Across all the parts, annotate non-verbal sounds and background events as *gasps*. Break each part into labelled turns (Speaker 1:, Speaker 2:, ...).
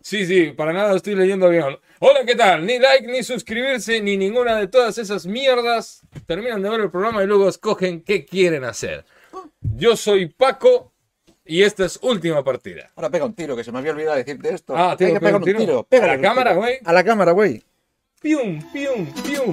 Speaker 1: Sí, sí, para nada estoy leyendo bien. Hola, ¿qué tal? Ni like, ni suscribirse, ni ninguna de todas esas mierdas. Terminan de ver el programa y luego escogen qué quieren hacer. Yo soy Paco y esta es última partida.
Speaker 2: Ahora pega un tiro, que se me había olvidado decirte esto.
Speaker 1: Ah,
Speaker 2: Hay
Speaker 1: tengo
Speaker 2: que pegar un tiro.
Speaker 1: a
Speaker 2: Pégale
Speaker 1: la
Speaker 2: un
Speaker 1: cámara,
Speaker 2: tiro.
Speaker 1: güey.
Speaker 2: A la cámara, güey.
Speaker 1: Pium, pium, pium.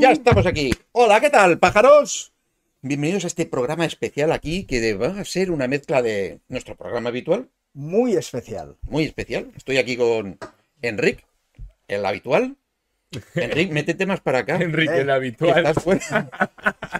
Speaker 2: Ya estamos aquí. Hola, ¿qué tal, pájaros? Bienvenidos a este programa especial aquí que de- va a ser una mezcla de nuestro programa habitual,
Speaker 3: Muy especial.
Speaker 2: muy especial. Estoy aquí con Enric, el
Speaker 1: *laughs*
Speaker 2: habitual. Enric, métete más para acá.
Speaker 1: Enrique,
Speaker 3: Eh,
Speaker 1: el
Speaker 2: que
Speaker 1: habitual.
Speaker 2: Estás fuera.
Speaker 1: *laughs*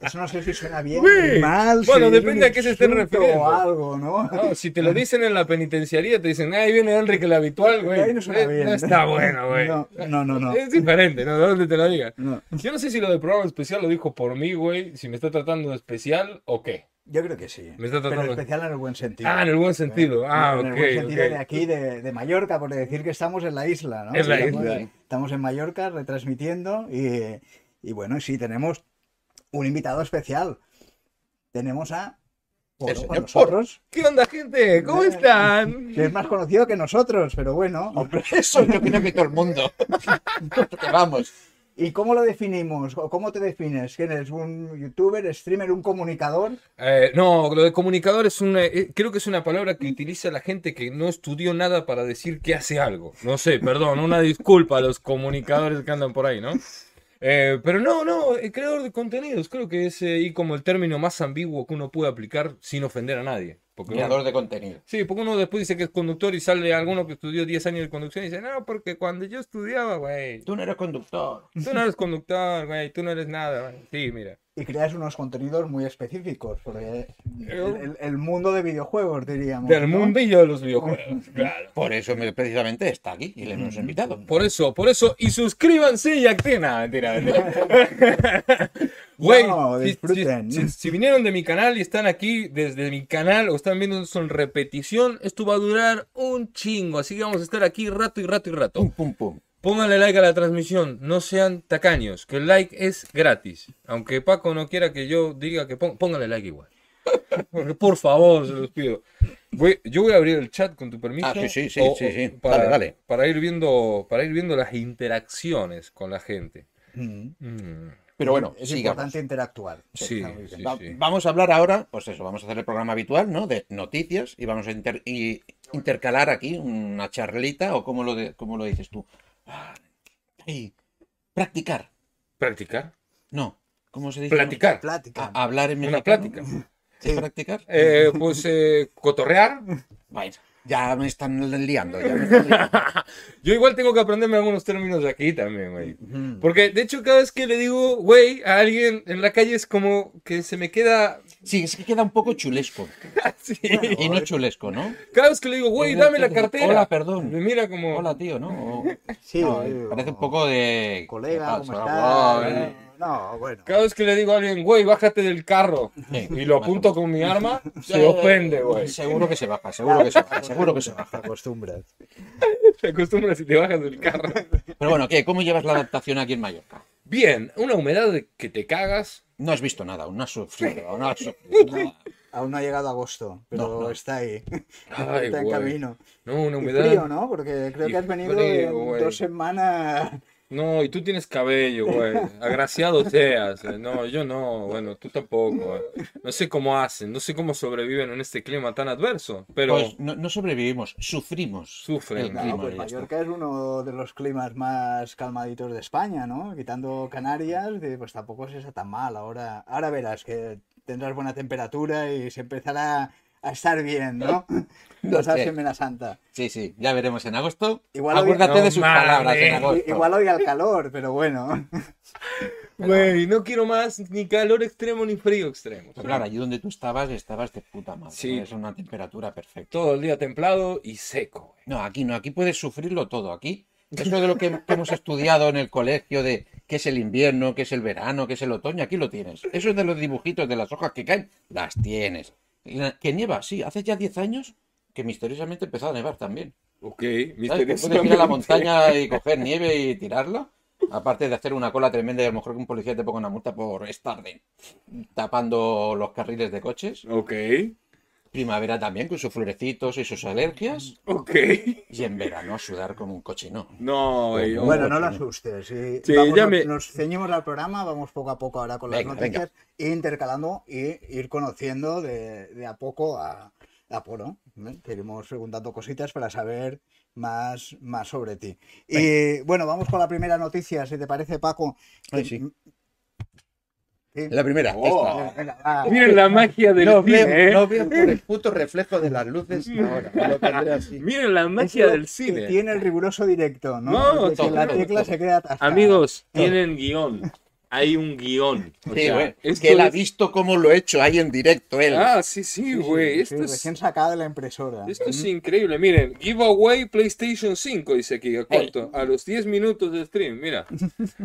Speaker 3: Eso no sé si suena bien,
Speaker 1: Güey.
Speaker 3: mal.
Speaker 1: Bueno,
Speaker 3: si
Speaker 1: depende
Speaker 3: es
Speaker 1: a qué se estén
Speaker 3: insulto
Speaker 1: refiriendo.
Speaker 3: O algo, *laughs* ¿no?
Speaker 1: No, si te lo dicen en la penitenciaría, te dicen, ahí viene Enrique, el habitual, güey.
Speaker 3: Ahí no suena
Speaker 1: Eh,
Speaker 3: bien.
Speaker 1: no está bueno, güey.
Speaker 3: No, no, no. no.
Speaker 1: Es diferente, ¿no? ¿De dónde te lo digan?
Speaker 3: No.
Speaker 1: Yo no sé si lo del programa especial lo dijo por mí, güey, si me está tratando de especial o qué.
Speaker 3: Yo creo que sí.
Speaker 1: Me está tratando-
Speaker 3: Pero especial en el buen sentido.
Speaker 1: Ah, en el buen sentido. Ah,
Speaker 3: en el
Speaker 1: ok,
Speaker 3: buen sentido
Speaker 1: ok.
Speaker 3: de aquí, de, de Mallorca, por decir que estamos en la isla, ¿no?
Speaker 1: Es la
Speaker 3: estamos,
Speaker 1: isla.
Speaker 3: Estamos en Mallorca retransmitiendo y, y bueno, sí, tenemos un invitado especial. Tenemos a Poro
Speaker 2: El
Speaker 3: con
Speaker 2: señor
Speaker 3: nosotros,
Speaker 1: ¿Qué onda, gente? ¿Cómo
Speaker 3: Eh,
Speaker 1: están?
Speaker 3: que es más conocido que nosotros, pero bueno.
Speaker 2: Hombre, eso yo creo que todo
Speaker 1: *laughs*
Speaker 2: el mundo. Porque vamos.
Speaker 3: ¿Y cómo lo definimos? ¿O ¿Cómo te defines? ¿Quién eres? ¿Un youtuber, streamer, un comunicador?
Speaker 1: Eh, no, lo de comunicador es una, eh, creo que es una palabra que utiliza la gente que no estudió nada para decir que hace algo. No sé, perdón, una disculpa a los comunicadores que andan por ahí, ¿no? Eh, pero no, no, eh, creador de contenidos, creo que es eh, ahí como el término más ambiguo que uno puede aplicar sin ofender a nadie. Porque uno-
Speaker 2: Creador de contenido.
Speaker 1: Sí, porque uno después dice que es conductor y sale alguno que estudió 10 años de conducción y dice, no, porque cuando yo estudiaba, güey,
Speaker 2: Tú no eres conductor.
Speaker 1: tú no eres conductor, güey, tú no eres nada, güey. Sí, mira.
Speaker 3: Y creas unos contenidos muy específicos, porque el, el- el mundo de videojuegos, diríamos.
Speaker 1: Del
Speaker 3: ¿no?
Speaker 1: mundillo de los videojuegos, claro.
Speaker 2: Por eso me- precisamente está aquí y le hemos invitado.
Speaker 1: Por eso, por eso, y suscríbanse y activen. Nah, mentira, mentira. Güey,
Speaker 3: No,
Speaker 1: si- si-
Speaker 3: disfruten.
Speaker 1: si, si vinieron de mi canal y están aquí desde mi canal o están viendo esto en repetición, esto va a durar un chingo. Así que vamos a estar aquí rato y rato y rato.
Speaker 2: Pum, pum, pum.
Speaker 1: Pónganle like a la transmisión, no sean tacaños, que el like es gratis. Aunque Paco no quiera que yo diga que pon- pónganle like igual. Porque, por favor, se los pido. Voy- yo voy a abrir el chat con tu permiso.
Speaker 2: Ah, sí, sí, sí, sí, sí.
Speaker 1: Para,
Speaker 2: Dale, dale.
Speaker 1: para ir viendo, para ir viendo las interacciones con la gente.
Speaker 3: Mm.
Speaker 1: Mm,
Speaker 2: Pero bueno,
Speaker 3: Es
Speaker 2: sigamos.
Speaker 3: importante interactuar.
Speaker 1: Sí,
Speaker 3: Está muy bien.
Speaker 1: sí.
Speaker 2: Va- Vamos a hablar ahora, pues eso, vamos a hacer el programa habitual, ¿no? De noticias y vamos a inter- y intercalar aquí una charlita o como lo, de- cómo lo dices tú. Ah, Y practicar.
Speaker 1: Practicar,
Speaker 2: No, ¿cómo se dice?
Speaker 1: platicar,
Speaker 3: Plática.
Speaker 2: A- hablar en
Speaker 1: una
Speaker 2: mexicano.
Speaker 1: plática.
Speaker 2: ¿Es practicar?
Speaker 1: Eh, pues eh, cotorrear.
Speaker 2: Bueno, ya me están liando. ya
Speaker 1: *laughs*
Speaker 2: me están liando.
Speaker 1: Yo igual tengo que aprenderme algunos términos de aquí también, güey. Porque de hecho cada vez que le digo, güey, a alguien en la calle es como que se me
Speaker 2: *laughs*
Speaker 1: queda
Speaker 2: Sí, es que queda un poco chulesco.
Speaker 1: Sí.
Speaker 2: Y no chulesco, ¿no?
Speaker 1: Cada vez que le digo, güey, dame la cartera.
Speaker 2: Hola, perdón.
Speaker 1: Me mira como.
Speaker 2: Hola, tío, ¿no? O-
Speaker 3: Sí,
Speaker 2: Pues, no,
Speaker 3: eh,
Speaker 2: parece un
Speaker 3: o-
Speaker 2: poco de...
Speaker 3: Colega,
Speaker 2: ¿Qué
Speaker 3: ¿cómo
Speaker 2: pasa?
Speaker 3: estás?
Speaker 2: Guau, eh.
Speaker 3: No, bueno.
Speaker 1: Cada vez que le digo a alguien, güey, bájate del carro
Speaker 2: Sí.
Speaker 1: y lo apunto con mi arma, se ofende, güey. *laughs*
Speaker 2: Seguro que se baja, seguro que se baja, seguro que se baja.
Speaker 3: Acostumbras.
Speaker 1: Te acostumbras y te bajas del carro.
Speaker 2: Pero bueno, ¿qué? ¿Cómo llevas la adaptación aquí en Mallorca?
Speaker 1: Bien, una humedad de que te cagas.
Speaker 2: No has visto nada, aún no has sufrido, aún no has sufrido nada.
Speaker 3: Aún no ha llegado agosto, pero
Speaker 2: No, no.
Speaker 3: está ahí.
Speaker 1: Ay,
Speaker 3: *laughs* está en
Speaker 1: güey.
Speaker 3: camino.
Speaker 1: No, una
Speaker 3: Y
Speaker 1: humedad.
Speaker 3: frío, ¿no? Porque creo
Speaker 1: Y
Speaker 3: que has venido
Speaker 1: frío,
Speaker 3: en
Speaker 1: güey.
Speaker 3: dos semanas.
Speaker 1: No, y tú tienes cabello, güey. Agraciado seas. eh. No, yo no. Bueno, tú tampoco. eh. No sé cómo hacen, no sé cómo sobreviven en este clima tan adverso, pero
Speaker 2: Pues no, no sobrevivimos, sufrimos.
Speaker 1: Sufren.
Speaker 2: el
Speaker 3: No,
Speaker 2: clima,
Speaker 3: pues
Speaker 2: ya está.
Speaker 3: Mallorca es uno de los climas más calmaditos de España, ¿no? Quitando Canarias, de- pues tampoco es esa tan mal. Ahora, ahora verás que tendrás buena temperatura y se empezará a estar bien, ¿no?
Speaker 2: *laughs* No
Speaker 3: Pasar
Speaker 2: sé.
Speaker 3: Semana Santa.
Speaker 2: Sí, sí, ya veremos en agosto.
Speaker 3: Igual
Speaker 2: Acuérdate
Speaker 1: hoy-
Speaker 2: de sus
Speaker 1: No
Speaker 2: palabras en
Speaker 1: mames.
Speaker 2: agosto.
Speaker 3: I- Igual odia el calor, pero bueno.
Speaker 1: Güey, no quiero más ni calor extremo ni frío extremo.
Speaker 2: Pero Claro, allí donde tú estabas, estabas de puta madre.
Speaker 1: Sí.
Speaker 2: Es una temperatura perfecta.
Speaker 1: Todo el día templado y seco. güey.
Speaker 2: No, aquí no, aquí puedes sufrirlo todo. Aquí, eso de lo que, *laughs* que hemos estudiado en el colegio, de qué es el invierno, qué es el verano, qué es el otoño, aquí lo tienes. Eso es de los dibujitos de las hojas que caen, las tienes. Y la- Que nieva, sí, hace ya 10 años que misteriosamente empezó a nevar también.
Speaker 1: Ok,
Speaker 2: ¿Sabes? Que puedes ir a la montaña y coger nieve y tirarla. Aparte de hacer una cola tremenda y a lo mejor que un policía te ponga una multa por estar de- tapando los carriles de coches.
Speaker 1: Ok,
Speaker 2: Primavera también con sus florecitos y sus alergias.
Speaker 1: ok.
Speaker 2: Y en verano a sudar como un cochino.
Speaker 1: No, güey, oh.
Speaker 2: Bueno,
Speaker 1: hombre.
Speaker 3: Bueno, no lo asustes. sí.
Speaker 1: Sí,
Speaker 3: Vamos,
Speaker 1: ya
Speaker 3: nos-
Speaker 1: me-
Speaker 3: Nos ceñimos al programa, vamos poco a poco ahora con las
Speaker 2: Venga, venga.
Speaker 3: noticias, e intercalando y ir conociendo de, de a poco a, a Polo. ¿eh? Te iremos preguntando cositas para saber más, más sobre ti. Y bueno, vamos con la primera noticia, si te parece, Paco. Mm,
Speaker 2: Ay, sí.
Speaker 3: Sí.
Speaker 2: La primera,
Speaker 1: Oh.
Speaker 2: esta.
Speaker 3: Venga, va.
Speaker 1: Miren la magia del
Speaker 2: No veo,
Speaker 1: cine, ¿eh?
Speaker 2: no veo por el puto reflejo de las luces ahora. me lo pondré así.
Speaker 1: Miren la
Speaker 3: Es
Speaker 1: magia
Speaker 3: lo
Speaker 1: del
Speaker 3: que
Speaker 1: cine.
Speaker 3: Tiene el riguroso directo, ¿no?
Speaker 1: No,
Speaker 3: Porque
Speaker 2: todo,
Speaker 3: la
Speaker 2: todo,
Speaker 3: tecla
Speaker 2: todo.
Speaker 3: se queda atascada.
Speaker 1: Amigos, tienen guión. Hay un guión. O
Speaker 2: *laughs* Sí,
Speaker 1: sea,
Speaker 2: güey,
Speaker 1: esto
Speaker 2: que él ha
Speaker 1: es-
Speaker 2: visto cómo lo he hecho ahí en directo él.
Speaker 1: Ah, sí, sí,
Speaker 3: Sí, sí,
Speaker 1: güey.
Speaker 3: sí,
Speaker 1: esto es...
Speaker 3: Recién sacada de la impresora.
Speaker 1: Esto es increíble, miren, giveaway PlayStation 5, dice aquí, ¿a cuánto? A los 10 minutos de stream, mira.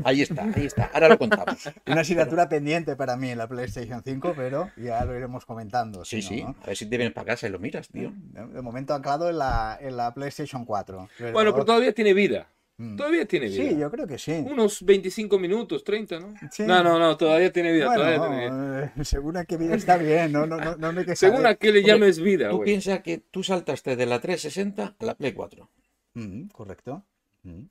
Speaker 2: Ahí está, ahí está. Ahora lo contamos.
Speaker 1: *laughs*
Speaker 3: Una asignatura pendiente para mí en la PlayStation 5, pero ya lo iremos comentando.
Speaker 2: Sí,
Speaker 3: si
Speaker 2: sí.
Speaker 3: no,
Speaker 2: A ver si te vienes para casa y lo miras, tío.
Speaker 3: ¿no? De momento anclado en la, en la PlayStation 4.
Speaker 1: Bueno, pero todavía tiene vida,
Speaker 3: Mm.
Speaker 1: todavía tiene vida.
Speaker 3: Sí, yo creo que sí.
Speaker 1: Unos 25 minutos, 30, ¿no?
Speaker 3: Sí.
Speaker 1: No, no, no, todavía tiene vida, todavía tiene vida.
Speaker 3: Bueno, eh, según a qué vida está bien, no, no, no, no me quejaré.
Speaker 1: Según a qué le
Speaker 2: Hombre,
Speaker 1: llames vida,
Speaker 2: Tú
Speaker 1: güey.
Speaker 2: piensas que tú saltaste de la 360 a la Play 4.
Speaker 3: Mm, correcto. Mm.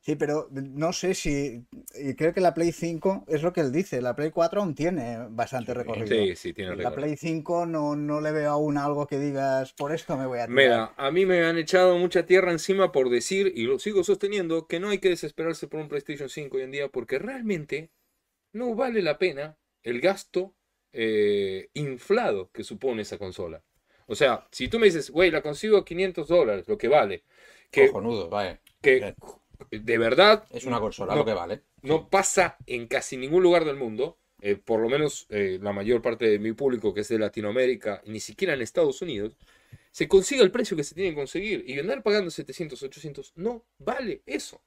Speaker 3: Sí, pero no sé si. y creo que la Play 5 es lo que él dice. La Play 4 aún tiene bastante recorrido.
Speaker 1: Sí, sí, tiene
Speaker 3: la
Speaker 1: recorrido.
Speaker 3: Play 5 no, no le veo aún algo que digas, por esto me voy a tirar.
Speaker 1: Mira, a mí me han echado mucha tierra encima por decir, y lo sigo sosteniendo, que no hay que desesperarse por un PlayStation 5 hoy en día porque realmente no vale la pena el gasto eh, inflado que supone esa consola. O sea, si tú me dices, güey, la consigo a 500 dólares, lo que vale, que,
Speaker 2: Cojonudo, vale.
Speaker 1: que de verdad
Speaker 2: Es una consola,
Speaker 1: No.
Speaker 2: lo que vale.
Speaker 1: no pasa en casi ningún lugar del mundo, eh, por lo menos eh, la mayor parte de mi público que es de Latinoamérica, ni siquiera en Estados Unidos, se consigue el precio que se tiene que conseguir y andar pagando 700, 800 no vale eso.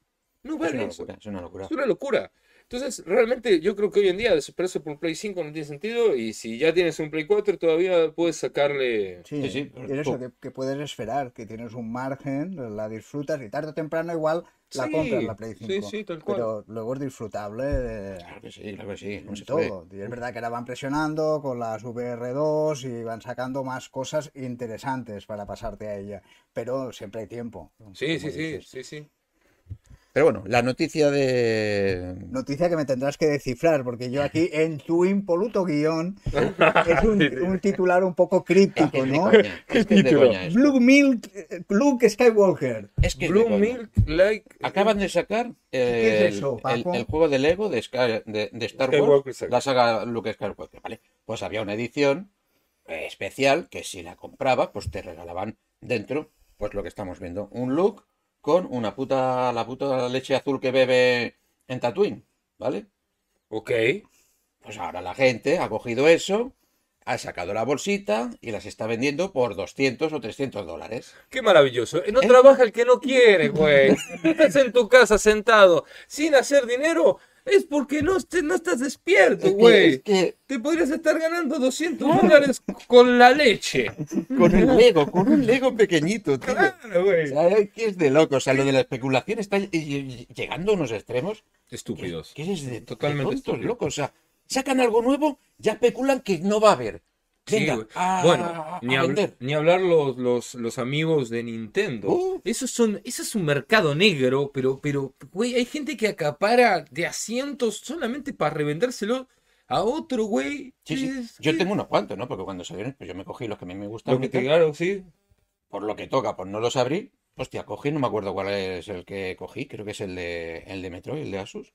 Speaker 1: No
Speaker 2: Es
Speaker 1: vale
Speaker 2: una
Speaker 1: eso.
Speaker 2: locura, es una locura.
Speaker 1: Es una locura. Entonces, realmente yo creo que hoy en día desesperarse por un Play 5 no tiene sentido y si ya tienes un Play 4 todavía puedes sacarle...
Speaker 3: Sí,
Speaker 2: Sí, sí,
Speaker 3: y
Speaker 2: pero
Speaker 3: eso
Speaker 2: tú-
Speaker 3: que, que puedes esperar, que tienes un margen, la disfrutas y tarde o temprano igual la
Speaker 1: Sí,
Speaker 3: compras la Play
Speaker 1: sí,
Speaker 3: 5.
Speaker 1: sí, tal cual.
Speaker 3: Pero luego es disfrutable de,
Speaker 2: Claro que sí, claro que sí. No
Speaker 3: en
Speaker 2: se puede.
Speaker 3: todo. Y es verdad que ahora van presionando con las VR2 y van sacando más cosas interesantes para pasarte a ella. Pero siempre hay tiempo.
Speaker 1: Sí,
Speaker 3: como
Speaker 1: sí, sí,
Speaker 3: dices.
Speaker 1: sí, sí.
Speaker 2: Pero bueno, la noticia de.
Speaker 3: Noticia que me tendrás que descifrar, porque yo
Speaker 1: *laughs*
Speaker 3: aquí en tu impoluto guión es un, un titular un poco críptico,
Speaker 2: Es de
Speaker 3: ¿no?
Speaker 2: coña, es que es de
Speaker 1: título?
Speaker 2: coña esto.
Speaker 3: Blue Milk, eh, Luke Skywalker.
Speaker 2: Es que es de
Speaker 1: Blue
Speaker 2: coña.
Speaker 1: Milk, like...
Speaker 2: Acaban de sacar
Speaker 3: ¿Qué es
Speaker 2: el,
Speaker 3: eso,
Speaker 2: el-
Speaker 3: Paco?
Speaker 2: el juego de Lego de, Sky- de- de Star
Speaker 1: Skywalker
Speaker 2: Wars,
Speaker 1: saga.
Speaker 2: la saga Luke Skywalker, ¿vale? Pues había una edición eh, especial que si la comprabas, pues te regalaban dentro, pues lo que estamos viendo, un Luke con una puta, la puta leche azul que bebe en Tatooine, ¿vale?
Speaker 1: Ok.
Speaker 2: Pues ahora la gente ha cogido eso, ha sacado la bolsita y las está vendiendo por 200 o 300 dólares.
Speaker 1: Qué maravilloso. No
Speaker 2: ¿Eh?
Speaker 1: trabaja el que no quiere,
Speaker 2: *laughs*
Speaker 1: güey. Si tú estás en tu casa sentado sin hacer dinero, es porque no, est- no estás despierto,
Speaker 2: Es que-
Speaker 1: güey.
Speaker 2: es que
Speaker 1: Te podrías estar ganando 200 dólares con la
Speaker 2: *laughs*
Speaker 1: leche.
Speaker 2: con un Lego, con un Lego pequeñito, tío.
Speaker 1: Claro,
Speaker 2: O
Speaker 1: güey.
Speaker 2: sea, es que es de loco, o sea, lo de la especulación está ll- ll- llegando a unos extremos que,
Speaker 1: Estúpidos.
Speaker 2: que es de, de
Speaker 1: Totalmente
Speaker 2: tontos,
Speaker 1: estúpido.
Speaker 2: locos. O sea, sacan algo nuevo, ya especulan que no va a haber.
Speaker 1: Sí,
Speaker 2: Venga,
Speaker 1: güey.
Speaker 2: a,
Speaker 1: bueno,
Speaker 2: a
Speaker 1: ni, habl-
Speaker 2: vender.
Speaker 1: ni hablar los, los, los amigos de Nintendo.
Speaker 2: Uh.
Speaker 1: Eso, es un, eso es un mercado negro, pero, pero, güey, hay gente que acapara de asientos solamente para revendárselo a otro, güey.
Speaker 2: Sí, sí.
Speaker 1: Es
Speaker 2: Yo
Speaker 1: que-
Speaker 2: tengo unos cuantos, ¿no? Porque cuando salieron, pues yo me cogí los que a mí me gustan.
Speaker 1: Lo que
Speaker 2: y tal.
Speaker 1: te claro, sí.
Speaker 2: Por lo que toca, pues no los abrí. Hostia, cogí, no me acuerdo cuál es el que cogí, creo que es el de, el de Metroid, el de Asus.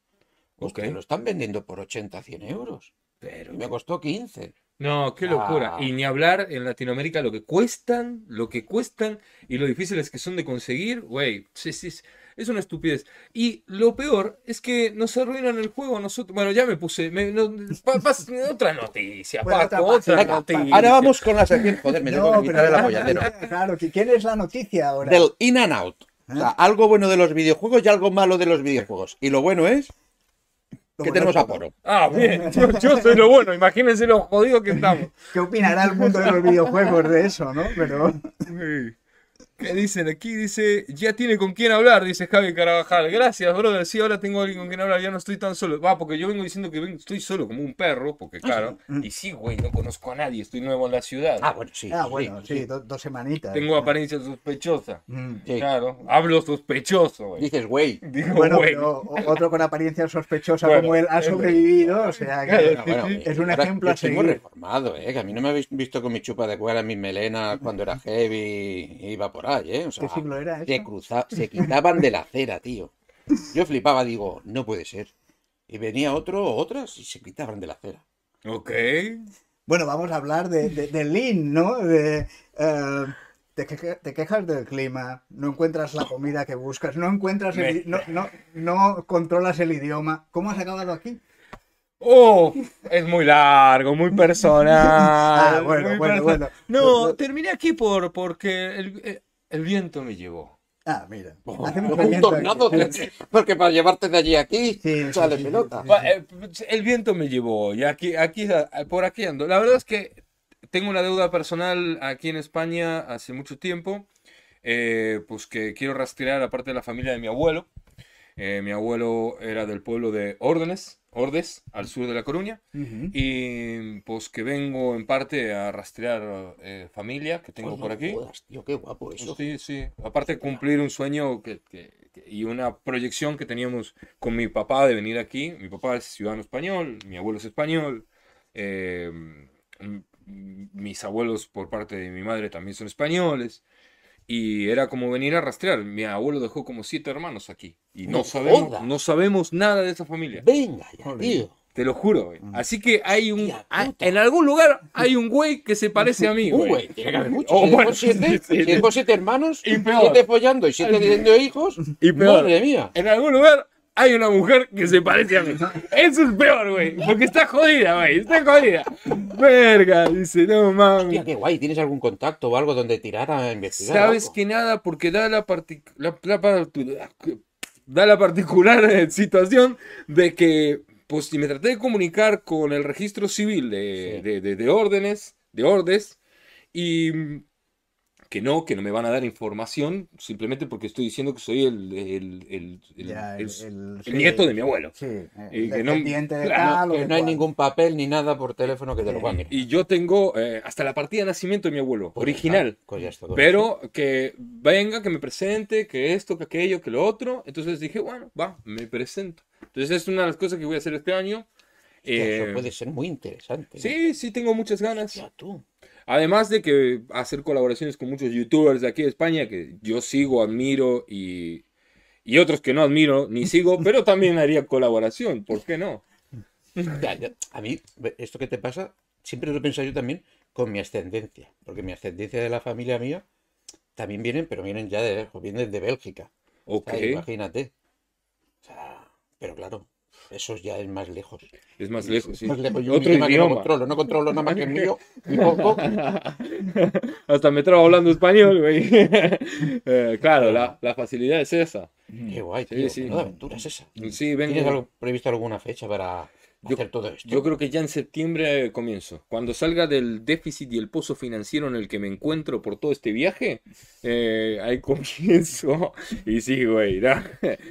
Speaker 2: Hostia,
Speaker 1: Ok.
Speaker 2: lo están vendiendo por 80, 100 euros.
Speaker 1: Pero.
Speaker 2: Y me costó 15.
Speaker 1: No, qué locura.
Speaker 2: Ah.
Speaker 1: Y ni hablar en Latinoamérica lo que cuestan, lo que cuestan y lo difíciles que son de conseguir, güey. Sí, sí, sí, es una estupidez. Y lo peor es que nos arruinan el juego a nosotros. Bueno, ya me puse. me- no, pa- pas- otra noticia,
Speaker 3: Bueno,
Speaker 1: Paco,
Speaker 3: otra
Speaker 1: otra
Speaker 3: página.
Speaker 1: noticia.
Speaker 2: Ahora vamos con la sección. Joder, me tengo que quitar el
Speaker 3: claro,
Speaker 2: apoyadero.
Speaker 3: Claro, que- ¿quién es la noticia ahora?
Speaker 2: Del in and out. O sea, algo bueno de los videojuegos y algo malo de los videojuegos. Y lo bueno es ¿Qué tenemos a poro?
Speaker 1: Ah, bien, yo, yo soy lo bueno, imagínense lo jodido que estamos.
Speaker 3: ¿Qué opinará el mundo de los videojuegos de eso, no? Pero
Speaker 1: Sí. ¿Qué dicen aquí? Dice, ya tiene con quién hablar, dice Javi Carabajal. Gracias, brother. Sí, ahora tengo alguien con quien hablar, ya no estoy tan solo. Va, porque yo vengo diciendo que vengo- estoy solo como un perro, porque
Speaker 3: *laughs*
Speaker 1: claro. Y sí, güey, no conozco a nadie, estoy nuevo en la ciudad.
Speaker 2: Ah, bueno, sí.
Speaker 3: Mm. ah,
Speaker 2: sí,
Speaker 3: bueno, sí, do- dos semanitas.
Speaker 1: Tengo apariencia sospechosa. *laughs*
Speaker 3: Mm.
Speaker 2: sí.
Speaker 1: Claro, hablo sospechoso, güey.
Speaker 2: Dices, güey.
Speaker 1: Digo,
Speaker 3: Bueno,
Speaker 1: güey.
Speaker 3: pero o- otro con apariencia sospechosa
Speaker 1: Bueno,
Speaker 3: como él ha
Speaker 1: es-
Speaker 3: sobrevivido, o sea
Speaker 1: Claro,
Speaker 3: que
Speaker 2: Ah, bueno,
Speaker 1: sí, sí.
Speaker 3: Es un
Speaker 2: ahora
Speaker 3: ejemplo
Speaker 2: yo
Speaker 3: a
Speaker 2: estoy
Speaker 3: seguir.
Speaker 2: muy reformado, ¿eh? Que a mí no me habéis visto con mi chupa de cuera en mi melena cuando era heavy y iba por ahí, ¿eh? O sea,
Speaker 3: ¿Qué siglo era
Speaker 2: se,
Speaker 3: eso?
Speaker 2: cruza- se quitaban de la acera, tío. Yo flipaba, digo, no puede ser. Y venía otro o otras y se quitaban de la acera.
Speaker 1: Ok.
Speaker 3: Bueno, vamos a hablar de, de, de Lean, ¿no? De, eh, te, queja- te quejas del clima, no encuentras la comida que buscas, no encuentras el- no, no, no controlas el idioma. ¿Cómo has acabado aquí?
Speaker 1: Oh, es muy largo, muy personal.
Speaker 3: *laughs* Ah, bueno,
Speaker 1: muy
Speaker 3: bueno, bueno.
Speaker 1: No,
Speaker 3: Lo- lo-
Speaker 1: terminé aquí por porque el, eh, el viento me llevó.
Speaker 3: Ah, mira.
Speaker 2: Como
Speaker 3: Hacemos
Speaker 2: Oh, *laughs* un
Speaker 3: viento aquí.
Speaker 2: tornado,
Speaker 3: *laughs*
Speaker 2: porque para llevarte de allí a aquí,
Speaker 3: Sí, sí,
Speaker 2: sale
Speaker 3: sí,
Speaker 2: pelota.
Speaker 3: sí, sí.
Speaker 1: Va, eh, El viento me llevó y aquí, aquí, por aquí ando. La verdad es que tengo una deuda personal aquí en España hace mucho tiempo, eh, pues que quiero rastrear aparte de la familia de mi abuelo. Eh, mi abuelo era del pueblo de Órdenes, Ordes, al sur de La Coruña.
Speaker 3: Ujú.
Speaker 1: Y pues que vengo en parte a rastrear eh, familia que tengo
Speaker 2: Pues no
Speaker 1: por aquí.
Speaker 2: jodas, tío, qué guapo eso.
Speaker 1: Sí, sí. Aparte de cumplir un sueño que, que- que- y una proyección que teníamos con mi papá de venir aquí. Mi papá es ciudadano español, mi abuelo es español, eh, m- m- mis abuelos por parte de mi madre también son españoles. Y era como venir a rastrear. Mi abuelo dejó como siete hermanos aquí. Y no,
Speaker 2: No
Speaker 1: sabemos,
Speaker 2: jodas.
Speaker 1: no sabemos nada de esa familia.
Speaker 2: Venga ya,
Speaker 3: Joder.
Speaker 2: tío.
Speaker 1: Te lo juro, güey. Así que hay un.
Speaker 2: Hostia
Speaker 1: hay-
Speaker 2: Mm. puta.
Speaker 1: en algún lugar hay un güey que se parece a mí,
Speaker 2: Uh,
Speaker 1: güey.
Speaker 2: güey, tiene que haber muchos. ¿eh?
Speaker 1: Oh,
Speaker 2: si es
Speaker 1: bueno,
Speaker 2: con siete,
Speaker 1: *laughs* sí, sí,
Speaker 2: si es con siete hermanos,
Speaker 1: Y peor.
Speaker 2: siete follando y siete teniendo hijos,
Speaker 1: Y peor.
Speaker 2: madre mía.
Speaker 1: En algún lugar hay una mujer que se parece a mí. Eso es peor, güey. Porque está jodida, güey. Está jodida. Verga, dice, no
Speaker 2: Hostia,
Speaker 1: mames.
Speaker 2: qué guay, ¿tienes algún contacto o algo donde tirar a investigar?
Speaker 1: Sabes
Speaker 2: loco?
Speaker 1: que nada, porque da la, parti- la- la partu- da la particular eh, situación de que, pues, si me traté de comunicar con el registro civil de,
Speaker 2: Sí.
Speaker 1: de- de- de órdenes, de ordes, y mm, que no, que no me van a dar información, simplemente porque estoy diciendo que soy el, el- el- el-
Speaker 3: Ya,
Speaker 1: el-
Speaker 3: el- el-
Speaker 1: el
Speaker 3: sí.
Speaker 1: nieto de mi abuelo.
Speaker 3: Sí, eh,
Speaker 1: Y que no-
Speaker 3: descendiente de
Speaker 1: claro,
Speaker 3: tal o
Speaker 2: Que
Speaker 3: de
Speaker 2: no hay
Speaker 3: cual.
Speaker 2: ningún papel ni nada por teléfono que te lo puedan mirar.
Speaker 1: Eh, Y yo tengo eh, hasta la partida de nacimiento de mi abuelo,
Speaker 2: Pues ya
Speaker 1: original.
Speaker 2: está, pues ya está, pues
Speaker 1: Pero que venga, que me presente, que esto, que aquello, que lo otro. Entonces dije, bueno, va, me presento. Entonces es una de las cosas que voy a hacer este año.
Speaker 2: Hostia,
Speaker 1: Eh,
Speaker 2: Eso puede ser muy interesante.
Speaker 1: sí, sí, tengo muchas ganas.
Speaker 2: Hostia, tú.
Speaker 1: Además de que hacer colaboraciones con muchos youtubers de aquí de España que yo sigo, admiro y, y otros que no admiro ni
Speaker 2: *laughs*
Speaker 1: sigo, pero también haría colaboración, ¿por qué no?
Speaker 2: Ya, ya. A mí, ve, esto que te pasa, siempre lo he pensado yo también con mi ascendencia, porque mi ascendencia de la familia mía también vienen, pero vienen ya de lejos, vienen de Bélgica.
Speaker 1: Ok,
Speaker 2: Ay, imagínate. O sea, pero claro, eso ya es más lejos.
Speaker 1: es más lejos, sí.
Speaker 2: Más lejos. Yo un
Speaker 1: Otro
Speaker 2: idioma que no
Speaker 1: idioma.
Speaker 2: controlo, no controlo nada más que el mío.
Speaker 1: *laughs*
Speaker 2: y poco.
Speaker 1: Hasta me traba hablando español, güey. *laughs* Eh, claro, la, la facilidad es esa.
Speaker 2: Qué guay,
Speaker 1: Sí,
Speaker 2: tío.
Speaker 1: sí.
Speaker 2: menuda aventura es esa.
Speaker 1: Sí,
Speaker 2: ¿Tienes
Speaker 1: vengo.
Speaker 2: algo, previsto alguna fecha para
Speaker 1: Yo-
Speaker 2: hacer todo esto?
Speaker 1: Yo creo que ya en septiembre comienzo. Cuando salga del déficit y el pozo financiero en el que me encuentro por todo este viaje, eh, ahí *laughs* comienzo. Y sí, güey, *laughs* ¿no?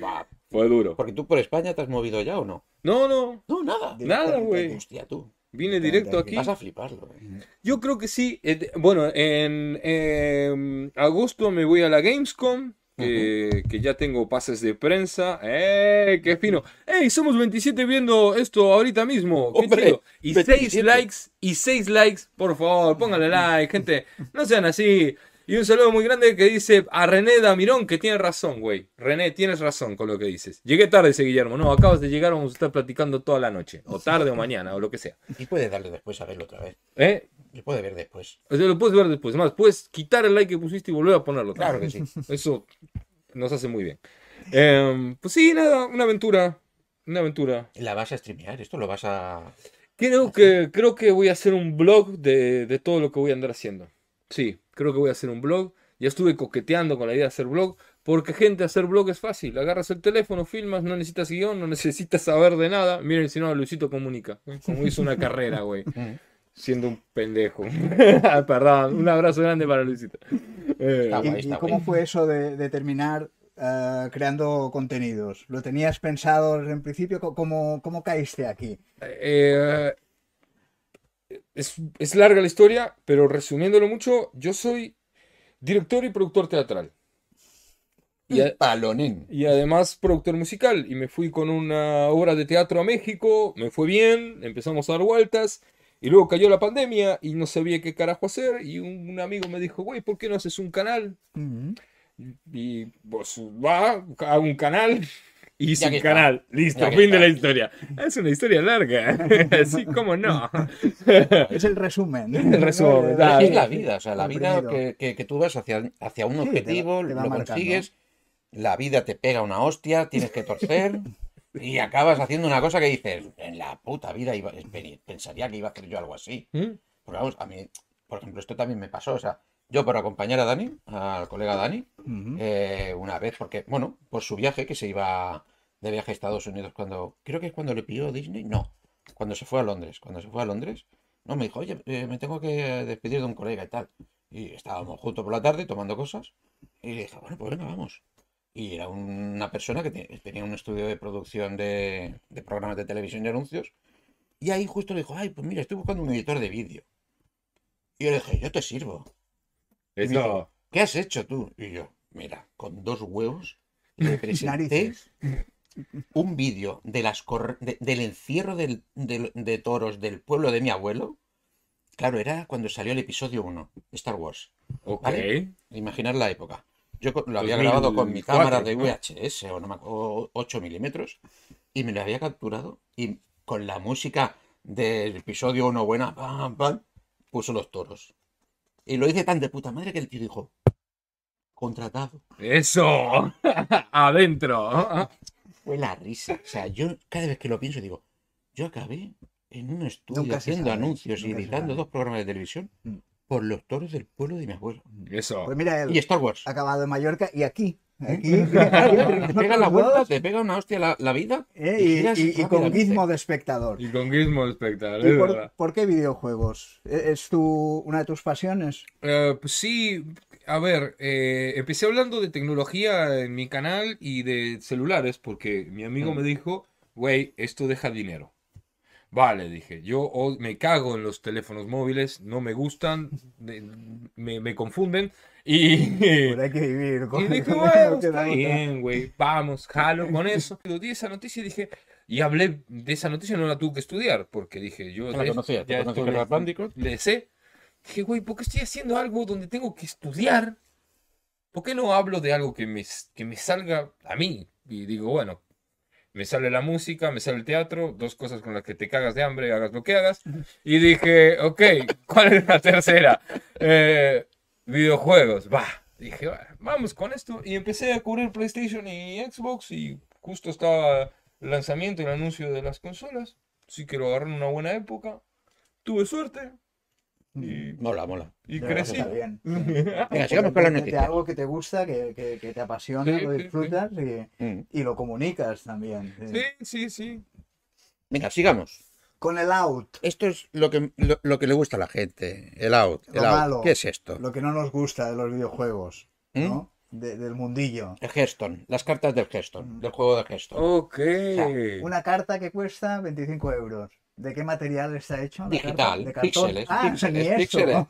Speaker 2: Va,
Speaker 1: fue duro.
Speaker 2: Porque tú por España te has movido ya o no?
Speaker 1: No, no,
Speaker 2: No, nada.
Speaker 1: nada, güey.
Speaker 2: Hostia, tú.
Speaker 1: Vine directo aquí.
Speaker 2: Vas a fliparlo. eh.
Speaker 1: Yo creo que sí. Eh, de- Bueno, en em, agosto me voy a la Gamescom, que, que ya tengo pases de prensa. ¡Eh! ¡Qué fino! ¡Ey! Somos 27 viendo esto ahorita mismo. ¡Qué
Speaker 2: Hombre,
Speaker 1: chido! Y 6
Speaker 2: 27.
Speaker 1: likes, y 6 likes, por favor, pónganle like, gente. No sean así. Y un saludo muy grande que dice a René Damirón, que tiene razón, güey. René, tienes razón con lo que dices. Llegué tarde, dice Guillermo. No, acabas de llegar, vamos a estar platicando toda la noche. O tarde o mañana, o lo que sea.
Speaker 2: Y puede darle después a verlo otra vez.
Speaker 1: ¿Eh?
Speaker 2: Se puede ver después.
Speaker 1: O sea, lo puedes ver después. Más, puedes quitar el like que pusiste y volver a ponerlo.
Speaker 2: Claro
Speaker 1: también.
Speaker 2: que sí.
Speaker 1: Eso nos hace muy bien. Em, pues sí, nada, una aventura. Una aventura.
Speaker 2: La vas a streamear, esto lo vas a.
Speaker 1: Creo que, creo que voy a hacer un blog de, de todo lo que voy a andar haciendo. Sí, creo que voy a hacer un blog. Ya estuve coqueteando con la idea de hacer blog, Porque, gente, hacer blog es fácil. Agarras el teléfono, filmas, no necesitas guión, no necesitas saber de nada. Miren, si no, Luisito comunica. Como hizo una carrera, güey. Siendo un pendejo. *laughs* Perdón. Un abrazo grande para Luisito. Eh,
Speaker 2: Está
Speaker 3: *laughs* ¿Y,
Speaker 2: guay,
Speaker 3: y
Speaker 2: está
Speaker 3: cómo
Speaker 2: guay.
Speaker 3: fue eso de, de terminar eh, creando contenidos? ¿Lo tenías pensado en principio? Co- ¿Cómo, cómo caíste aquí?
Speaker 1: Eh, es, es larga la historia, pero resumiéndolo mucho, yo soy director y productor teatral. Y, a-
Speaker 2: Palonín.
Speaker 1: y además productor musical. Y me fui con una obra de teatro a México, me fue bien, empezamos a dar vueltas. Y luego cayó la pandemia y no sabía qué carajo hacer. Y un, un amigo me dijo, güey, ¿por qué no haces un canal?
Speaker 3: Ujú.
Speaker 1: Y pues va, hago un canal. Hice
Speaker 2: Ya
Speaker 1: un
Speaker 2: que está.
Speaker 1: canal, listo,
Speaker 2: Ya que
Speaker 1: fin de
Speaker 2: está.
Speaker 1: la historia. Es una historia larga, *laughs* así como
Speaker 2: *laughs*
Speaker 1: no.
Speaker 3: Es el
Speaker 1: *laughs*
Speaker 3: resumen.
Speaker 1: El resumen,
Speaker 3: *laughs* Eh,
Speaker 1: dale. Ah,
Speaker 2: Así es la
Speaker 3: sí,
Speaker 2: vida, o sea, la vida
Speaker 3: comprimido.
Speaker 2: que, que- que tú vas hacia, hacia un
Speaker 3: Sí, te va-
Speaker 2: objetivo,
Speaker 3: te va
Speaker 2: lo
Speaker 3: marcando.
Speaker 2: consigues, la vida te pega una hostia, tienes que torcer y acabas haciendo una cosa que dices, en la puta vida iba- pe- pensaría que iba a hacer yo algo así.
Speaker 1: ¿Mm?
Speaker 2: Porque vamos, a mí, por ejemplo, esto también me pasó, o sea, yo por acompañar a Dani, al colega Dani,
Speaker 3: Ujú.
Speaker 2: eh, una vez, porque, bueno, por su viaje, que se iba de viaje a Estados Unidos cuando, creo que es cuando le pidió Disney, no, cuando se fue a Londres, cuando se fue a Londres, no, me dijo, oye, eh, me tengo que despedir de un colega y tal. Y estábamos juntos por la tarde tomando cosas y le dije, bueno, pues venga, vamos. Y era una persona que te- tenía un estudio de producción de, de programas de televisión y anuncios. Y ahí justo le dijo, ay, pues mira, estoy buscando un editor de vídeo. Y yo le dije, yo te sirvo. Y me dijo,
Speaker 1: Eso.
Speaker 2: ¿qué has hecho tú? Y yo, mira, con dos huevos le presenté
Speaker 3: Narices.
Speaker 2: un vídeo de las cor- de- del encierro del- del- de toros del pueblo de mi abuelo. Claro, era cuando salió el episodio 1 de Star Wars.
Speaker 1: Ok.
Speaker 2: Vale. Imaginar la época. Yo co- lo había
Speaker 1: 2004,
Speaker 2: grabado con mi cámara de
Speaker 1: ¿no?
Speaker 2: VHS o, no me ac- o 8 milímetros y me lo había capturado y con la música del episodio 1 buena, pam, pam, puso los toros. Y lo hice tan de puta madre que el tío dijo, contratado.
Speaker 1: Eso. *laughs* Adentro.
Speaker 2: Fue la risa. O sea, yo cada vez que lo pienso digo, yo acabé en un estudio
Speaker 3: Nunca se
Speaker 2: haciendo
Speaker 3: sabe,
Speaker 2: anuncios y
Speaker 3: nunca se
Speaker 2: editando
Speaker 3: sabe.
Speaker 2: dos programas de televisión
Speaker 3: Mm.
Speaker 2: por los toros del pueblo de mi abuelo.
Speaker 1: Eso.
Speaker 3: Pues mira, él
Speaker 2: Y Star Wars.
Speaker 3: ha acabado en Mallorca y aquí. aquí
Speaker 2: Te
Speaker 3: *laughs*
Speaker 2: pega la vuelta, te pega una hostia la, la vida.
Speaker 3: Eh,
Speaker 2: y
Speaker 3: y-
Speaker 2: giras
Speaker 3: y, y con
Speaker 2: rápidamente.
Speaker 3: guismo de espectador.
Speaker 1: Y con Gizmo espectacular.
Speaker 3: ¿Y
Speaker 1: es
Speaker 3: por,
Speaker 1: verdad.
Speaker 3: por qué videojuegos? ¿E- ¿Es tu, una de tus pasiones?
Speaker 1: Eh, pues sí, a ver, eh, empecé hablando de tecnología en mi canal y de celulares porque mi amigo me dijo, güey, esto deja dinero. Vale, dije, yo o- me cago en los teléfonos móviles, no me gustan, de- me, me confunden y...
Speaker 3: Pero hay que vivir. con-
Speaker 1: Y dije,
Speaker 3: *laughs* con-
Speaker 1: bueno,
Speaker 3: que
Speaker 1: está
Speaker 3: da otra".
Speaker 1: bien, güey, vamos, jalo con eso. Lo di esa noticia y dije, y hablé de esa noticia, no la tuve que estudiar, porque dije, yo
Speaker 2: Ya la
Speaker 1: de-
Speaker 2: conocía,
Speaker 1: ya
Speaker 2: ya conocía
Speaker 1: esto
Speaker 2: que
Speaker 1: le-
Speaker 2: era Bandicoot.
Speaker 1: le sé. Dije, güey, ¿por qué estoy haciendo algo donde tengo que estudiar? ¿Por qué no hablo de algo que me, s- que me salga a mí? Y digo, bueno, me sale la música, me sale el teatro, dos cosas con las que te cagas de hambre, hagas lo que hagas. Y dije, ok, ¿cuál es la tercera? Eh, videojuegos, va. Dije, "Va, vamos con esto. Y empecé a cubrir PlayStation y Xbox y justo estaba el lanzamiento y el anuncio de las consolas. Así que lo agarré en una buena época. Tuve suerte y,
Speaker 2: Mola, mola.
Speaker 1: y
Speaker 3: Pero eso
Speaker 1: crecí.
Speaker 3: está bien.
Speaker 2: Venga, sigamos con la
Speaker 3: Porque
Speaker 2: noticia.
Speaker 3: Algo que te gusta, que, que- que te apasiona,
Speaker 1: Sí,
Speaker 3: lo
Speaker 1: sí, sí.
Speaker 3: disfrutas
Speaker 2: Mm.
Speaker 3: Y, y lo comunicas también. sí.
Speaker 1: *laughs* Sí, sí, sí.
Speaker 2: Venga, sigamos.
Speaker 3: Con el out,
Speaker 2: Esto es lo que, lo, lo que le gusta a la gente. El out. El
Speaker 3: Lo
Speaker 2: out.
Speaker 3: malo.
Speaker 2: ¿Qué es esto?
Speaker 3: lo que no nos gusta de los videojuegos,
Speaker 2: ¿Mm?
Speaker 3: ¿no? De- del mundillo.
Speaker 2: El Hearthstone. Las cartas del
Speaker 3: Mm.
Speaker 2: Hearthstone. Del juego de
Speaker 3: Oh,
Speaker 2: Hearthstone.
Speaker 1: Ok.
Speaker 3: Una carta que cuesta 25 euros. ¿De qué material está hecho? la carta?
Speaker 2: Digital.
Speaker 3: ¿De cartón?
Speaker 2: Píxeles.
Speaker 3: Ah, ni
Speaker 2: Píxeles.
Speaker 3: eso.
Speaker 2: Píxeles.
Speaker 3: *laughs*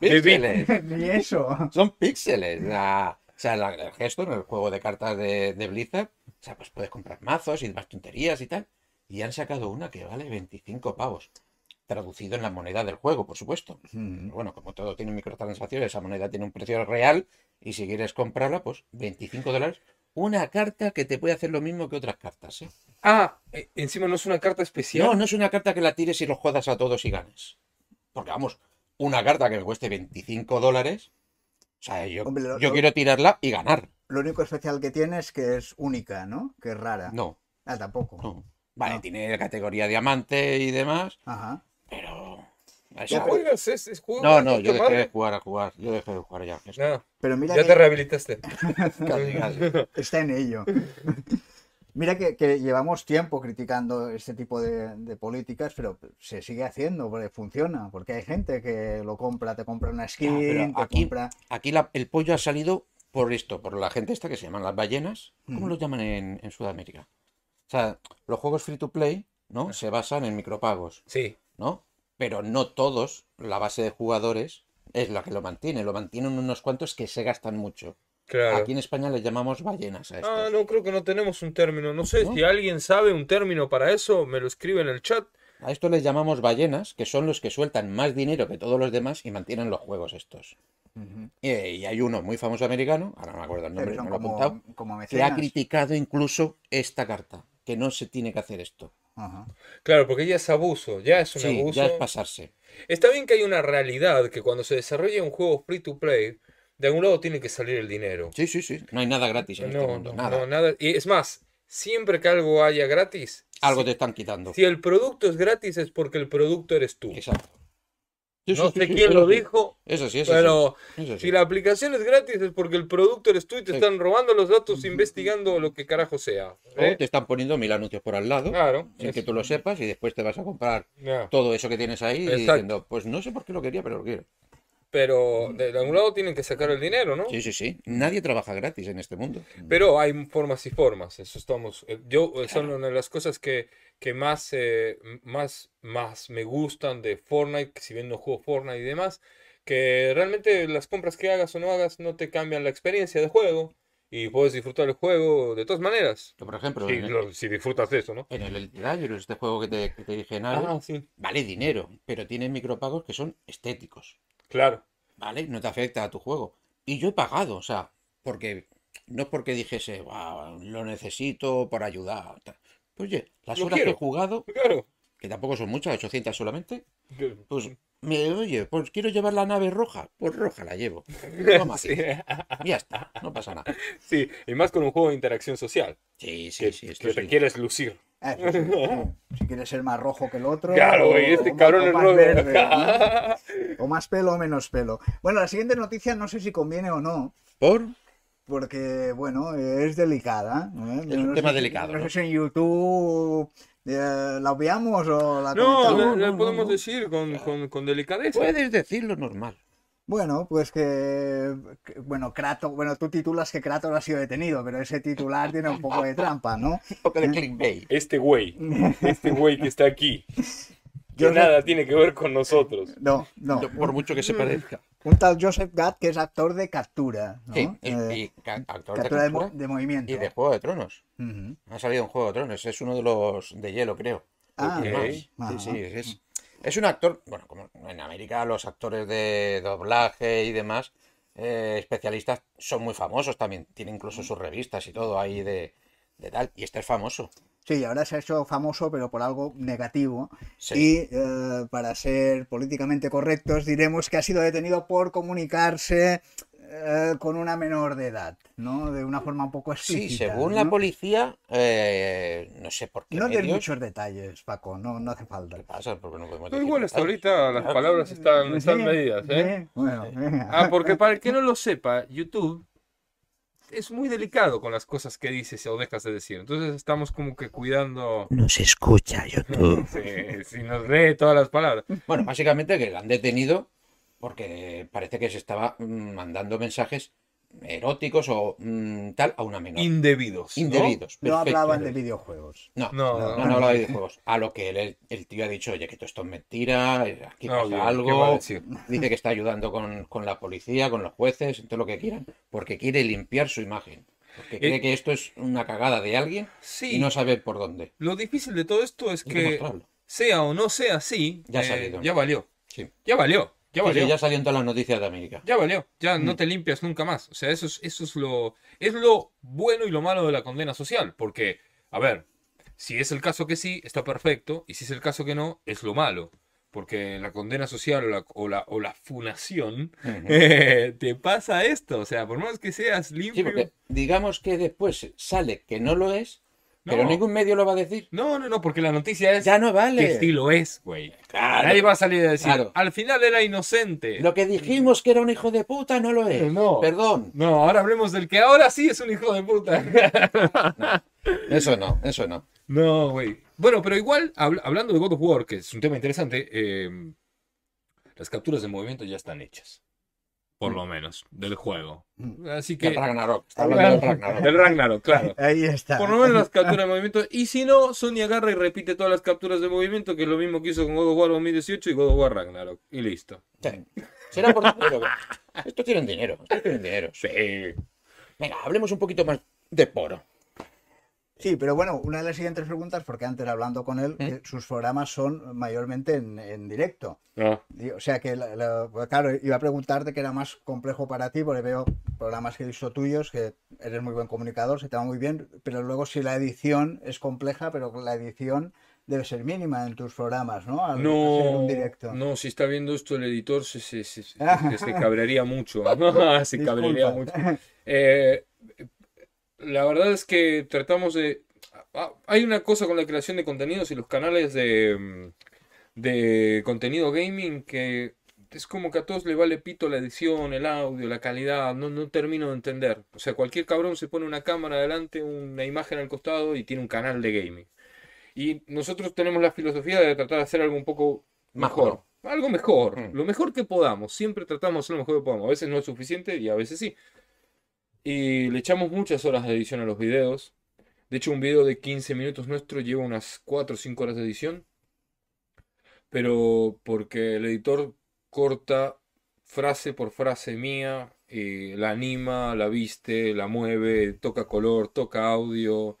Speaker 2: Píxeles.
Speaker 3: Ni eso.
Speaker 2: Son píxeles. la- o sea, la- el Hearthstone, el juego de cartas de, de Blizzard. O sea, pues puedes comprar mazos y demás tonterías y tal. Y han sacado una que vale 25 pavos. Traducido en la moneda del juego, por supuesto.
Speaker 3: Mm.
Speaker 2: Pero bueno, como todo tiene microtransacciones, esa moneda tiene un precio real y si quieres comprarla, pues 25 dólares. Una carta que te puede hacer lo mismo que otras cartas. ¿eh?
Speaker 1: Ah, eh, encima no es una carta especial.
Speaker 2: No, no es una carta que la tires y los jodas a todos y ganes. Porque vamos, una carta que me cueste 25 dólares, o sea, yo,
Speaker 3: Hombre, lo-
Speaker 2: yo
Speaker 3: lo-
Speaker 2: quiero tirarla y ganar.
Speaker 3: Lo único especial que tiene es que es única, ¿no? Que es rara.
Speaker 2: No,
Speaker 3: Ah, tampoco.
Speaker 2: no. Vale,
Speaker 3: No.
Speaker 2: tiene categoría diamante y demás,
Speaker 3: Ajá.
Speaker 2: pero A eso
Speaker 1: ¿Tú
Speaker 2: voy.
Speaker 1: juegas ese juego?
Speaker 2: No, no,
Speaker 1: ¿Puta
Speaker 2: yo dejé de
Speaker 1: madre?
Speaker 2: jugar a jugar. Yo dejé de jugar ya. Es
Speaker 1: No,
Speaker 3: Pero mira
Speaker 1: ya
Speaker 3: que
Speaker 1: te
Speaker 2: *laughs*
Speaker 1: rehabilitaste.
Speaker 2: casi, casi.
Speaker 3: está en ello. *laughs* Mira que, que llevamos tiempo criticando este tipo de, de políticas, pero se sigue haciendo, porque funciona, porque hay gente que lo compra, te compra una
Speaker 2: Ya, pero
Speaker 3: skin, te
Speaker 2: aquí-
Speaker 3: compra...
Speaker 2: Aquí la- el pollo ha salido por esto, por la gente esta que se llaman las ballenas. ¿Cómo
Speaker 3: Ujú.
Speaker 2: los llaman en, en Sudamérica? O sea, los juegos free to play, ¿no? Se basan en micropagos,
Speaker 1: Sí,
Speaker 2: ¿no? Pero no todos, la base de jugadores es la que lo mantiene. Lo mantienen unos cuantos que se gastan mucho.
Speaker 1: claro.
Speaker 2: Aquí en España les llamamos ballenas a
Speaker 1: Ah,
Speaker 2: estos.
Speaker 1: no, creo que no tenemos un término. No sé,
Speaker 2: ¿No?
Speaker 1: si alguien sabe un término para eso, me lo escribe en el chat.
Speaker 2: A esto les llamamos ballenas, que son los que sueltan más dinero que todos los demás y mantienen los juegos estos.
Speaker 3: Ujú.
Speaker 2: Y, y hay uno muy famoso americano, ahora no me acuerdo el
Speaker 3: Pero
Speaker 2: nombre,
Speaker 3: son
Speaker 2: no lo he apuntado.
Speaker 3: como, como
Speaker 2: que ha
Speaker 3: mecenas.
Speaker 2: criticado incluso esta carta, que no se tiene que hacer esto.
Speaker 3: Ajá.
Speaker 1: Claro, porque ya es abuso, ya es un
Speaker 2: sí,
Speaker 1: abuso.
Speaker 2: ya es pasarse.
Speaker 1: Está bien que hay una realidad que cuando se desarrolla un juego free to play, de algún lado tiene que salir el dinero.
Speaker 2: Sí, sí, sí. No hay nada gratis en este
Speaker 1: No,
Speaker 2: mundo,
Speaker 1: no,
Speaker 2: nada.
Speaker 1: no, nada. Y es más, siempre que algo haya gratis,
Speaker 2: Algo
Speaker 1: si,
Speaker 2: te están quitando.
Speaker 1: si el producto es gratis es porque el producto eres tú.
Speaker 2: Exacto. Sí, sí,
Speaker 1: No
Speaker 2: sí,
Speaker 1: sé
Speaker 2: sí,
Speaker 1: quién
Speaker 2: eso
Speaker 1: lo
Speaker 2: sí.
Speaker 1: dijo,
Speaker 2: Eso sí, eso
Speaker 1: pero
Speaker 2: sí. Eso sí.
Speaker 1: si la aplicación es gratis es porque el producto eres tú y te
Speaker 2: Sí.
Speaker 1: están robando los datos investigando lo que carajo sea. ¿eh? Ah,
Speaker 2: O Oh, te están poniendo mil anuncios por al lado,
Speaker 1: Claro.
Speaker 2: sin
Speaker 1: es-
Speaker 2: que tú lo sepas, y después te vas a comprar
Speaker 1: ya.
Speaker 2: todo eso que tienes ahí
Speaker 1: Exacto.
Speaker 2: y diciendo, pues no sé por qué lo quería, pero lo quiero.
Speaker 1: Pero de, de algún lado tienen que sacar el dinero, ¿no?
Speaker 2: Sí, sí, sí. Nadie trabaja gratis en este mundo.
Speaker 1: Pero hay formas y formas, eso estamos. eh, Yo eh, son una de las cosas que, que más, eh, m- más, más me gustan de Fortnite, que si bien no juego Fortnite y demás, que realmente las compras que hagas o no hagas no te cambian la experiencia de juego y puedes disfrutar el juego de todas maneras.
Speaker 2: Que, por ejemplo,
Speaker 1: Si,
Speaker 2: en, el,
Speaker 1: lo- si disfrutas de eso, ¿no?
Speaker 2: en el Elite Dangerous, este juego que te, que te dije en Ares,
Speaker 1: Ah, sí,
Speaker 2: vale dinero, pero tiene micropagos que son estéticos,
Speaker 1: claro. *laughs*
Speaker 2: ¿vale? No te afecta a tu juego. Y yo he pagado, o sea, porque no es porque dijese, "Buah, lo necesito para ayudar. tal. Pues oye, las
Speaker 1: Lo
Speaker 2: horas que he
Speaker 1: quiero.
Speaker 2: jugado,
Speaker 1: Claro.
Speaker 2: que tampoco son muchas, 800 solamente,
Speaker 1: Yo-
Speaker 2: pues me oye, pues quiero llevar la nave roja, pues roja
Speaker 1: *laughs*
Speaker 2: la llevo. Toma,
Speaker 1: Sí,
Speaker 2: Ya está, no pasa nada.
Speaker 1: *laughs* sí, y más con un juego de interacción social,
Speaker 2: Sí, sí,
Speaker 1: que,
Speaker 2: sí, esto
Speaker 1: que te
Speaker 2: sí.
Speaker 1: quieres lucir.
Speaker 3: Ah, sí,
Speaker 2: *laughs*
Speaker 3: sí, sí. Si quieres ser más rojo que el otro,
Speaker 1: Claro,
Speaker 3: o-
Speaker 1: y este
Speaker 3: o-
Speaker 1: cabrón
Speaker 3: o
Speaker 1: es
Speaker 3: más
Speaker 1: rojo.
Speaker 3: verde,
Speaker 2: *laughs*
Speaker 3: ¿no?
Speaker 1: *laughs*
Speaker 3: O más pelo o menos pelo. Bueno, la siguiente noticia no sé si conviene o no,
Speaker 2: Por
Speaker 3: porque, bueno, eh, es delicada. ¿eh?
Speaker 2: Es un
Speaker 3: No
Speaker 2: tema
Speaker 3: sé si-
Speaker 2: delicado,
Speaker 3: No sé
Speaker 2: ¿no?
Speaker 3: si en YouTube eh, la obviamos o la
Speaker 1: No,
Speaker 3: comentamos.
Speaker 1: le,
Speaker 2: Ah, no,
Speaker 1: le
Speaker 2: no,
Speaker 1: podemos
Speaker 2: no. Pues,
Speaker 1: decir con, con, con delicadeza.
Speaker 2: puedes decir lo normal.
Speaker 3: Bueno, pues que, que- bueno, Kratos, bueno, tú titulas que Kratos ha sido detenido, pero ese titular tiene un poco de trampa, ¿no?
Speaker 2: *laughs* Porque el clickbait.
Speaker 1: Este
Speaker 2: *laughs*
Speaker 1: güey, este güey que está aquí, que
Speaker 3: Yo no-
Speaker 1: nada tiene que ver con nosotros.
Speaker 3: No, no. Mm.
Speaker 2: Por mucho que se parezca.
Speaker 3: Un tal Joseph Gatt que es actor de captura, ¿no?
Speaker 2: Sí, y,
Speaker 3: Eh,
Speaker 2: y ca- actor de
Speaker 3: captura de, mo-
Speaker 2: captura
Speaker 3: de movimiento.
Speaker 2: y de Juego de Tronos.
Speaker 3: Ujú.
Speaker 2: Ha salido en Juego de Tronos, es uno de los de hielo, creo.
Speaker 3: Ah,
Speaker 2: Y
Speaker 1: Ok.
Speaker 2: más.
Speaker 3: Ajá.
Speaker 2: Sí, sí, es, es un actor, bueno, como en América los actores de doblaje y demás, eh, especialistas, son muy famosos también. Tiene incluso sus revistas y todo ahí de, de tal. Y este es famoso.
Speaker 3: Sí, ahora se ha hecho famoso, pero por algo negativo.
Speaker 2: Sí.
Speaker 3: Y eh, para ser políticamente correctos, diremos que ha sido detenido por comunicarse eh, con una menor de edad, ¿no? De una forma un poco
Speaker 2: Sí,
Speaker 3: explícita.
Speaker 2: según la
Speaker 3: ¿no?
Speaker 2: policía, eh, no sé por qué
Speaker 3: No des
Speaker 2: medios.
Speaker 3: muchos detalles, Paco, no, no hace falta.
Speaker 2: ¿Qué pasa? Porque no podemos
Speaker 1: Pero
Speaker 2: decir
Speaker 1: igual hasta
Speaker 2: detalles.
Speaker 1: ahorita las palabras están,
Speaker 3: Sí,
Speaker 1: están medidas, ¿eh?
Speaker 3: sí, Bueno, venga.
Speaker 1: Ah, porque para el que no lo sepa, YouTube es muy delicado con las cosas que dices o dejas de decir. Entonces estamos como que cuidando
Speaker 2: Nos escucha YouTube.
Speaker 1: si, si nos lee todas las palabras.
Speaker 2: *laughs* Bueno, básicamente que la han detenido porque parece que se estaba mm, mandando mensajes eróticos o mm, tal a una menor.
Speaker 1: Indebidos. ¿no?
Speaker 2: Indebidos.
Speaker 3: No
Speaker 2: perfecto.
Speaker 3: hablaban de videojuegos.
Speaker 2: No,
Speaker 1: No,
Speaker 2: no,
Speaker 1: no,
Speaker 2: no, han hablado de videojuegos. A lo que el, el tío ha dicho, oye, que todo esto es mentira, aquí
Speaker 1: No,
Speaker 2: pasa
Speaker 1: bien, ¿qué va a
Speaker 2: algo.
Speaker 1: decir?
Speaker 2: *laughs* Dice que está ayudando con, con la policía, con los jueces, todo lo que quieran, porque quiere limpiar su imagen. Porque cree
Speaker 1: Eh,
Speaker 2: que esto es una cagada de alguien
Speaker 1: Sí,
Speaker 2: y no sabe por dónde.
Speaker 1: lo difícil de todo esto es
Speaker 2: Hay
Speaker 1: que
Speaker 2: mostrarlo.
Speaker 1: sea o no sea así,
Speaker 2: Ya ha
Speaker 1: eh,
Speaker 2: salido.
Speaker 1: ya valió.
Speaker 2: Sí.
Speaker 1: Ya valió, ya
Speaker 2: Sí, sí,
Speaker 1: valió.
Speaker 2: ya Mm. salió en todas las noticias de América.
Speaker 1: Ya valió, ya no te limpias nunca más. O sea, eso es, eso es lo, es lo bueno y lo malo de la condena social. Porque, a ver, si es el caso que sí, está perfecto. Y si es el caso que no, es lo malo. Porque la condena social o la, o la, o la funación
Speaker 2: Ujú.
Speaker 1: eh, *laughs* te pasa esto. O sea, por más que seas
Speaker 2: Sí,
Speaker 1: limpio.
Speaker 2: porque digamos que después sale que no lo es, Pero ningún medio lo va a decir.
Speaker 1: No, no, no, porque la noticia es
Speaker 2: Ya no vale.
Speaker 1: qué estilo es, güey.
Speaker 2: Claro.
Speaker 1: Nadie va a salir a decir,
Speaker 2: Claro.
Speaker 1: al final era inocente.
Speaker 2: Lo que dijimos que era un hijo de puta no lo es.
Speaker 1: No.
Speaker 2: Perdón.
Speaker 1: No, ahora hablemos del que ahora sí es un hijo de puta. *laughs*
Speaker 2: Eso no, eso no.
Speaker 1: no, güey. Bueno, pero igual, habl- hablando de God of War, que es un tema interesante, eh, las capturas de movimiento ya están hechas. Por lo menos, del juego.
Speaker 3: Mm.
Speaker 1: Así que...
Speaker 2: El Ragnarok. Está hablando del Ragnarok.
Speaker 1: Del Ragnarok, claro.
Speaker 3: Ahí está.
Speaker 1: Por lo menos las capturas de movimiento. Y si no, Sony agarra y repite todas las capturas de movimiento, que es lo mismo que hizo con God of War 2018 y God of War Ragnarok. Y listo.
Speaker 2: Sí. Será por dinero. Estos tienen dinero. Estos tienen dinero.
Speaker 1: Sí.
Speaker 2: Venga, hablemos un poquito más de poro.
Speaker 3: *laughs* Sí, pero bueno, una de las siguientes preguntas, porque antes hablando con él,
Speaker 2: ¿Eh?
Speaker 3: que sus programas son mayormente en, en directo.
Speaker 1: No.
Speaker 3: Y, O sea que, la- la- pues claro, iba a preguntarte que era más complejo para ti, porque veo programas que he visto tuyos, que eres muy buen comunicador, se te va muy bien, pero luego si la edición es compleja, pero la edición debe ser mínima en tus programas, ¿no?
Speaker 2: Ah,
Speaker 3: Al hacer
Speaker 1: No,
Speaker 3: un directo.
Speaker 1: no, si está viendo esto el editor se, se, se, se-
Speaker 3: Ah.
Speaker 1: se cabrearía mucho. *laughs* se
Speaker 3: Disculpa.
Speaker 1: cabrearía mucho. Eh, la verdad es que tratamos de... ah, Hay una cosa con la creación de contenidos y los canales de, mm, de contenido gaming que es como que a todos le vale pito la edición, el audio, la calidad, no, no termino de entender. O sea, cualquier cabrón se pone una cámara adelante, una imagen al costado y tiene un canal de gaming. Y nosotros tenemos la filosofía de tratar de hacer algo un poco mejor.
Speaker 2: Mejor.
Speaker 1: Algo mejor,
Speaker 2: Mm.
Speaker 1: lo mejor que podamos. Siempre tratamos de hacer lo mejor que podamos. A veces no es suficiente y a veces sí. Y le echamos muchas horas de edición a los videos. De hecho, un video de 15 minutos nuestro lleva unas 4 o 5 horas de edición. Pero porque el editor corta frase por frase mía, eh, la anima, la viste, la mueve, toca color, toca audio.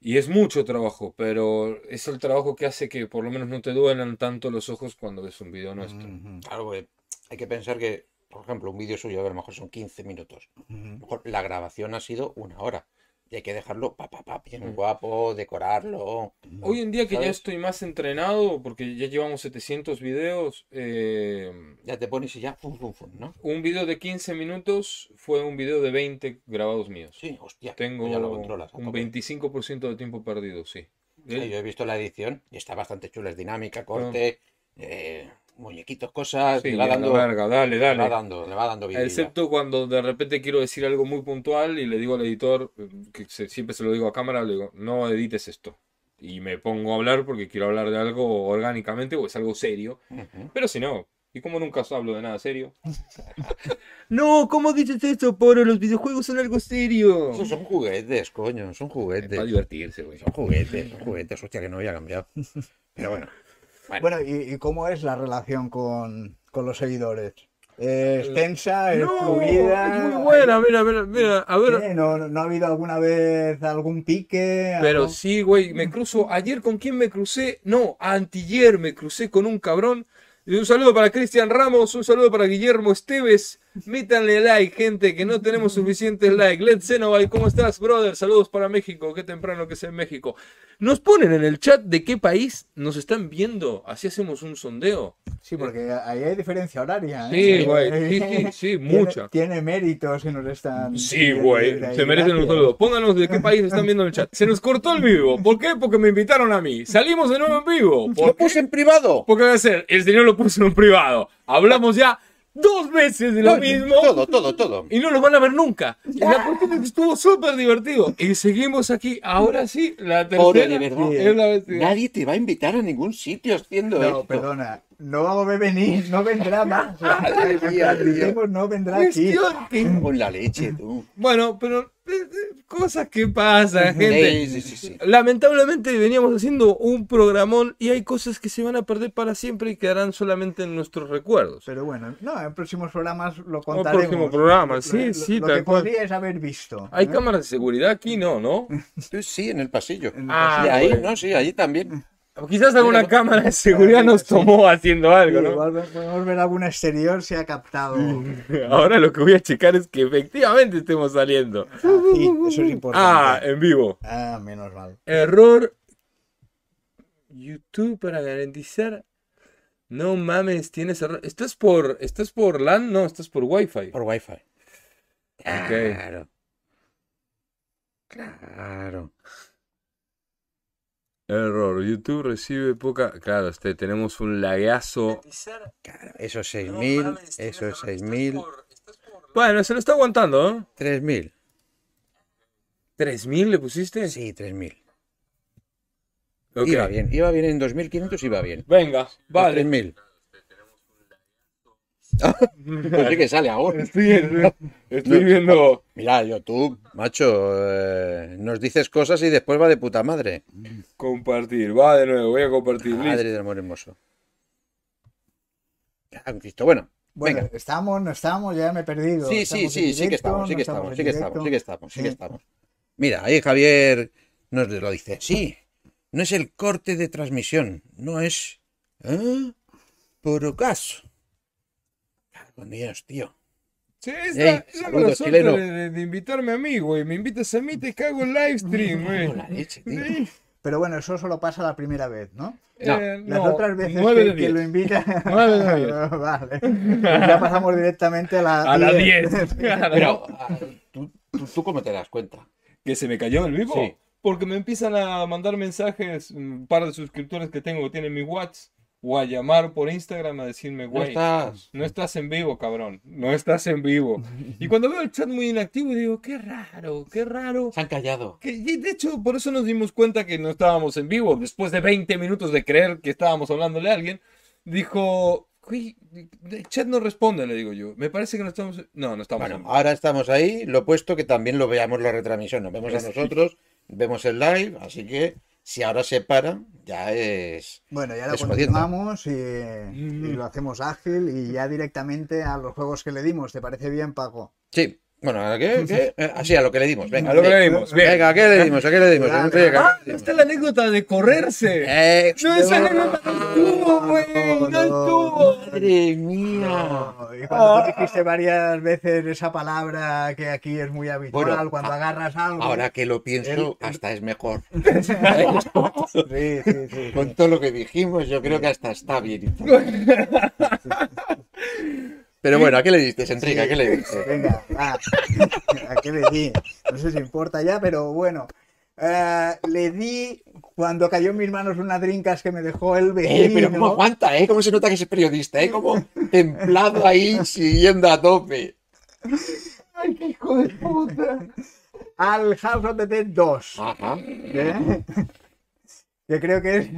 Speaker 1: Y es mucho trabajo, pero es el trabajo que hace que por lo menos no te duelan tanto los ojos cuando ves un video nuestro.
Speaker 2: Mm,
Speaker 3: Ujú,
Speaker 2: Claro, porque hay que pensar que, por ejemplo, un vídeo suyo a lo mejor son 15 minutos. A lo
Speaker 3: ujú.
Speaker 2: mejor la grabación ha sido una hora. Y hay que dejarlo pa, pa, pa, bien
Speaker 1: Mm.
Speaker 2: guapo, decorarlo.
Speaker 1: Hoy en día que ya
Speaker 2: ¿Sabes?
Speaker 1: estoy más entrenado, porque ya llevamos 700 videos, eh,
Speaker 2: Ya te pones y ya, fum, fum, fum, ¿no?
Speaker 1: un video de 15 minutos fue un video de 20 grabados míos.
Speaker 2: Sí, hostia. pues
Speaker 1: Tengo
Speaker 2: Ya lo controlas. a
Speaker 1: un
Speaker 2: tope.
Speaker 1: 25% de tiempo perdido, sí.
Speaker 2: Sí, yo he visto la edición y está bastante chula. Es dinámica, corte, eh, muñequitos, cosas.
Speaker 1: Ah. Sí,
Speaker 2: le, va
Speaker 1: ya,
Speaker 2: dando,
Speaker 1: larga, dale,
Speaker 2: le va
Speaker 1: dale.
Speaker 2: dando, le va dando vidilla.
Speaker 1: Excepto cuando de repente quiero decir algo muy puntual y le digo al editor, eh, que se- siempre se lo digo a cámara, le digo, no edites esto. Y me pongo a hablar porque quiero hablar de algo orgánicamente o es algo serio.
Speaker 2: Ujú.
Speaker 1: Pero si no, y como nunca hablo de nada serio. *laughs* no, ¿cómo dices esto, Poro? Los videojuegos son algo serio.
Speaker 2: Esos son juguetes, coño, son juguetes.
Speaker 1: Para divertirse, güey.
Speaker 2: Son juguetes, son juguetes. Hostia, que no había cambiado. *laughs* Pero bueno.
Speaker 3: Bueno, ¿y, y cómo es la relación con, con los seguidores? ¿Es tensa? ¿Es
Speaker 1: No,
Speaker 3: fluida?
Speaker 1: es muy buena, mira, mira, mira, a ver.
Speaker 3: ¿Qué? ¿No, no ha habido alguna vez algún pique?
Speaker 1: Pero
Speaker 3: algo?
Speaker 1: sí, güey, me cruzo. Ayer con quién me crucé, no, antier me crucé con un cabrón. Y Un saludo para Cristian Ramos, un saludo para Guillermo Esteves. Métanle like, gente, que no tenemos suficientes likes. Led Zenoval, ¿cómo estás, brother? Saludos para México, qué temprano que es en México. Nos ponen en el chat de qué país nos están viendo. Así hacemos un sondeo.
Speaker 3: Sí, porque ahí hay diferencia horaria.
Speaker 1: Eh,
Speaker 3: ¿eh?
Speaker 1: Sí,
Speaker 3: *laughs*
Speaker 1: güey, sí, sí, sí,
Speaker 3: Tiene-
Speaker 1: mucha.
Speaker 3: Tiene méritos que nos están.
Speaker 1: Sí, güey,
Speaker 3: desde ahí,
Speaker 1: se merecen un
Speaker 3: gracias.
Speaker 1: saludo. Pónganos de qué país están viendo en el chat. Se nos cortó el vivo. ¿Por qué? Porque me invitaron a mí. Salimos de nuevo en vivo.
Speaker 2: ¡Lo
Speaker 1: ¿Por qué? Pues
Speaker 2: puse en privado!
Speaker 1: Porque va a ser, el señor lo puso en privado. Hablamos ya dos veces de lo
Speaker 2: Coño,
Speaker 1: mismo
Speaker 2: Todo, todo, todo.
Speaker 1: y no los van a ver nunca. La cuestión es que estuvo súper divertido. Y seguimos aquí. Ahora sí, la
Speaker 2: Pobre,
Speaker 1: tercera
Speaker 2: de verdad. ¿eh?
Speaker 1: es la vestida.
Speaker 2: Nadie te va a invitar a ningún sitio haciendo
Speaker 3: No,
Speaker 2: esto.
Speaker 3: perdona. No va a venir, no vendrá más.
Speaker 2: Madre
Speaker 3: *laughs*
Speaker 2: mía, tío.
Speaker 3: Dijimos, no vendrá aquí.
Speaker 1: Cuestión que-
Speaker 2: Con la leche, tú.
Speaker 1: Bueno, pero eh, eh, cosas que pasan, gente.
Speaker 2: Sí, sí, sí, sí.
Speaker 1: Lamentablemente veníamos haciendo un programón y hay cosas que se van a perder para siempre y quedarán solamente en nuestros recuerdos.
Speaker 3: Pero bueno, no, en próximos programas lo
Speaker 1: próximo
Speaker 3: contaremos.
Speaker 1: programa,
Speaker 3: Lo-
Speaker 1: sí,
Speaker 3: lo-
Speaker 1: sí,
Speaker 3: Lo
Speaker 1: tal
Speaker 3: que
Speaker 1: cual.
Speaker 3: podríais haber visto.
Speaker 1: Hay
Speaker 3: ¿eh?
Speaker 1: cámaras de seguridad aquí, no,
Speaker 2: *laughs*
Speaker 1: ¿no?
Speaker 2: Tú sí, en el pasillo.
Speaker 3: En-
Speaker 1: Ah,
Speaker 2: Y ahí,
Speaker 1: bueno.
Speaker 2: no, sí, ahí también.
Speaker 1: Quizás alguna cámara de seguridad nos tomó haciendo
Speaker 3: Sí,
Speaker 1: algo, ¿no?
Speaker 3: igual ve- podemos ver algún exterior si
Speaker 1: *laughs*
Speaker 3: ha captado. Ah,
Speaker 1: Ahora lo que voy a checar es que efectivamente estemos saliendo.
Speaker 3: Sí, eso es
Speaker 1: Ah,
Speaker 3: importante.
Speaker 1: en vivo.
Speaker 3: Ah, menos mal.
Speaker 1: Error. YouTube para garantizar. No mames, tienes error. ¿Esto es por, esto es por LAN? No, esto es por Wi-Fi.
Speaker 2: Por wifi.
Speaker 1: Claro.
Speaker 2: Claro.
Speaker 1: Error. YouTube recibe poca. Claro, este, tenemos un lagazo.
Speaker 2: Claro, esos 6.000, esos 6.000,
Speaker 1: Bueno, se lo está aguantando, ¿eh?
Speaker 2: 3.000.
Speaker 1: ¿3000 le pusiste?
Speaker 2: Sí, 3.000.
Speaker 1: Ok.
Speaker 2: Iba bien, iba bien en 2.500, iba bien.
Speaker 1: Venga, vale. *laughs*
Speaker 2: 3.000. Pues sí que sale
Speaker 1: *laughs*
Speaker 2: ahora.
Speaker 1: Estoy,
Speaker 2: No.
Speaker 1: viendo.
Speaker 2: Mira, YouTube, macho, eh, nos dices cosas y después va de puta madre.
Speaker 1: Compartir. Va de nuevo, voy a compartir.
Speaker 2: Madre del amor hermoso. Ah, Cristo, bueno,
Speaker 3: Bueno,
Speaker 2: venga.
Speaker 3: estamos, no estamos, ya me he perdido.
Speaker 2: Sí, sí,
Speaker 3: Estamos en
Speaker 2: sí, sí que
Speaker 3: directo,
Speaker 2: estamos, sí
Speaker 3: no
Speaker 2: que estamos,
Speaker 3: en
Speaker 2: sí que estamos, sí que
Speaker 3: directo.
Speaker 2: estamos, sí que
Speaker 3: Sí.
Speaker 2: estamos. Mira, ahí Javier nos lo dice. Sí, no es el corte de transmisión, no es. ¿eh? Por ocaso. Con Dios, tío.
Speaker 1: Sí,
Speaker 2: Ey,
Speaker 1: esa, esa
Speaker 2: saludos,
Speaker 1: mala suerte
Speaker 2: chileno.
Speaker 1: de, de- de invitarme a mí, güey. Me invitas a mí, te cago el live stream, güey.
Speaker 2: No, la leche, *laughs* tío.
Speaker 1: Sí.
Speaker 3: Pero bueno, eso solo pasa la primera vez, ¿no?
Speaker 2: No,
Speaker 1: Eh,
Speaker 3: Las
Speaker 1: no,
Speaker 3: otras veces
Speaker 1: nueve de
Speaker 3: que, que lo Ah,
Speaker 1: diez.
Speaker 2: *laughs*
Speaker 3: invita.
Speaker 1: *laughs*
Speaker 3: *laughs*
Speaker 1: Nueve de diez.
Speaker 3: vale. Pues ya pasamos directamente a la
Speaker 1: A las 10.
Speaker 3: *laughs*
Speaker 2: Pero, ah, ¿tú, tú, tú cómo te das cuenta?
Speaker 1: ¿Que se me cayó el vivo?
Speaker 2: Sí.
Speaker 1: Porque me empiezan a mandar mensajes un par de suscriptores que tengo que tienen mi WhatsApp o a llamar por Instagram a decirme,
Speaker 2: No
Speaker 1: güey,
Speaker 2: estás.
Speaker 1: no estás en vivo, cabrón, no estás en
Speaker 2: *laughs*
Speaker 1: vivo. Y cuando veo el chat muy inactivo, digo, qué raro, qué raro.
Speaker 2: Se han callado.
Speaker 1: Que- y de hecho, por eso nos dimos cuenta que no estábamos en vivo. Después de 20 minutos de creer que estábamos hablándole a alguien, dijo, "Güey, el chat no responde, le digo yo. Me parece que no estamos... No, no estamos en
Speaker 2: Bueno,
Speaker 1: vivo.
Speaker 2: ahora estamos ahí, lo puesto que también lo veamos la retransmisión, nos vemos a nosotros, vemos el live, así que si ahora se para, ya es...
Speaker 3: Bueno, ya lo
Speaker 2: Es jodiendo.
Speaker 3: continuamos y,
Speaker 2: Mm.
Speaker 3: y lo hacemos ágil y ya directamente a los juegos que le dimos. ¿Te parece bien, Paco?
Speaker 2: Sí, bueno, ¿a qué?
Speaker 1: *laughs*
Speaker 2: ¿Qué? Eh, Así, a lo que le dimos, venga.
Speaker 1: A lo que
Speaker 2: sí.
Speaker 1: le dimos, bien.
Speaker 2: Venga, ¿a qué le dimos? ¿A qué le dimos?
Speaker 3: Ah,
Speaker 2: No sé, ¿a
Speaker 1: Ah,
Speaker 2: qué le dimos?
Speaker 1: está la anécdota de correrse.
Speaker 2: Eh,
Speaker 1: No, esa anécdota no estuvo, güey. No estuvo.
Speaker 2: madre mía.
Speaker 3: Y
Speaker 2: Ah.
Speaker 3: cuando tú dijiste varias veces esa palabra que aquí es muy habitual,
Speaker 2: Bueno,
Speaker 3: cuando
Speaker 2: a-
Speaker 3: agarras algo.
Speaker 2: Ahora que lo pienso,
Speaker 3: El-
Speaker 2: hasta
Speaker 1: *laughs*
Speaker 2: es mejor. *laughs*
Speaker 3: Sí, sí, sí.
Speaker 2: Con todo lo que dijimos, yo creo que hasta
Speaker 1: *laughs*
Speaker 2: está bien. Pero bueno, ¿a qué le diste, Enrique? ¿A qué le diste?
Speaker 3: Venga, va. *laughs* ¿A qué le di? No sé si importa ya, pero bueno. Eh, le di cuando cayó en mis manos una drinkas que me dejó el vecino.
Speaker 2: Eh, pero cómo aguanta, ¿eh? Cómo se nota que es periodista, ¿eh? Como templado ahí, siguiendo a tope.
Speaker 3: ¡Ay, qué hijo de puta! Al House of the Dead 2.
Speaker 2: Ajá.
Speaker 3: ¿eh? Que creo que *laughs* es,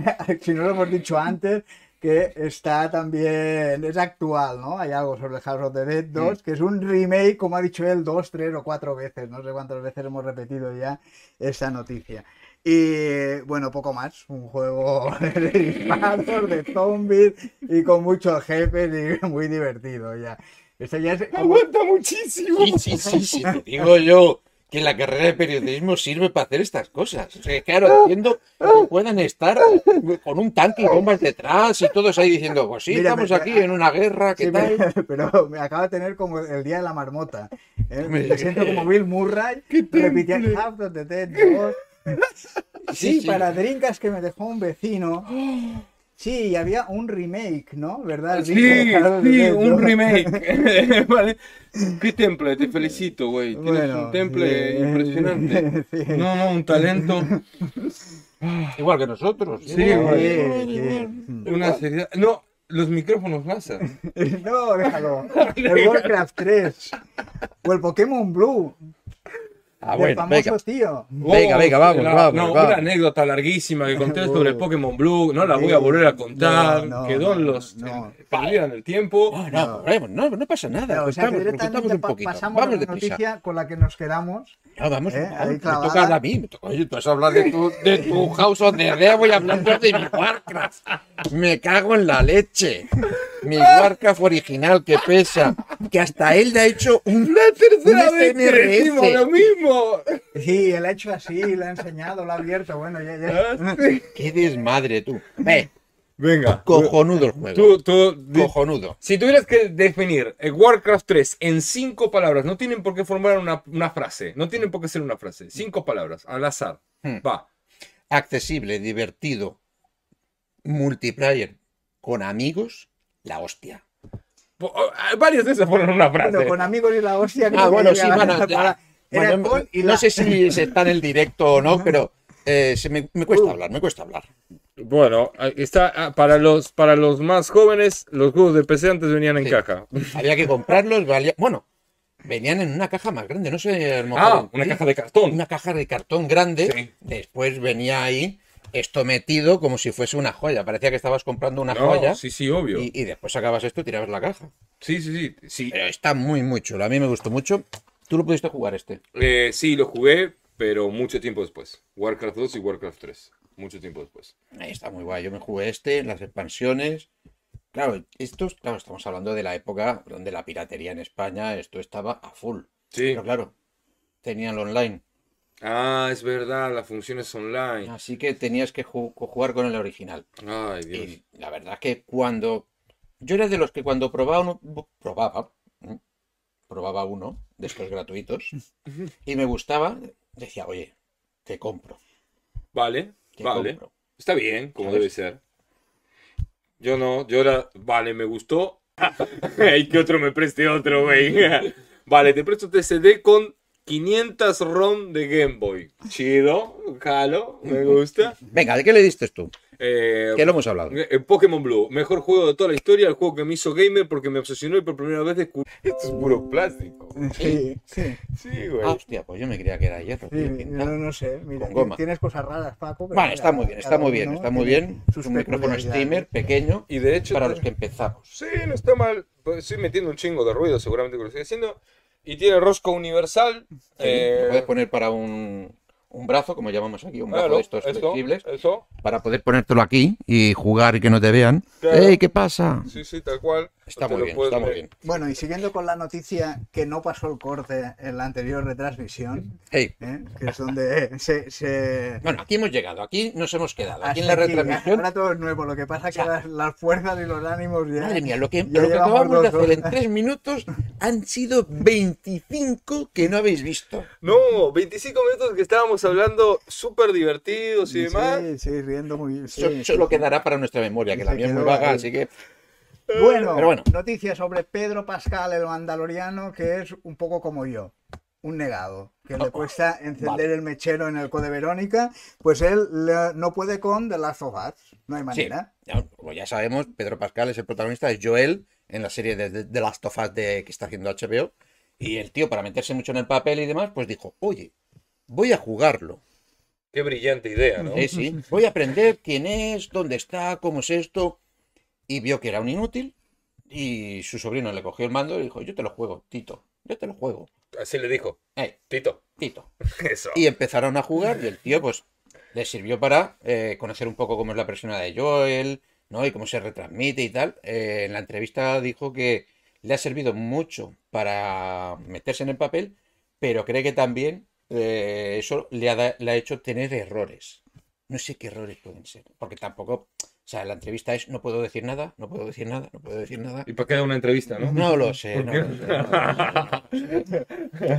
Speaker 3: si no lo hemos dicho antes, que está también, es actual, ¿no? Hay algo sobre el House of the Dead 2, que es un remake, como ha dicho él, dos, tres o cuatro veces, no sé cuántas veces hemos repetido ya esta noticia. Y bueno, poco más, un juego *laughs* de disparos, de zombies y con muchos jefes y muy divertido ya. Este ya es como-
Speaker 1: Aguanta muchísimo.
Speaker 2: Sí, sí, sí, sí, te digo yo que la carrera de periodismo sirve para hacer estas cosas. O sea, claro, haciendo que puedan estar con un tanque y bombas detrás y todos ahí diciendo, pues sí,
Speaker 3: Mira,
Speaker 2: estamos
Speaker 3: me-
Speaker 2: aquí en una guerra, ¿qué
Speaker 3: Sí,
Speaker 2: tal?
Speaker 3: pero, *laughs* pero me acaba de tener como el día de la marmota. ¿eh?
Speaker 2: Hombre.
Speaker 3: Me siento como
Speaker 1: *laughs*
Speaker 3: Bill Murray. Repitiendo Half of the Dead Door". Sí, para drinkas que me dejó
Speaker 2: *gasps*
Speaker 3: un vecino. Sí, y había un remake, ¿no? ¿Verdad?
Speaker 1: Ah, Sí,
Speaker 3: Drinkas Half of the
Speaker 1: sí,
Speaker 3: Dead
Speaker 1: un
Speaker 3: Door.
Speaker 1: remake. *laughs* Vale. Qué temple, te felicito, güey. Tienes
Speaker 3: Bueno,
Speaker 1: un temple
Speaker 3: sí,
Speaker 1: impresionante.
Speaker 3: *laughs* sí.
Speaker 1: No, no, un talento.
Speaker 2: Igual que nosotros. ¿eh?
Speaker 1: Sí,
Speaker 3: güey.
Speaker 1: Una seriedad. No, los micrófonos NASA.
Speaker 3: *laughs*
Speaker 1: *laughs*
Speaker 3: No, déjalo. El Warcraft 3. O el Pokémon Blue.
Speaker 2: Ah,
Speaker 3: del
Speaker 2: bueno,
Speaker 3: famoso
Speaker 2: venga.
Speaker 3: tío.
Speaker 2: Venga, venga, vamos,
Speaker 1: Oh, la-
Speaker 2: vamos,
Speaker 1: No,
Speaker 2: vamos.
Speaker 1: una anécdota larguísima que conté
Speaker 3: Wow.
Speaker 1: sobre el Pokémon Blue. No la voy a
Speaker 3: Sí.
Speaker 1: volver a contar.
Speaker 3: No, no,
Speaker 1: Quedó en
Speaker 3: no,
Speaker 1: los.
Speaker 3: no. Oh,
Speaker 1: eh, perdieron el tiempo.
Speaker 2: Oh, No, no, bueno, no, no pasa nada.
Speaker 3: No, o sea,
Speaker 2: contamos-
Speaker 3: que
Speaker 2: contamos
Speaker 3: directamente
Speaker 2: un
Speaker 3: pa-
Speaker 2: poquito.
Speaker 3: pasamos a
Speaker 2: Vamos
Speaker 3: la
Speaker 2: deprisa.
Speaker 3: noticia con la que nos quedamos.
Speaker 2: No, vamos,
Speaker 3: ¿Eh?
Speaker 2: vamos,
Speaker 3: Ahí
Speaker 2: me
Speaker 3: clavada.
Speaker 2: toca a mí, me toca. Oye, tú has hablado de tu, de
Speaker 1: *laughs*
Speaker 2: tu House of the Dead, voy a hablar yo de mi Warcraft. Me cago en la leche.
Speaker 1: *laughs*
Speaker 2: Mi Warcraft original que pesa, que hasta él le ha hecho un,
Speaker 1: La tercera
Speaker 2: un
Speaker 1: vez que
Speaker 2: SNRS.
Speaker 1: decimos lo mismo.
Speaker 3: Sí, él ha hecho así, lo ha enseñado, lo ha abierto. Bueno, ya, ya.
Speaker 2: Ah, Qué desmadre tú. Ve,
Speaker 1: Venga.
Speaker 2: cojonudo el juego.
Speaker 1: Tú, tú, di-
Speaker 2: Cojonudo.
Speaker 1: Si tuvieras que definir el Warcraft 3 en cinco palabras, no tienen por qué formar una, una frase, no tienen por qué ser una frase, cinco palabras, al azar.
Speaker 2: Hmm.
Speaker 1: Va.
Speaker 2: Accesible, divertido, multiplayer, con amigos, la hostia.
Speaker 1: Po- oh, ah, Varias de esas fueron una frase.
Speaker 3: Bueno, con amigos y la *laughs* hostia. creo
Speaker 2: Ah,
Speaker 3: que
Speaker 2: bueno,
Speaker 3: llega
Speaker 2: sí,
Speaker 3: la-
Speaker 2: bueno, ya.
Speaker 3: para- Era
Speaker 2: Bueno,
Speaker 3: *laughs* con y
Speaker 2: no
Speaker 3: la-
Speaker 2: sé si se está en el directo o no, pero eh, se me, me
Speaker 3: Uh.
Speaker 2: cuesta hablar, me cuesta hablar.
Speaker 1: Bueno, ahí está ah, para los para los más jóvenes, los juegos de PC antes venían en
Speaker 2: Sí.
Speaker 1: caja. *laughs*
Speaker 2: Había que comprarlos, valía- bueno, venían en una caja más grande, no sé, a lo mejor-
Speaker 1: Ah, una
Speaker 2: sí,
Speaker 1: caja de cartón.
Speaker 2: una caja de cartón grande,
Speaker 1: Sí.
Speaker 2: después venía ahí esto metido como si fuese una joya, parecía que estabas comprando una
Speaker 1: No,
Speaker 2: joya
Speaker 1: sí, sí, obvio.
Speaker 2: y, Eh. y después sacabas esto y tirabas la caja.
Speaker 1: Sí, sí, sí. Sí,
Speaker 2: Pero está muy, muy chulo, a mí me gustó mucho. Tú lo pudiste jugar este.
Speaker 1: Eh, sí, lo jugué, pero mucho tiempo después. Warcraft 2 y Warcraft 3. Mucho tiempo después.
Speaker 2: Ahí está muy guay. Yo me jugué este, las expansiones. Claro, estos, claro, estamos hablando de la época donde la piratería en España, esto estaba a full.
Speaker 1: Sí.
Speaker 2: Pero claro, tenían online.
Speaker 1: Ah, es verdad, las funciones online.
Speaker 2: Así que tenías que ju- jugar con el original.
Speaker 1: Ay, Dios.
Speaker 2: Y la verdad es que cuando. Yo era de los que cuando probaba uno. bu- Probaba. ¿m? Probaba uno de
Speaker 1: *laughs*
Speaker 2: estos gratuitos. Y me gustaba. Decía, oye, te compro.
Speaker 1: Vale,
Speaker 2: Te
Speaker 1: vale.
Speaker 2: compro.
Speaker 1: Está bien, como
Speaker 2: ¿Sabes?
Speaker 1: debe ser. Yo no, yo era, vale, me gustó. *laughs* Y que otro me preste otro, güey. *laughs* Vale, te presto TCD con 500 ROM de Game Boy. Chido, jalo, me *laughs* gusta.
Speaker 2: Venga, ¿de qué le diste tú?
Speaker 1: Eh,
Speaker 2: Que lo hemos hablado.
Speaker 1: Eh, Pokémon Blue, mejor juego de toda la historia, el juego que me hizo gamer porque me obsesionó y por primera vez descubrí. Esto es puro plástico.
Speaker 3: Sí, sí.
Speaker 1: Sí,
Speaker 2: Ah,
Speaker 1: güey.
Speaker 2: hostia, pues yo me creía que era hierro.
Speaker 3: Sí,
Speaker 2: tío, pinta.
Speaker 3: no, no sé, mira,
Speaker 2: Con goma.
Speaker 3: tienes cosas raras, Paco. pero
Speaker 2: Vale,
Speaker 3: mira,
Speaker 2: está muy bien, está
Speaker 3: cada
Speaker 2: muy bien,
Speaker 3: uno
Speaker 2: está muy
Speaker 3: tiene ¿eh?
Speaker 2: bien.
Speaker 3: sus
Speaker 2: Es un micrófono
Speaker 3: peculiaridades.
Speaker 2: streamer pequeño
Speaker 1: Y de hecho,
Speaker 2: para los que empezamos.
Speaker 1: sí, no está mal. Pues Estoy metiendo un chingo de ruido, seguramente que lo estoy haciendo. Y tiene rosco universal. eh,
Speaker 2: Lo puedes poner para un, un brazo, como llamamos aquí, un brazo
Speaker 1: claro,
Speaker 2: de estos
Speaker 1: esto, Eh.
Speaker 2: flexibles,
Speaker 1: Eso,
Speaker 2: para poder ponértelo aquí y jugar y que no te vean.
Speaker 1: Claro.
Speaker 2: ¡Ey, qué pasa!
Speaker 1: sí, sí, tal cual.
Speaker 2: Está
Speaker 1: Te
Speaker 2: muy
Speaker 1: lo
Speaker 2: bien,
Speaker 1: puedes
Speaker 2: está muy
Speaker 1: ver.
Speaker 2: bien.
Speaker 3: Bueno, y siguiendo con la noticia que no pasó el corte en la anterior retransmisión,
Speaker 2: Ey,
Speaker 3: ¿eh? que es donde se... se...
Speaker 2: Bueno, aquí hemos llegado, aquí nos hemos quedado. Aquí en la
Speaker 3: hasta ¿eh?
Speaker 2: retransmisión.
Speaker 3: Ahora todo es nuevo, lo que pasa es que
Speaker 2: Ya.
Speaker 3: las, las fuerzas y los ánimos ya...
Speaker 2: Madre mía, lo que,
Speaker 3: ya
Speaker 2: lo que
Speaker 3: llevamos
Speaker 2: acabamos de
Speaker 3: dos
Speaker 2: hacer en *laughs*
Speaker 3: horas.
Speaker 2: tres minutos han sido 25 que no habéis visto.
Speaker 1: No, 25 minutos que estábamos hablando súper divertidos y demás.
Speaker 3: Sí, sí, riendo muy bien. sí,
Speaker 2: Eso
Speaker 3: sí,
Speaker 2: solo
Speaker 3: sí.
Speaker 2: quedará para nuestra memoria, que la
Speaker 3: Se
Speaker 2: mía es muy
Speaker 3: quedó
Speaker 2: vaga,
Speaker 3: ahí.
Speaker 2: así que
Speaker 3: Eh, Bueno,
Speaker 2: Pero bueno.
Speaker 3: noticia sobre Pedro Pascal, el mandaloriano, que es un poco como yo, un negado, que le cuesta encender
Speaker 2: Oh, vale.
Speaker 3: el mechero en el Code Verónica, pues él le- no puede con The Last of Us, no hay
Speaker 2: Sí,
Speaker 3: manera.
Speaker 2: ya- como ya sabemos, Pedro Pascal es el protagonista, es Joel en la serie de, de- de Last of Us de- que está haciendo HBO. Y el tío, para meterse mucho en el papel y demás, pues dijo, oye, voy a jugarlo.
Speaker 1: Qué brillante idea, ¿no?
Speaker 2: Sí, sí, voy a aprender quién es, dónde está, cómo es esto. Y vio que era un inútil. Y su sobrino le cogió el mando y dijo, yo te lo juego, Tito, yo te lo juego.
Speaker 1: Así le dijo,
Speaker 2: Eh,
Speaker 1: Tito. *laughs*
Speaker 2: Tito.
Speaker 1: Eso.
Speaker 2: Y empezaron a jugar y el tío, pues, le sirvió para eh, conocer un poco cómo es la persona de Joel, ¿no? Y cómo se retransmite y tal. Eh, en la entrevista dijo que le ha servido mucho para meterse en el papel, pero cree que también eh, eso le ha, da- le ha hecho tener errores. No sé qué errores pueden ser, porque tampoco, o sea, la entrevista es no puedo decir nada, no puedo decir nada, no puedo decir nada.
Speaker 1: Y para que da una entrevista, ¿no?
Speaker 2: No lo sé,
Speaker 1: ¿Por
Speaker 2: no
Speaker 1: qué?
Speaker 2: lo sé, no lo sé,
Speaker 1: *laughs*
Speaker 2: no lo sé.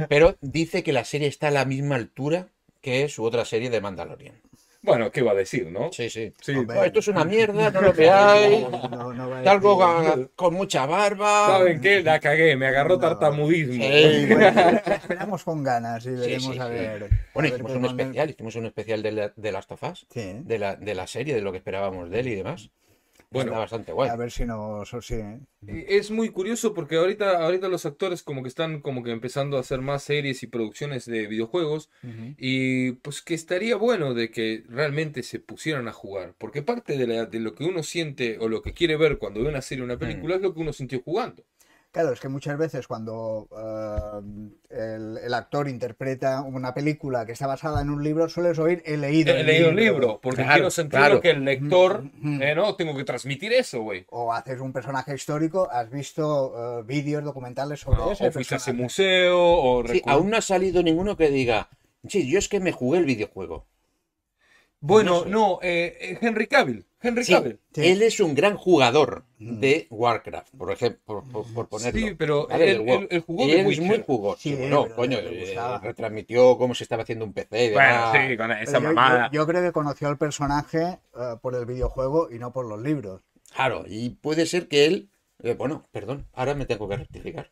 Speaker 2: Pero dice que la serie está a la misma altura que su otra serie de Mandalorian.
Speaker 1: Bueno, ¿qué va a decir, no?
Speaker 2: Sí, sí.
Speaker 1: Sí.
Speaker 3: Hombre.
Speaker 2: No, esto es una mierda, no lo
Speaker 3: *laughs*
Speaker 2: veáis.
Speaker 3: No, no va
Speaker 2: *laughs*
Speaker 3: a
Speaker 2: Está algo
Speaker 3: decir-
Speaker 2: ga- con mucha barba.
Speaker 1: ¿Saben qué? La cagué, me agarró tartamudismo.
Speaker 2: Sí.
Speaker 3: Bueno, esperamos con ganas y veremos
Speaker 2: sí,
Speaker 3: a
Speaker 2: sí.
Speaker 3: ver. a
Speaker 2: Bueno,
Speaker 3: ver
Speaker 2: hicimos
Speaker 3: qué
Speaker 2: un
Speaker 3: manda-
Speaker 2: especial, hicimos un especial de, la, de Last of Us,
Speaker 3: Sí.
Speaker 2: de la, de la serie, de lo que esperábamos de él y demás.
Speaker 1: Bueno.
Speaker 2: Está bastante guay.
Speaker 3: A ver si nos. o Sí, ¿eh?
Speaker 1: E, Es muy curioso porque ahorita, ahorita los actores como que están como que empezando a hacer más series y producciones de videojuegos y pues que estaría bueno de que realmente se pusieran a jugar porque parte de, la- de lo que uno siente o lo que quiere ver cuando ve una serie o una película es lo que uno sintió jugando.
Speaker 3: Claro, es que muchas veces cuando eh, el, el actor interpreta una película que está basada en un libro, sueles oír he leído
Speaker 1: He leído el libro porque
Speaker 2: Claro,
Speaker 1: quiero sentir
Speaker 2: claro.
Speaker 1: lo que el lector,
Speaker 3: Mm, mm.
Speaker 1: eh, ¿no? Tengo que transmitir eso, güey.
Speaker 3: O haces un personaje histórico, has visto eh, vídeos documentales sobre
Speaker 1: ¿no?
Speaker 3: ese
Speaker 1: O fuiste a ese
Speaker 3: personaje.
Speaker 1: museo o
Speaker 2: Sí,
Speaker 1: recu-
Speaker 2: aún no ha salido ninguno que diga, sí, yo es que me jugué el videojuego.
Speaker 1: Bueno,
Speaker 2: No sé.
Speaker 1: no, eh, eh, Henry Cavill. Henry
Speaker 2: Sí,
Speaker 1: Cavill.
Speaker 3: Sí.
Speaker 2: él es un gran jugador de Warcraft, por ejemplo, por, por- por ponerlo.
Speaker 1: Sí, pero
Speaker 2: Vale,
Speaker 1: él-
Speaker 2: del WoW.
Speaker 1: él- él jugó
Speaker 2: Y
Speaker 1: de
Speaker 2: él es
Speaker 1: Witcher.
Speaker 2: muy jugoso.
Speaker 3: Sí,
Speaker 2: bueno,
Speaker 3: pero
Speaker 2: coño,
Speaker 3: le
Speaker 2: eh,
Speaker 3: gustaba.
Speaker 2: retransmitió cómo se estaba haciendo un PC y demás.
Speaker 1: Bueno, sí, con
Speaker 3: Pero
Speaker 1: esa
Speaker 3: yo-
Speaker 1: mamada.
Speaker 3: Yo, yo creo que conoció al personaje eh, por el videojuego y no por los libros.
Speaker 2: Claro, y puede ser que él, eh, bueno, perdón, ahora me tengo que rectificar.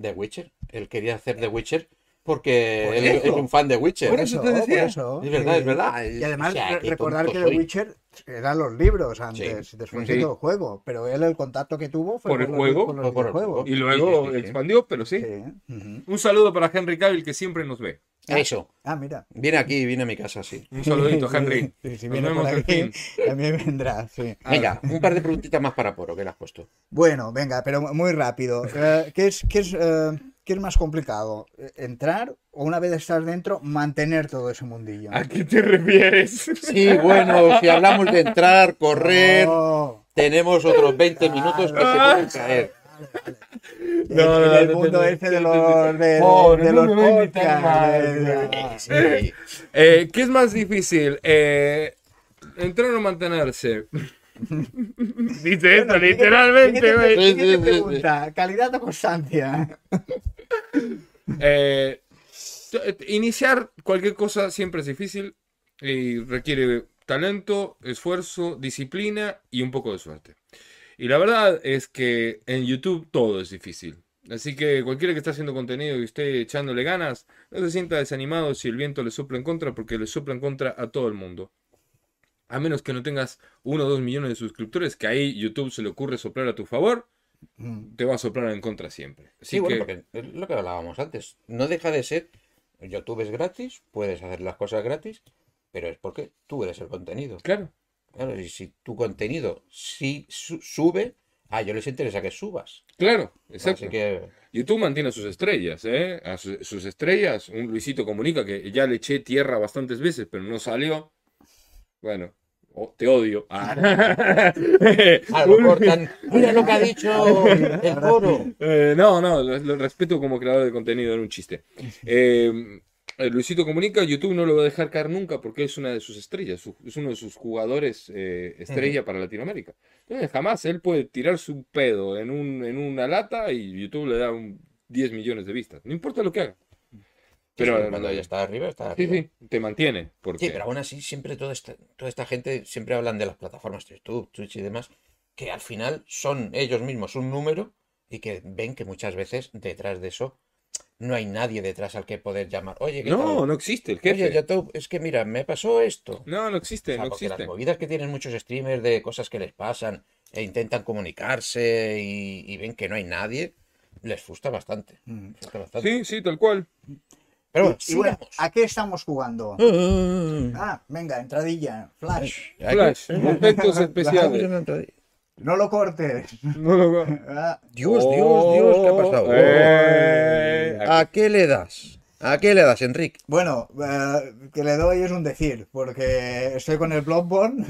Speaker 2: The Witcher, él quería hacer The Witcher, porque
Speaker 3: Por
Speaker 2: él
Speaker 3: eso.
Speaker 2: es un fan de Witcher.
Speaker 3: Por
Speaker 2: Es
Speaker 3: eso, te
Speaker 2: verdad,
Speaker 3: decía. eso.
Speaker 2: Es verdad,
Speaker 3: Sí.
Speaker 2: es verdad.
Speaker 3: Y además,
Speaker 2: O sea, qué
Speaker 3: recordar
Speaker 2: tonto
Speaker 3: que The
Speaker 2: soy.
Speaker 3: Witcher eran los libros antes, después de
Speaker 1: Sí.
Speaker 3: todo el juego. Pero él el contacto que tuvo fue
Speaker 1: Por el
Speaker 3: los-
Speaker 1: juego,
Speaker 3: con los
Speaker 2: fue por el
Speaker 3: videojuegos.
Speaker 2: juego.
Speaker 1: Y luego
Speaker 2: Sí, sí, sí, sí.
Speaker 1: expandió, pero sí.
Speaker 3: Sí. Ujú.
Speaker 1: Un saludo para Henry Cavill, que siempre nos ve.
Speaker 2: Eso.
Speaker 3: Ah, mira.
Speaker 2: Viene aquí, viene a mi casa, sí.
Speaker 1: Un saludito, Henry.
Speaker 3: Sí, si
Speaker 1: Nos
Speaker 3: viene por
Speaker 1: vemos al
Speaker 3: aquí,
Speaker 1: fin.
Speaker 3: también vendrá, sí.
Speaker 1: Ah,
Speaker 2: Venga, un par de preguntitas más para Poro, que le has puesto.
Speaker 3: Bueno, venga, pero muy rápido. Eh, ¿Qué es, qué es, eh, qué es más complicado? Eh, ¿Entrar o una vez estás dentro, mantener todo ese mundillo?
Speaker 1: ¿A qué te refieres?
Speaker 2: Sí, bueno, si hablamos de entrar, correr,
Speaker 3: No,
Speaker 2: tenemos otros 20 minutos que se
Speaker 1: Ah.
Speaker 2: pueden caer.
Speaker 1: No, no,
Speaker 3: en
Speaker 1: no,
Speaker 3: el
Speaker 1: no,
Speaker 3: mundo
Speaker 1: no,
Speaker 3: este de
Speaker 1: no, no,
Speaker 3: los, de,
Speaker 1: no,
Speaker 3: de
Speaker 1: no
Speaker 3: los
Speaker 1: me voy a invitar
Speaker 3: podcasts,
Speaker 1: más, no.
Speaker 3: de-
Speaker 2: Sí.
Speaker 1: *laughs* Eh, ¿Qué es más difícil? Eh, ¿Entrar o mantenerse? *laughs* Dice esto literalmente,
Speaker 3: Siguiente-
Speaker 1: güey.
Speaker 3: siguiente
Speaker 2: Sí, sí, sí, sí.
Speaker 3: pregunta, calidad o constancia.
Speaker 1: Eh, t- t- iniciar cualquier cosa siempre es difícil y requiere talento, esfuerzo, disciplina y un poco de suerte. Y la verdad es que en YouTube todo es difícil. Así que cualquiera que está haciendo contenido y esté echándole ganas, no se sienta desanimado si el viento le sopla en contra, porque le sopla en contra a todo el mundo. A menos que no tengas uno o dos millones de suscriptores, que ahí YouTube se le ocurre soplar a tu favor,
Speaker 3: Mm,
Speaker 1: te va a soplar en contra siempre. Así
Speaker 2: Sí, bueno,
Speaker 1: que-
Speaker 2: porque es lo que hablábamos antes. No deja de ser, YouTube es gratis, puedes hacer las cosas gratis, pero es porque tú eres el contenido.
Speaker 1: claro.
Speaker 2: Claro, y si tu contenido sí su- sube, a ellos les interesa que subas.
Speaker 1: Claro, exacto.
Speaker 2: Así que,
Speaker 1: YouTube mantiene a sus estrellas, ¿eh? A su- sus estrellas. Un Luisito Comunica que ya le eché tierra bastantes veces, pero no salió. Bueno, o- te odio. Ah.
Speaker 2: *laughs* a
Speaker 1: *laughs*
Speaker 2: lo mejor tan- mira lo que ha dicho el coro.
Speaker 1: Eh, no, no, lo, lo respeto como creador de contenido, era un
Speaker 2: *laughs*
Speaker 1: chiste. Eh, eh, Luisito Comunica, YouTube no lo va a dejar caer nunca porque es una de sus estrellas, su- es uno de sus jugadores eh, estrella para Latinoamérica. Entonces, jamás él puede tirar su pedo en, un, en una lata y YouTube le da un 10 millones de vistas, no importa lo que haga. Pero eh,
Speaker 2: Sí, cuando ya está arriba, está
Speaker 1: sí,
Speaker 2: arriba.
Speaker 1: sí, te mantiene. Porque...
Speaker 2: Sí, pero aún así, siempre toda esta, toda esta gente siempre hablan de las plataformas de YouTube, Twitch y demás, que al final son ellos mismos un número y que ven que muchas veces detrás de eso no hay nadie detrás al que poder llamar. Oye, ¿qué
Speaker 1: No,
Speaker 2: tal?
Speaker 1: no existe el
Speaker 2: Oye,
Speaker 1: jefe.
Speaker 2: YouTube, es que mira, me pasó esto.
Speaker 1: No, no
Speaker 2: O
Speaker 1: existe,
Speaker 2: sea,
Speaker 1: no
Speaker 2: porque las
Speaker 1: existe.
Speaker 2: movidas que tienen muchos streamers de cosas que les pasan e intentan comunicarse y, y ven que no hay nadie, les frustra bastante.
Speaker 3: mm.
Speaker 2: les frustra bastante.
Speaker 1: Sí, ah, sí, tal cual.
Speaker 2: Pero bueno,
Speaker 3: Y bueno,
Speaker 2: sigamos.
Speaker 3: ¿a qué estamos jugando?
Speaker 2: Ah,
Speaker 3: Ah, venga, entradilla, flash.
Speaker 2: hay que-
Speaker 1: Flash, efectos
Speaker 2: Bajamos
Speaker 1: especiales.
Speaker 2: en *laughs* la entrada.
Speaker 3: No lo cortes.
Speaker 1: No lo-
Speaker 3: Ah,
Speaker 2: Dios, Dios, Dios, ¿qué ha pasado?
Speaker 1: Oh,
Speaker 2: Oh.
Speaker 1: Eh,
Speaker 2: ¿A qué le das? ¿A qué le das, Enrique?
Speaker 3: Bueno, eh, que le doy es un decir, porque estoy con el Bloodborne,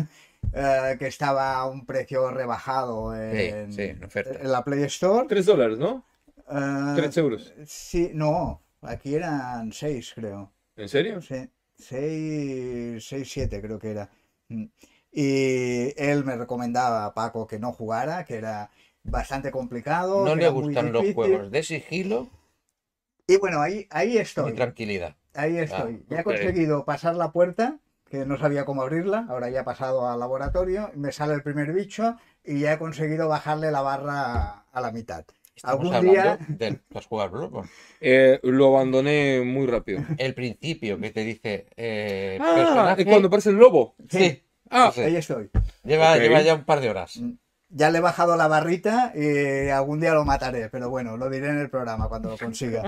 Speaker 3: eh, que estaba a un precio rebajado en,
Speaker 2: sí, en oferta.
Speaker 3: en la Play Store.
Speaker 1: Tres dólares, ¿no?
Speaker 3: Eh,
Speaker 1: Tres euros.
Speaker 3: Sí, no, aquí eran seis, creo.
Speaker 1: ¿En serio?
Speaker 3: Sí, 6, 6, 7 creo que era. Mm. Y él me recomendaba a Paco que no jugara, que era bastante complicado,
Speaker 2: No
Speaker 3: que
Speaker 2: le
Speaker 3: era muy
Speaker 2: gustan los
Speaker 3: difícil.
Speaker 2: juegos de sigilo
Speaker 3: Y bueno, ahí, ahí
Speaker 2: y
Speaker 3: estoy,
Speaker 2: tranquilidad.
Speaker 3: ahí estoy. Ya he
Speaker 1: ok.
Speaker 3: conseguido pasar la puerta, que no sabía cómo abrirla, ahora ya he pasado al laboratorio, me sale el primer bicho y ya he conseguido bajarle la barra a la mitad.
Speaker 2: Estamos
Speaker 3: Algún
Speaker 2: hablando
Speaker 3: día...
Speaker 2: de los juegos Bloodborne.
Speaker 1: Eh, lo abandoné muy rápido.
Speaker 2: El principio que te dice eh,
Speaker 1: Ah,
Speaker 2: Ah, personaje-
Speaker 1: es cuando aparece el lobo.
Speaker 2: Sí,
Speaker 1: Ah,
Speaker 2: sí.
Speaker 3: Ahí estoy.
Speaker 2: Lleva,
Speaker 1: Ok.
Speaker 2: lleva ya un par de horas.
Speaker 3: Ya le he bajado la barrita y algún día lo mataré, pero bueno, lo diré en el programa cuando lo consiga.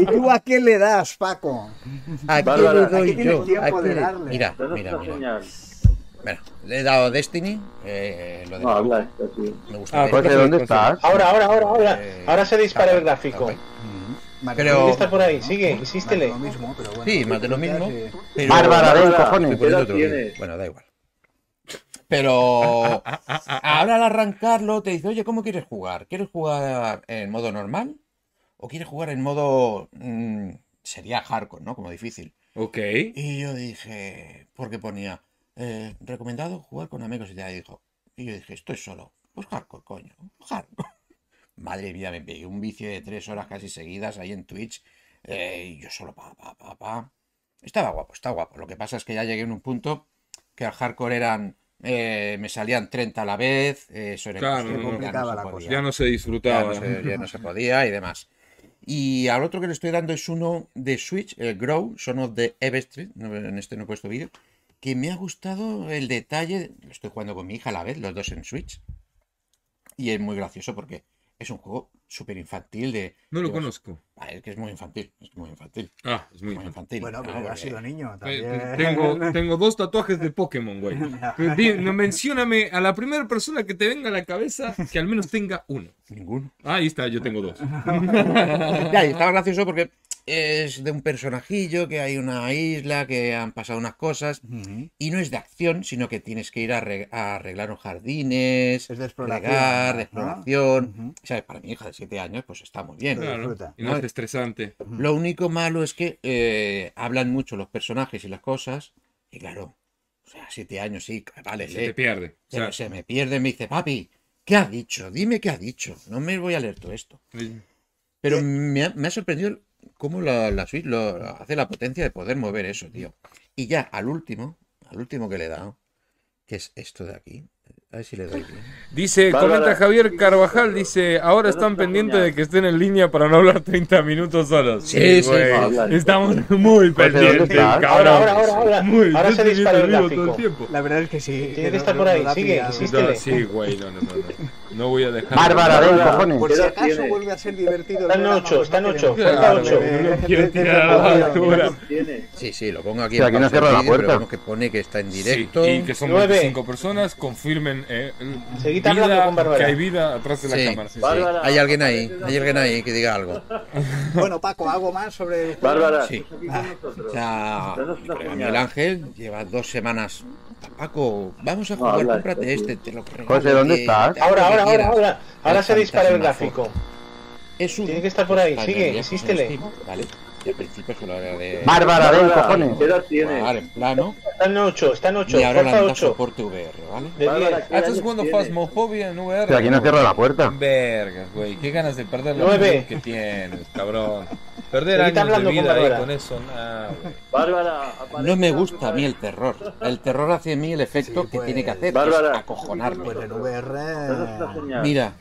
Speaker 3: ¿Y tú a qué le das, Paco?
Speaker 2: ¿A qué
Speaker 4: Bárbara,
Speaker 2: le
Speaker 4: aquí
Speaker 2: doy
Speaker 3: tienes
Speaker 2: yo?
Speaker 3: tiempo
Speaker 2: ¿A qué
Speaker 3: de
Speaker 2: le-
Speaker 3: darle.
Speaker 2: Mira,
Speaker 4: Danos
Speaker 2: mira,
Speaker 4: una
Speaker 2: mira.
Speaker 4: señal.
Speaker 2: Mira, le he dado Destiny. eh, lo de
Speaker 3: Ah,
Speaker 4: No, habla esto, sí.
Speaker 2: Me gusta.
Speaker 1: Ah,
Speaker 2: Destiny,
Speaker 1: pues,
Speaker 5: José, ¿dónde estás?
Speaker 6: Ahora, ahora, ahora, ahora.
Speaker 2: eh,
Speaker 6: Ahora se dispara el
Speaker 2: está
Speaker 6: gráfico.
Speaker 2: bien.
Speaker 3: Martín
Speaker 2: Mm, Pero-
Speaker 6: Está por ahí, sigue, insístele.
Speaker 3: Más de lo mismo, pero bueno.
Speaker 2: Sí, más de lo mismo. pero-
Speaker 5: Bárbara, ven,
Speaker 4: Bárbara,
Speaker 5: cojones.
Speaker 4: ¿qué edad
Speaker 2: Poniendo otro vídeo.
Speaker 4: tienes?
Speaker 2: Bueno, da igual. Ah, Pero ahora al arrancarlo te dice, oye, ¿cómo quieres jugar? ¿Quieres jugar en modo normal? ¿O quieres jugar en modo... mm, sería hardcore, ¿no? Como difícil.
Speaker 1: ok.
Speaker 2: Y yo dije, porque ponía, eh, recomendado jugar con amigos y ya dijo. Y yo dije, estoy solo. Pues hardcore, coño. Hardcore. *laughs* Madre mía, me pegué un vicio de tres horas casi seguidas ahí en Twitch. eh, y yo solo, pa, pa, pa, pa. Estaba guapo, está guapo. Lo que pasa es que ya llegué en un punto que al hardcore eran, eh, me salían 30 a la vez. eh, eso era
Speaker 1: Claro, no,
Speaker 2: imposible,
Speaker 1: no.
Speaker 2: ya
Speaker 3: Complicaba
Speaker 2: se
Speaker 3: la
Speaker 2: podía
Speaker 3: cosa.
Speaker 1: Ya no se
Speaker 2: ya
Speaker 1: disfrutaba.
Speaker 2: no se, ya no se podía y demás. Y al otro que le estoy dando es uno de Switch, el Grow, Son of the Eve Street, no, en este no he puesto vídeo, que me ha gustado el detalle, lo estoy jugando con mi hija a la vez, los dos en Switch, y es muy gracioso porque es un juego súper infantil de...
Speaker 1: No lo
Speaker 2: de-
Speaker 1: conozco.
Speaker 2: Ah, es que es muy infantil, es muy infantil.
Speaker 1: Ah, es muy
Speaker 2: muy
Speaker 1: infantil.
Speaker 2: infantil.
Speaker 3: Bueno,
Speaker 2: claro,
Speaker 3: pero ha
Speaker 2: porque-
Speaker 3: sido niño
Speaker 1: Eh,
Speaker 3: también.
Speaker 1: Tengo, tengo dos tatuajes de Pokémon, güey. Di- no, Mencióname a la primera persona que te venga a la cabeza que al menos tenga uno.
Speaker 2: Ninguno. *laughs*
Speaker 1: Ahí está, yo tengo dos.
Speaker 2: Ya, y estaba gracioso porque es de un personajillo, que hay una isla, que han pasado unas cosas,
Speaker 3: *laughs* Ujú.
Speaker 2: y no es de acción, sino que tienes que ir a, arre- a arreglar los jardines,
Speaker 3: Es de exploración,
Speaker 2: regar, de
Speaker 3: ¿no?
Speaker 2: exploración.
Speaker 3: Ujú.
Speaker 2: O sea, para mi hija de 7 años, pues está muy bien.
Speaker 3: Claro.
Speaker 1: Claro, y no es estresante.
Speaker 2: Lo único malo es que eh, hablan mucho los personajes y las cosas, y claro, o sea, 7 años sí, vale,
Speaker 1: Se te
Speaker 2: lee,
Speaker 1: pierde. O sea,
Speaker 2: pero se me pierde, me dice, papi, ¿qué ha dicho? Dime qué ha dicho, no me voy a leer todo esto.
Speaker 6: Eh,
Speaker 2: Pero me ha, me ha sorprendido cómo la, la Switch lo hace la potencia de poder mover eso, tío. Y ya, al último, al último que le he dado, que es esto de aquí. A ver si le doy bien.
Speaker 1: Dice,
Speaker 4: Bárbara.
Speaker 1: comenta Javier Carvajal, dice, ahora están pendientes de que estén en línea para no hablar 30 minutos solos.
Speaker 2: Sí, sí, sí.
Speaker 1: güey, Estamos muy
Speaker 4: Pues, ¿de dónde
Speaker 1: pendientes,
Speaker 4: estás?
Speaker 1: cabrón.
Speaker 6: Ahora, ahora, ahora, ahora.
Speaker 1: Muy,
Speaker 6: Ahora
Speaker 1: yo
Speaker 6: se
Speaker 1: estoy viendo
Speaker 6: disparó el
Speaker 1: vivo todo
Speaker 6: gráfico.
Speaker 1: tiempo.
Speaker 3: La verdad es que sí.
Speaker 6: que está por ahí,
Speaker 3: ha
Speaker 6: sigue,
Speaker 3: pillado.
Speaker 6: existe.
Speaker 1: No,
Speaker 6: Vístele.
Speaker 1: sí, güey, no, no, no, no. No voy a dejar. Ah,
Speaker 4: Bárbara, ven, cojones.
Speaker 3: Por si
Speaker 6: edad
Speaker 3: acaso
Speaker 6: tiene?
Speaker 3: vuelve a ser divertido.
Speaker 6: Está en
Speaker 3: el programa,
Speaker 6: ocho, está en
Speaker 3: no
Speaker 6: ocho,
Speaker 3: queremos-
Speaker 6: falta
Speaker 3: Claro,
Speaker 6: ocho.
Speaker 3: bebé.
Speaker 1: No quiero tirar a la basura.
Speaker 4: Tiene.
Speaker 2: Sí, sí, lo pongo aquí.
Speaker 4: Sí, aquí no
Speaker 2: pausa
Speaker 4: cierra
Speaker 2: el
Speaker 4: la
Speaker 2: vídeo, pero
Speaker 4: puerta.
Speaker 2: vemos que pone que está en
Speaker 1: Sí,
Speaker 2: directo.
Speaker 1: y que son
Speaker 6: Nueve.
Speaker 1: 25 personas, confirmen eh,
Speaker 6: Seguid
Speaker 1: vida,
Speaker 6: hablando con Bárbara.
Speaker 1: que hay vida atrás de la
Speaker 2: Sí,
Speaker 1: cámara.
Speaker 2: sí.
Speaker 4: Bárbara,
Speaker 2: Hay alguien ahí, hay alguien ahí que diga algo.
Speaker 3: Bueno, Paco, ¿algo más sobre el juego?
Speaker 4: Bárbara,
Speaker 2: Sí.
Speaker 4: estás aquí con nosotros.
Speaker 2: O sea,
Speaker 4: Eso es una
Speaker 2: mi colega
Speaker 4: genial.
Speaker 2: Miguel Ángel lleva dos semanas. Paco, vamos a
Speaker 4: No,
Speaker 2: jugar,
Speaker 4: habla,
Speaker 2: cómprate
Speaker 4: está
Speaker 2: este,
Speaker 4: aquí.
Speaker 2: te lo regalo,
Speaker 4: José, ¿dónde
Speaker 2: te-
Speaker 4: estás?
Speaker 2: te hago lo
Speaker 6: Ahora,
Speaker 2: que
Speaker 6: ahora, ahora,
Speaker 2: quieras.
Speaker 6: ahora. Ahora
Speaker 2: El
Speaker 6: se dispara el
Speaker 2: fantasmazo.
Speaker 6: gráfico.
Speaker 2: Es un-
Speaker 6: Tiene que estar por ahí,
Speaker 2: Está en
Speaker 6: sigue,
Speaker 2: relieve,
Speaker 6: insístele.
Speaker 2: en Steam, Vale, y al principio se lo era de
Speaker 4: Bárbara, ven,
Speaker 2: cojones.
Speaker 4: ¿Qué edad tienes?
Speaker 2: jugar en plano
Speaker 6: Está en 8, está en 8,
Speaker 2: y ahora le
Speaker 6: falta
Speaker 2: han dado
Speaker 6: 8.
Speaker 2: soporte VR, ¿vale?
Speaker 6: De
Speaker 4: Bárbara,
Speaker 6: 10.
Speaker 4: ¿qué
Speaker 1: Ah, estás
Speaker 4: años
Speaker 1: jugando
Speaker 4: tienes?
Speaker 1: Phasmophobia en VR.
Speaker 4: O sea, aquí no cierra la puerta.
Speaker 1: Vergas, güey, qué ganas de perder la
Speaker 6: Nueve.
Speaker 1: vida que tienes, cabrón. Perder
Speaker 6: Seguí
Speaker 1: años de
Speaker 6: hablando con
Speaker 1: vida ahí
Speaker 6: Bárbara.
Speaker 1: con eso, nah, güey.
Speaker 4: Bárbara, aparece
Speaker 2: No me
Speaker 4: la
Speaker 2: gusta a
Speaker 4: primera
Speaker 2: mí
Speaker 4: vez.
Speaker 2: el terror. El terror hace en mí el efecto
Speaker 3: Sí,
Speaker 2: que
Speaker 3: pues,
Speaker 2: tiene que hacer,
Speaker 4: Bárbara.
Speaker 2: que es acojonarme.
Speaker 3: Pues en
Speaker 4: Eso es una
Speaker 3: VR.
Speaker 4: señal.
Speaker 2: Mira,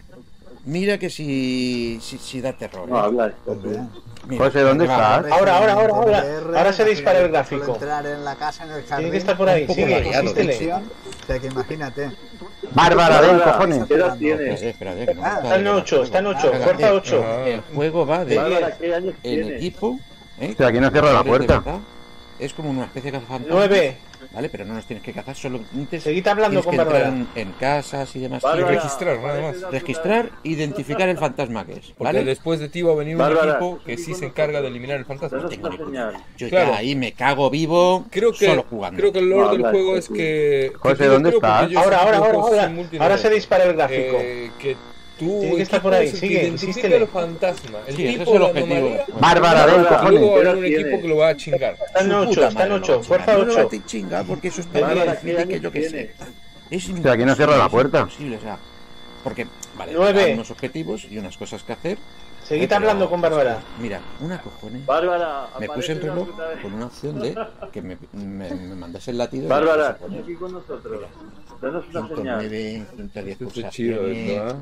Speaker 2: mira que si, si, si da terror.
Speaker 4: No,
Speaker 2: ¿eh?
Speaker 4: habla.
Speaker 3: Hombre.
Speaker 2: Mira,
Speaker 4: Ah, José, ¿dónde
Speaker 2: ahí va.
Speaker 4: estás?
Speaker 6: Ahora, ahora, ahora, ahora.
Speaker 3: VR,
Speaker 6: Ahora se dispara el
Speaker 3: imagínate,
Speaker 6: gráfico.
Speaker 3: solo entrar en la casa, en el jardín.
Speaker 6: Tiene que estar por ahí,
Speaker 2: poco
Speaker 6: sigue,
Speaker 2: variado,
Speaker 6: insístele.
Speaker 2: sí.
Speaker 3: O sea, que imagínate.
Speaker 4: Bárbara, ven,
Speaker 3: Bárbara,
Speaker 4: cojones. ¿Qué edad
Speaker 2: Espérate,
Speaker 4: tienes?
Speaker 2: espérate, eh, que no
Speaker 3: Ah,
Speaker 2: me
Speaker 6: Está en
Speaker 2: llegando el
Speaker 6: 8, está en
Speaker 2: juego.
Speaker 6: 8,
Speaker 2: Venga,
Speaker 6: fuerza
Speaker 2: el-
Speaker 6: 8.
Speaker 1: Ajá.
Speaker 2: El juego va de
Speaker 4: Bárbara, ¿qué años
Speaker 2: el
Speaker 4: tienes?
Speaker 2: eh, equipo. ¿eh?
Speaker 4: O sea, aquí no cierra la
Speaker 2: Cazadores de
Speaker 4: puerta.
Speaker 2: verdad. Es como una especie de cazafantasmas.
Speaker 6: 9.
Speaker 2: Vale, pero no nos tienes que cazar, solo tienes
Speaker 6: Seguid hablando
Speaker 2: tienes
Speaker 6: con
Speaker 2: que entrar
Speaker 6: Bárbara.
Speaker 2: en, en casas y demás.
Speaker 1: Y
Speaker 4: Bárbara,
Speaker 1: registrar, nada
Speaker 4: aparece
Speaker 1: más.
Speaker 4: la
Speaker 2: registrar, identificar el fantasma que es,
Speaker 1: Porque
Speaker 2: ¿vale?
Speaker 1: después de ti va a venir un
Speaker 4: Bárbara.
Speaker 1: equipo que sí se encarga de eliminar el fantasma.
Speaker 4: Eso es una señal.
Speaker 2: Yo
Speaker 1: Claro.
Speaker 2: ya ahí me cago vivo
Speaker 1: Creo que,
Speaker 2: solo jugando.
Speaker 1: creo que el lore
Speaker 4: No,
Speaker 1: del
Speaker 4: habla,
Speaker 1: juego
Speaker 4: sí,
Speaker 1: es
Speaker 4: sí.
Speaker 1: que...
Speaker 4: José,
Speaker 1: yo
Speaker 4: ¿dónde
Speaker 1: creo, porque
Speaker 4: estás?
Speaker 1: yo
Speaker 6: Ahora,
Speaker 1: siempre
Speaker 6: ahora,
Speaker 1: juego
Speaker 6: ahora,
Speaker 1: sin
Speaker 6: ahora.
Speaker 1: multijugador,
Speaker 6: Ahora se dispara el gráfico.
Speaker 1: eh, que tú
Speaker 6: Tiene que estar por ahí, sigue,
Speaker 1: identifica
Speaker 6: insístele.
Speaker 1: el fantasma, el
Speaker 2: Sí, ese es
Speaker 1: tipo
Speaker 2: el
Speaker 1: de
Speaker 2: objetivo.
Speaker 1: anomalía,
Speaker 4: Bárbara,
Speaker 1: y
Speaker 4: ven,
Speaker 1: luego va
Speaker 4: cojones.
Speaker 1: a haber
Speaker 4: ¿Qué
Speaker 1: un
Speaker 4: edad
Speaker 1: equipo
Speaker 4: tienes?
Speaker 1: que lo va a chingar.
Speaker 6: Está en
Speaker 2: Su puta
Speaker 6: 8, está en
Speaker 2: madre,
Speaker 6: 8,
Speaker 2: no,
Speaker 6: fuerza
Speaker 2: no, no,
Speaker 6: 8.
Speaker 2: te chinga, porque eso está bien,
Speaker 4: Bárbara, ¿qué
Speaker 2: critique, yo
Speaker 4: años
Speaker 2: qué sé.
Speaker 4: tienes?
Speaker 2: Es
Speaker 4: sea, aquí no cierra la puerta.
Speaker 2: imposible, o sea, porque, vale,
Speaker 6: Nueve.
Speaker 2: hay unos objetivos y unas cosas que hacer.
Speaker 6: Seguid
Speaker 2: pero-
Speaker 6: hablando con Bárbara.
Speaker 2: Mira, una cojones.
Speaker 4: Bárbara,
Speaker 2: Me puse
Speaker 4: aparece
Speaker 2: el
Speaker 4: la
Speaker 2: reloj
Speaker 4: primera vez.
Speaker 2: con una opción de que me, me, me mandase el latido. y
Speaker 4: Bárbara,
Speaker 2: me puse
Speaker 4: estás
Speaker 2: a poner
Speaker 4: aquí con nosotros. Eso es una señal.
Speaker 2: 109, 110
Speaker 1: Esto es
Speaker 2: pulsaciones.
Speaker 1: chido esto, ¿eh?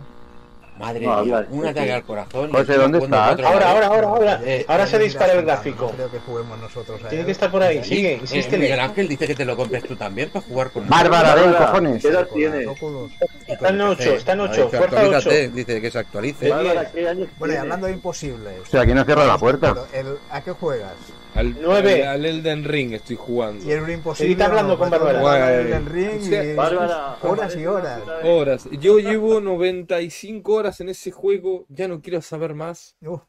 Speaker 2: Madre
Speaker 4: No,
Speaker 2: mía,
Speaker 4: habla,
Speaker 2: un
Speaker 4: sí,
Speaker 2: ataque
Speaker 4: sí.
Speaker 2: al corazón. y
Speaker 4: José,
Speaker 2: encima
Speaker 4: ¿dónde
Speaker 2: jugando
Speaker 4: estás?
Speaker 2: cuatro
Speaker 6: Ahora,
Speaker 2: veces.
Speaker 6: ahora, ahora, ahora.
Speaker 2: Eh,
Speaker 6: Ahora se
Speaker 3: Mira,
Speaker 6: dispara el
Speaker 3: no
Speaker 6: gráfico.
Speaker 3: Creo que juguemos nosotros a
Speaker 6: Tiene
Speaker 3: él.
Speaker 6: que estar por ahí,
Speaker 2: Sí, eh,
Speaker 6: sigue,
Speaker 2: Miguel
Speaker 6: insístele.
Speaker 2: Ángel dice que te lo compres tú también para jugar con
Speaker 4: Bárbara, ven,
Speaker 5: Bárbara,
Speaker 4: cojones. ¿Qué edad
Speaker 3: Con la
Speaker 4: tienes?
Speaker 3: Oculus.
Speaker 6: Está
Speaker 2: eh,
Speaker 6: en 8, está en 8,
Speaker 2: Dice,
Speaker 6: fuerza 8.
Speaker 2: actualízate, dice que se actualice.
Speaker 4: Bárbara, ¿qué años
Speaker 3: Bueno, y
Speaker 4: tienes?
Speaker 3: hablando de imposibles.
Speaker 5: O sea, aquí no cierra la puerta.
Speaker 3: pero el- ¿A qué juegas?
Speaker 1: Al,
Speaker 6: Nueve.
Speaker 1: al Elden Ring estoy jugando.
Speaker 3: Y era un imposible.
Speaker 6: Seguid hablando
Speaker 3: nos
Speaker 6: con
Speaker 3: mató
Speaker 6: Bárbara.
Speaker 3: una
Speaker 1: Guay.
Speaker 3: Elden Ring
Speaker 1: O sea,
Speaker 3: y-
Speaker 4: Bárbara,
Speaker 3: horas y horas.
Speaker 1: Horas. Yo llevo 95 horas en ese juego, ya no quiero saber más.
Speaker 3: Uf,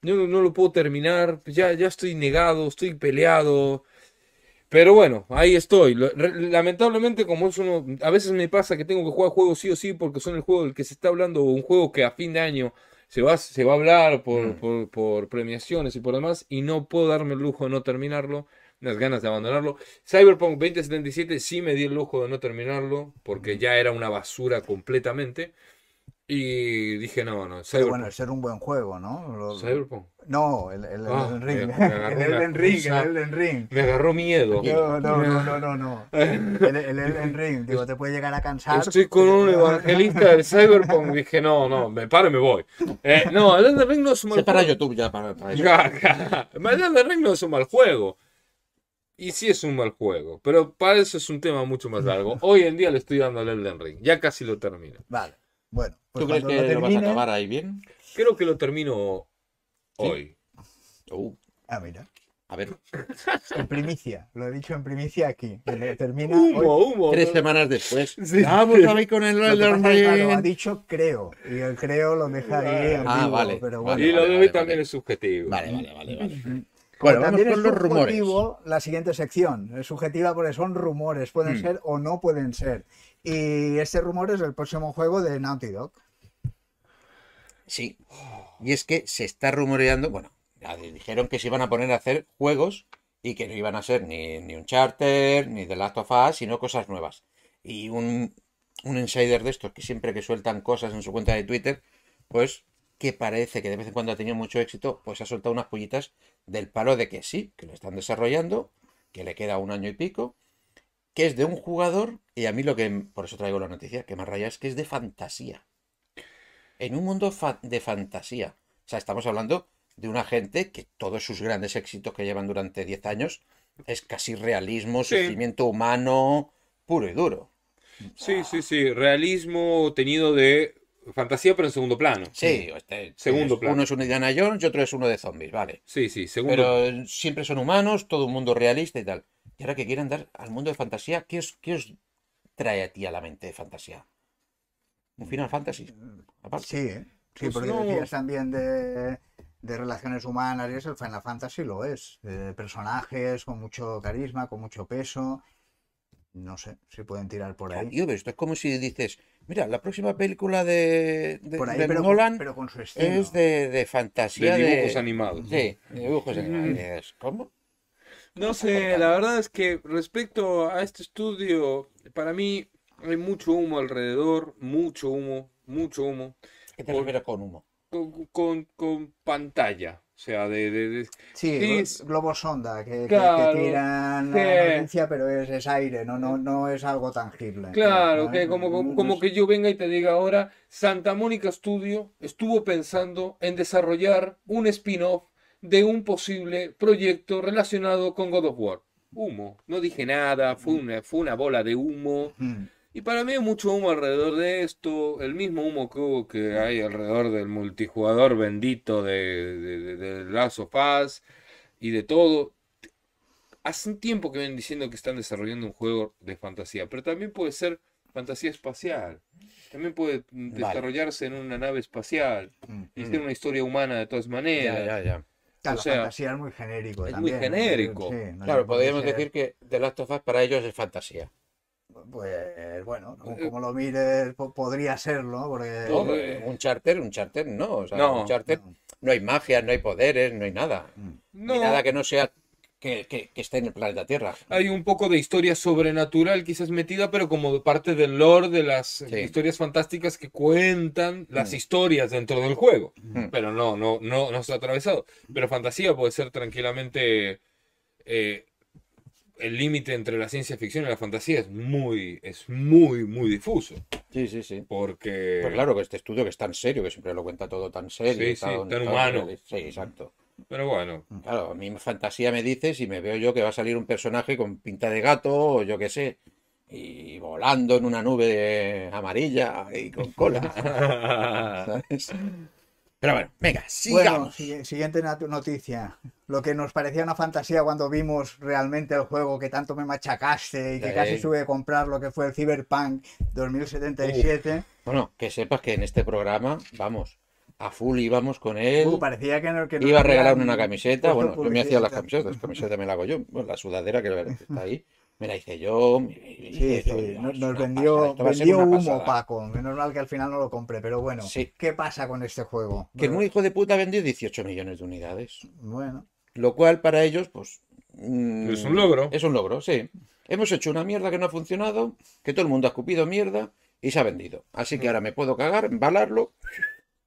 Speaker 1: Yo no, no lo puedo terminar, pues ya, ya estoy negado, estoy peleado. Pero bueno, ahí estoy. Lo- re- Lamentablemente, como es uno, a veces me pasa que tengo que jugar juegos sí o sí porque son el juego del que se está hablando, o un juego que a fin de año se va, se va a hablar por,
Speaker 2: Mm.
Speaker 1: por, por premiaciones y por demás, y no puedo darme el lujo de no terminarlo, las ganas de abandonarlo. Cyberpunk 2077 sí me di el lujo de no terminarlo porque ya era una basura completamente. Y dije, no, no,
Speaker 3: Pero
Speaker 1: Cyberpunk.
Speaker 3: bueno, el ser un buen juego, ¿no? Lo-
Speaker 1: Cyberpunk.
Speaker 3: No, el, el,
Speaker 1: Ah,
Speaker 3: Elden Ring.
Speaker 1: me-
Speaker 3: *laughs*
Speaker 1: me agarró
Speaker 3: el
Speaker 1: una
Speaker 3: Elden Ring,
Speaker 1: cosa.
Speaker 3: el Elden Ring.
Speaker 1: Me agarró miedo.
Speaker 3: No, no, no, no, no, no. El,
Speaker 2: *laughs*
Speaker 3: el Elden Ring, digo, te puede llegar a cansar.
Speaker 1: Estoy con un evangelista del Cyberpunk. Dije, no, no, me paro y me voy. Eh, no, el Elden Ring no es un mal
Speaker 2: Se para
Speaker 1: juego.
Speaker 2: YouTube ya para, para eso.
Speaker 1: Ja, ja. El Elden Ring no es un mal juego. Y sí es un mal juego. Pero para eso es un tema mucho más
Speaker 2: *laughs*
Speaker 1: largo. Hoy en día le estoy dando al Elden Ring. Ya casi lo termino.
Speaker 3: Vale, bueno. Pues
Speaker 2: ¿Tú crees
Speaker 3: cuando lo
Speaker 2: que lo vas a
Speaker 3: termine-
Speaker 2: acabar ahí bien?
Speaker 1: Creo que lo termino hoy.
Speaker 2: Uh,
Speaker 3: Ah, mira.
Speaker 2: a ver,
Speaker 3: En primicia, lo he dicho en primicia aquí. que lo Termina
Speaker 1: Humo,
Speaker 3: hoy.
Speaker 1: humo.
Speaker 2: tres semanas Ah, pues, después.
Speaker 1: Sí.
Speaker 2: Vamos a ver con el
Speaker 3: Lo que
Speaker 2: Elden
Speaker 3: pasa es que, claro, ha
Speaker 2: Ring.
Speaker 3: dicho creo, y el creo lo deja ahí ambiguo,
Speaker 2: Ah, vale,
Speaker 3: pero
Speaker 2: vale,
Speaker 1: *laughs*
Speaker 3: bueno.
Speaker 1: Y lo
Speaker 2: vale,
Speaker 1: de hoy
Speaker 2: vale,
Speaker 1: también
Speaker 2: vale.
Speaker 1: es subjetivo.
Speaker 2: Vale, vale, vale, vale.
Speaker 3: Bueno,
Speaker 2: Bueno, vamos
Speaker 3: Pues también
Speaker 2: con
Speaker 3: es
Speaker 2: los rumores.
Speaker 3: subjetivo la siguiente sección. Es subjetiva porque son rumores, pueden
Speaker 2: Hmm.
Speaker 3: ser o no pueden ser. Y este rumor es el próximo juego de Naughty Dog.
Speaker 2: Sí. Y es que se está rumoreando, bueno, ya di- dijeron que se iban a poner a hacer juegos y que no iban a ser ni, ni un charter, ni The Last of Us, sino cosas nuevas. Y un, un insider de estos que siempre que sueltan cosas en su cuenta de Twitter, pues que parece que de vez en cuando ha tenido mucho éxito, pues ha soltado unas pullitas del palo de que sí, que lo están desarrollando, que le queda un año y pico, que es de un jugador, y a mí lo que, por eso traigo la noticia, que me raya es que es de fantasía en un mundo fa- de fantasía. O sea, estamos hablando de una gente que todos sus grandes éxitos que llevan durante 10 años es casi realismo,
Speaker 1: Sí.
Speaker 2: sufrimiento humano puro y duro.
Speaker 1: Sí, sí, sí. Realismo tenido de fantasía, pero en segundo plano.
Speaker 2: Sí, este-
Speaker 1: Segundo
Speaker 2: es-
Speaker 1: plano.
Speaker 2: uno es un Indiana Jones y otro es uno de zombies, vale.
Speaker 1: Sí, sí, segundo
Speaker 2: Pero eh, siempre son humanos, todo un mundo realista y tal. Y ahora que quieren dar al mundo de fantasía, ¿qué os, qué os trae a ti a la mente de fantasía? ¿Un Final Fantasy? Aparte.
Speaker 3: Sí, ¿eh? sí
Speaker 1: Pues
Speaker 3: porque
Speaker 1: no.
Speaker 3: decías también de, de relaciones humanas y eso, el Final Fantasy lo es. Eh, personajes con mucho carisma, con mucho peso. No sé si pueden tirar por
Speaker 2: Ah,
Speaker 3: ahí.
Speaker 2: tío, pero esto es como si dices, mira, la próxima película de, de-
Speaker 3: por ahí,
Speaker 2: de
Speaker 3: pero,
Speaker 2: Nolan
Speaker 3: pero con su estilo.
Speaker 2: es de, de fantasía
Speaker 1: de
Speaker 2: de
Speaker 1: dibujos animados.
Speaker 2: Sí, de dibujos animados.
Speaker 1: Mm.
Speaker 2: Dices, ¿Cómo?
Speaker 1: No sé, la verdad es que respecto a este estudio, para mí hay mucho humo alrededor, mucho humo, mucho humo,
Speaker 2: ¿Qué te
Speaker 1: Por-
Speaker 2: refieres con humo?
Speaker 1: con, con- con pantalla. O sea, de, de- de-
Speaker 3: Sí,
Speaker 1: Sí,
Speaker 3: glo-
Speaker 1: es-
Speaker 3: globo sonda, que, que- que
Speaker 1: Claro,
Speaker 3: tiran
Speaker 1: sí.
Speaker 3: la noticia, pero es, es aire, no, no, no es algo tangible.
Speaker 1: Claro,
Speaker 3: ¿no?
Speaker 1: que
Speaker 3: No-
Speaker 1: como,
Speaker 3: no-
Speaker 1: como,
Speaker 3: no
Speaker 1: como
Speaker 3: es-
Speaker 1: que yo venga y te diga ahora, Santa Mónica Studio estuvo pensando en desarrollar un spin-off de un posible proyecto relacionado con God of War. Humo. No dije nada, fue una, fue una bola de humo.
Speaker 3: Mm.
Speaker 1: Y para mí hay mucho humo alrededor de esto, el mismo humo que hubo que hay alrededor del multijugador bendito de, de, de- de Last of Us y de todo. Hace un tiempo que vienen diciendo que están desarrollando un juego de fantasía, pero también puede ser fantasía espacial. También puede mm,
Speaker 2: Vale.
Speaker 1: desarrollarse en una nave espacial
Speaker 3: Mm.
Speaker 1: y ser una historia humana de todas
Speaker 2: Ya,
Speaker 1: maneras.
Speaker 2: ya, ya.
Speaker 3: Claro,
Speaker 1: sea,
Speaker 3: fantasía es muy genérico
Speaker 1: es muy
Speaker 3: también, ¿no?
Speaker 1: genérico.
Speaker 3: Sí, no tiene por
Speaker 2: Claro,
Speaker 3: qué
Speaker 2: podríamos
Speaker 3: ser-
Speaker 2: decir que The Last of Us para ellos es fantasía.
Speaker 3: Pues bueno, como,
Speaker 1: Eh,
Speaker 3: como lo mires, po- podría serlo, porque
Speaker 1: No,
Speaker 2: No,
Speaker 1: eh.
Speaker 2: Un charter, un charter no. O sea,
Speaker 1: No.
Speaker 2: un charter no. hay magia, no hay poderes, no hay nada.
Speaker 3: mm.
Speaker 2: Ni
Speaker 1: No.
Speaker 2: nada que no sea que, que, que esté en el planeta Tierra.
Speaker 1: Hay un poco de historia sobrenatural quizás metida, pero como de parte del lore de las historias fantásticas que cuentan
Speaker 2: Mm.
Speaker 1: las historias dentro del juego. Pero no, no, no, no está atravesado. Pero fantasía puede ser tranquilamente eh, el límite entre la ciencia ficción y la fantasía es muy, es muy, muy difuso.
Speaker 2: Sí, sí, sí.
Speaker 1: Porque
Speaker 2: Pues claro, que este estudio que es tan serio, que siempre lo cuenta todo tan serio.
Speaker 1: Sí,
Speaker 2: y
Speaker 1: sí, tan humano.
Speaker 2: Sí, exacto.
Speaker 1: Pero bueno, *laughs*
Speaker 2: Claro, a mí fantasía me dices y me veo yo que va a salir un personaje con pinta de gato o yo qué sé, y volando en una nube amarilla y con cola, *laughs* ¿sabes? Pero bueno, venga,
Speaker 3: Bueno,
Speaker 2: sigamos.
Speaker 3: si- siguiente nat- noticia. Lo que nos parecía una fantasía cuando vimos realmente el juego que tanto me machacaste y que
Speaker 2: Sí.
Speaker 3: casi sube a comprar lo que fue el Cyberpunk 2077.
Speaker 2: Bueno, que sepas que en este programa, vamos, a full íbamos con él.
Speaker 3: Uh, parecía que no, que no
Speaker 2: Iba a regalarme
Speaker 3: habían
Speaker 2: una camiseta,
Speaker 3: puesto
Speaker 2: bueno, yo me hacía las
Speaker 3: publicidad.
Speaker 2: camisetas, camiseta me la hago yo, bueno, la sudadera que está ahí, me la hice yo, me- me-
Speaker 3: Sí,
Speaker 2: esto,
Speaker 3: sí, nos,
Speaker 2: es
Speaker 3: nos
Speaker 2: una pasada,
Speaker 3: vendió,
Speaker 2: esto va a ser
Speaker 3: vendió
Speaker 2: una
Speaker 3: humo,
Speaker 2: pasada.
Speaker 3: Paco. Menos mal que al final no lo compré, pero bueno,
Speaker 2: Sí.
Speaker 3: ¿qué pasa con este juego?
Speaker 2: Que el muy hijo de puta vendió 18 millones de unidades.
Speaker 3: Bueno,
Speaker 2: Lo cual para ellos, pues. mm,
Speaker 1: Es un logro.
Speaker 2: Es un logro, sí. Hemos hecho una mierda que no ha funcionado, que todo el mundo ha escupido mierda y se ha vendido. Así
Speaker 3: Mm.
Speaker 2: que ahora me puedo cagar, embalarlo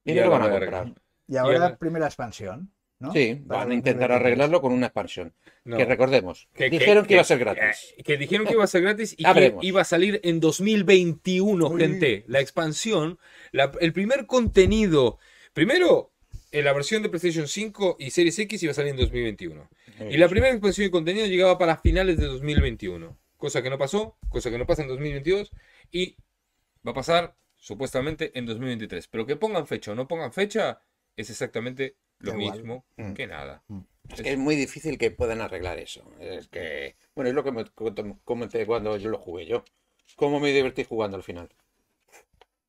Speaker 2: y,
Speaker 1: Y
Speaker 2: me
Speaker 1: a
Speaker 2: lo
Speaker 1: la
Speaker 2: van a
Speaker 1: verga.
Speaker 2: comprar.
Speaker 3: Y ahora
Speaker 1: el-
Speaker 3: primera expansión, ¿no?
Speaker 2: Sí,
Speaker 3: Para
Speaker 2: van a intentar
Speaker 3: 2022.
Speaker 2: arreglarlo con una expansión.
Speaker 1: No.
Speaker 2: Que recordemos,
Speaker 1: Que- eh,
Speaker 2: dijeron que, iba a ser gratis.
Speaker 1: Que, que dijeron que iba a ser gratis y
Speaker 2: *laughs* Ya
Speaker 1: que
Speaker 2: veremos.
Speaker 1: iba a salir en 2021,
Speaker 3: Uy.
Speaker 1: gente. La expansión, la- el primer contenido. Primero, eh, la versión de PlayStation 5 y Series X iba a salir en 2021. Y la primera expansión de contenido llegaba para finales de 2021. Cosa que no pasó, cosa que no pasa en 2022 y va a pasar supuestamente en 2023. Pero que pongan fecha o no pongan fecha es exactamente lo
Speaker 3: Da igual.
Speaker 1: mismo
Speaker 2: Mm.
Speaker 1: que nada.
Speaker 2: Es que es muy difícil que puedan arreglar eso. Es que, bueno, es lo que me cont- comenté cuando yo lo jugué yo. Cómo me divertí jugando al final.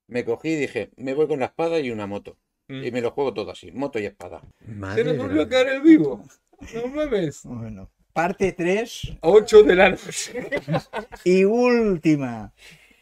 Speaker 2: Me cogí y dije, me voy con la espada y una moto.
Speaker 1: Mm.
Speaker 2: Y me lo juego todo así, moto y espada.
Speaker 1: Se nos volvió a caer el vivo. No mames.
Speaker 3: Bueno, parte 3
Speaker 1: A 8 de la
Speaker 3: *laughs*
Speaker 1: noche.
Speaker 3: y última.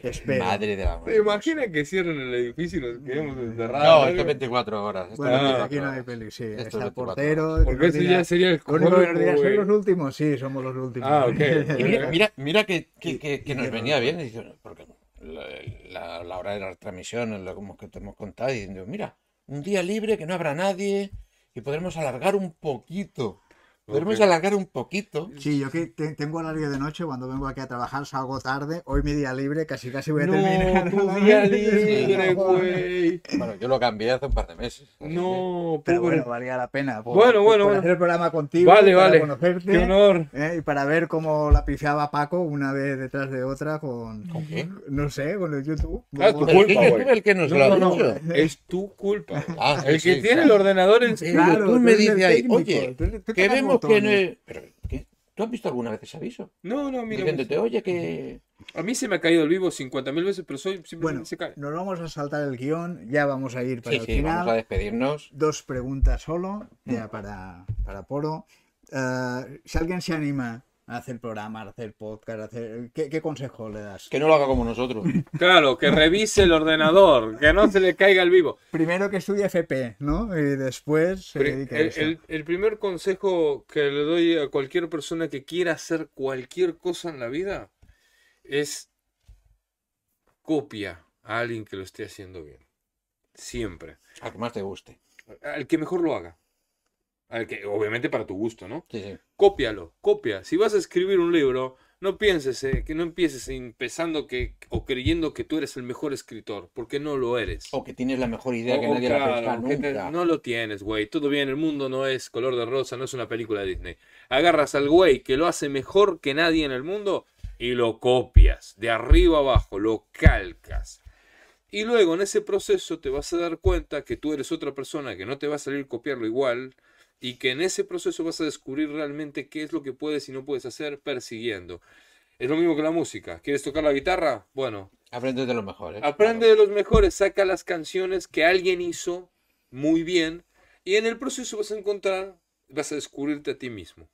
Speaker 3: Espera.
Speaker 2: Madre de la
Speaker 1: ¿Te imaginas que cierren el edificio y nos quedemos
Speaker 2: No,
Speaker 1: encerrados?
Speaker 2: esto es 24 horas. esto
Speaker 3: Bueno,
Speaker 2: es
Speaker 1: Ah,
Speaker 3: aquí
Speaker 2: 24
Speaker 3: no hay
Speaker 2: horas.
Speaker 3: peli, sí.
Speaker 2: Esto es
Speaker 3: Está el
Speaker 2: 24 horas.
Speaker 3: portero. que
Speaker 1: Porque
Speaker 3: nos
Speaker 1: eso
Speaker 3: dirá-
Speaker 1: ya sería el
Speaker 3: lo único que nos dirá,
Speaker 1: colmo,
Speaker 3: ¿son
Speaker 1: güey.
Speaker 3: los últimos? Sí, somos los últimos.
Speaker 1: Ah, ok.
Speaker 2: Y mira, mira, mira que, que- que- que
Speaker 3: Y-
Speaker 2: nos venía bien, y dice, porque la, la- la hora de la transmisión, lo como que te hemos contado, y digo, mira, un día libre que no habrá nadie y podremos alargar un poquito. Podremos
Speaker 1: Ok.
Speaker 2: alargar un poquito.
Speaker 3: *laughs* Sí, yo que te- tengo horario de noche, cuando vengo aquí a trabajar salgo tarde, hoy mi día libre, casi casi voy a terminar.
Speaker 1: No, tu
Speaker 3: a *laughs* la
Speaker 1: día
Speaker 3: vez. *laughs*
Speaker 1: libre, güey.
Speaker 2: Bueno, yo lo cambié hace un par de meses. así
Speaker 1: No,
Speaker 3: Pero
Speaker 1: pobre.
Speaker 3: bueno, valía la pena. por-
Speaker 1: Bueno, bueno,
Speaker 3: por
Speaker 1: bueno.
Speaker 3: hacer el programa contigo,
Speaker 1: vale,
Speaker 3: para
Speaker 1: vale.
Speaker 3: conocerte.
Speaker 1: Qué honor.
Speaker 3: ¿eh? Y para ver cómo la pifiaba Paco una vez detrás de otra con,
Speaker 2: que- ¿Con qué?
Speaker 3: no sé, con el YouTube.
Speaker 1: Ah, tu
Speaker 2: El
Speaker 1: culpa,
Speaker 2: Quique
Speaker 1: güey.
Speaker 2: tú el que nos
Speaker 1: No,
Speaker 2: lo ha
Speaker 1: no, no.
Speaker 2: dicho.
Speaker 1: Es tu culpa.
Speaker 2: *laughs* Ah, sí,
Speaker 1: El que
Speaker 2: sí,
Speaker 1: tiene el
Speaker 2: claro.
Speaker 1: ordenador en
Speaker 2: Pero tú me
Speaker 3: eres el
Speaker 2: dices ahí,
Speaker 3: técnico,
Speaker 2: oye,
Speaker 3: tú- tú
Speaker 2: Que
Speaker 3: tocas
Speaker 2: vemos que no
Speaker 3: botones.
Speaker 2: es- pero, ¿qué? ¿Tú has visto alguna vez ese aviso?
Speaker 1: No, no, mira. pues,
Speaker 2: Diciéndote, oye, que...
Speaker 1: A mí se me ha caído el vivo 50.000 veces, pero soy siempre
Speaker 3: Bueno,
Speaker 1: se cae.
Speaker 3: nos vamos a saltar el guión, ya vamos a ir para
Speaker 2: Sí,
Speaker 3: el
Speaker 2: sí,
Speaker 3: final.
Speaker 2: vamos a Mm. despedirnos.
Speaker 3: Dos preguntas solo, ya para, para Poro. Eh, si alguien se anima a hacer programa, a hacer podcast, a hacer... ¿Qué, qué consejo le das?
Speaker 2: Que no lo haga como nosotros.
Speaker 1: Claro, que revise el ordenador, que no se le caiga el vivo.
Speaker 3: Primero que estudie FP, ¿no? Y después se
Speaker 1: Pri-
Speaker 3: dedique a
Speaker 1: el,
Speaker 3: esto.
Speaker 1: el- el primer consejo que le doy a cualquier persona que quiera hacer cualquier cosa en la vida es copia a alguien que lo esté haciendo bien. Siempre.
Speaker 2: Al que más te guste.
Speaker 1: Al que mejor lo haga. Al que, obviamente para tu gusto, ¿no?
Speaker 2: Sí, sí.
Speaker 1: Cópialo, copia. Si vas a escribir un libro, no pienses, eh, que no empieces empezando que, o creyendo que tú eres el mejor escritor, porque no lo eres.
Speaker 2: O que tienes la mejor idea que
Speaker 1: O- o
Speaker 2: nadie
Speaker 1: claro,
Speaker 2: la ha
Speaker 1: que
Speaker 2: nunca.
Speaker 1: te- no lo tienes, güey. Todo bien, el mundo no es color de rosa, no es una película de Disney. Agarras al güey que lo hace mejor que nadie en el mundo y lo copias, de arriba abajo, lo calcas. Y luego en ese proceso te vas a dar cuenta que tú eres otra persona, que no te va a salir copiarlo igual, y que en ese proceso vas a descubrir realmente qué es lo que puedes y no puedes hacer persiguiendo. Es lo mismo que la música. ¿Quieres tocar la guitarra? Bueno,
Speaker 2: Aprende de lo mejor, ¿eh?
Speaker 1: Aprende de los mejores, saca las canciones que alguien hizo muy bien y en el proceso vas a encontrar, vas a descubrirte a ti mismo.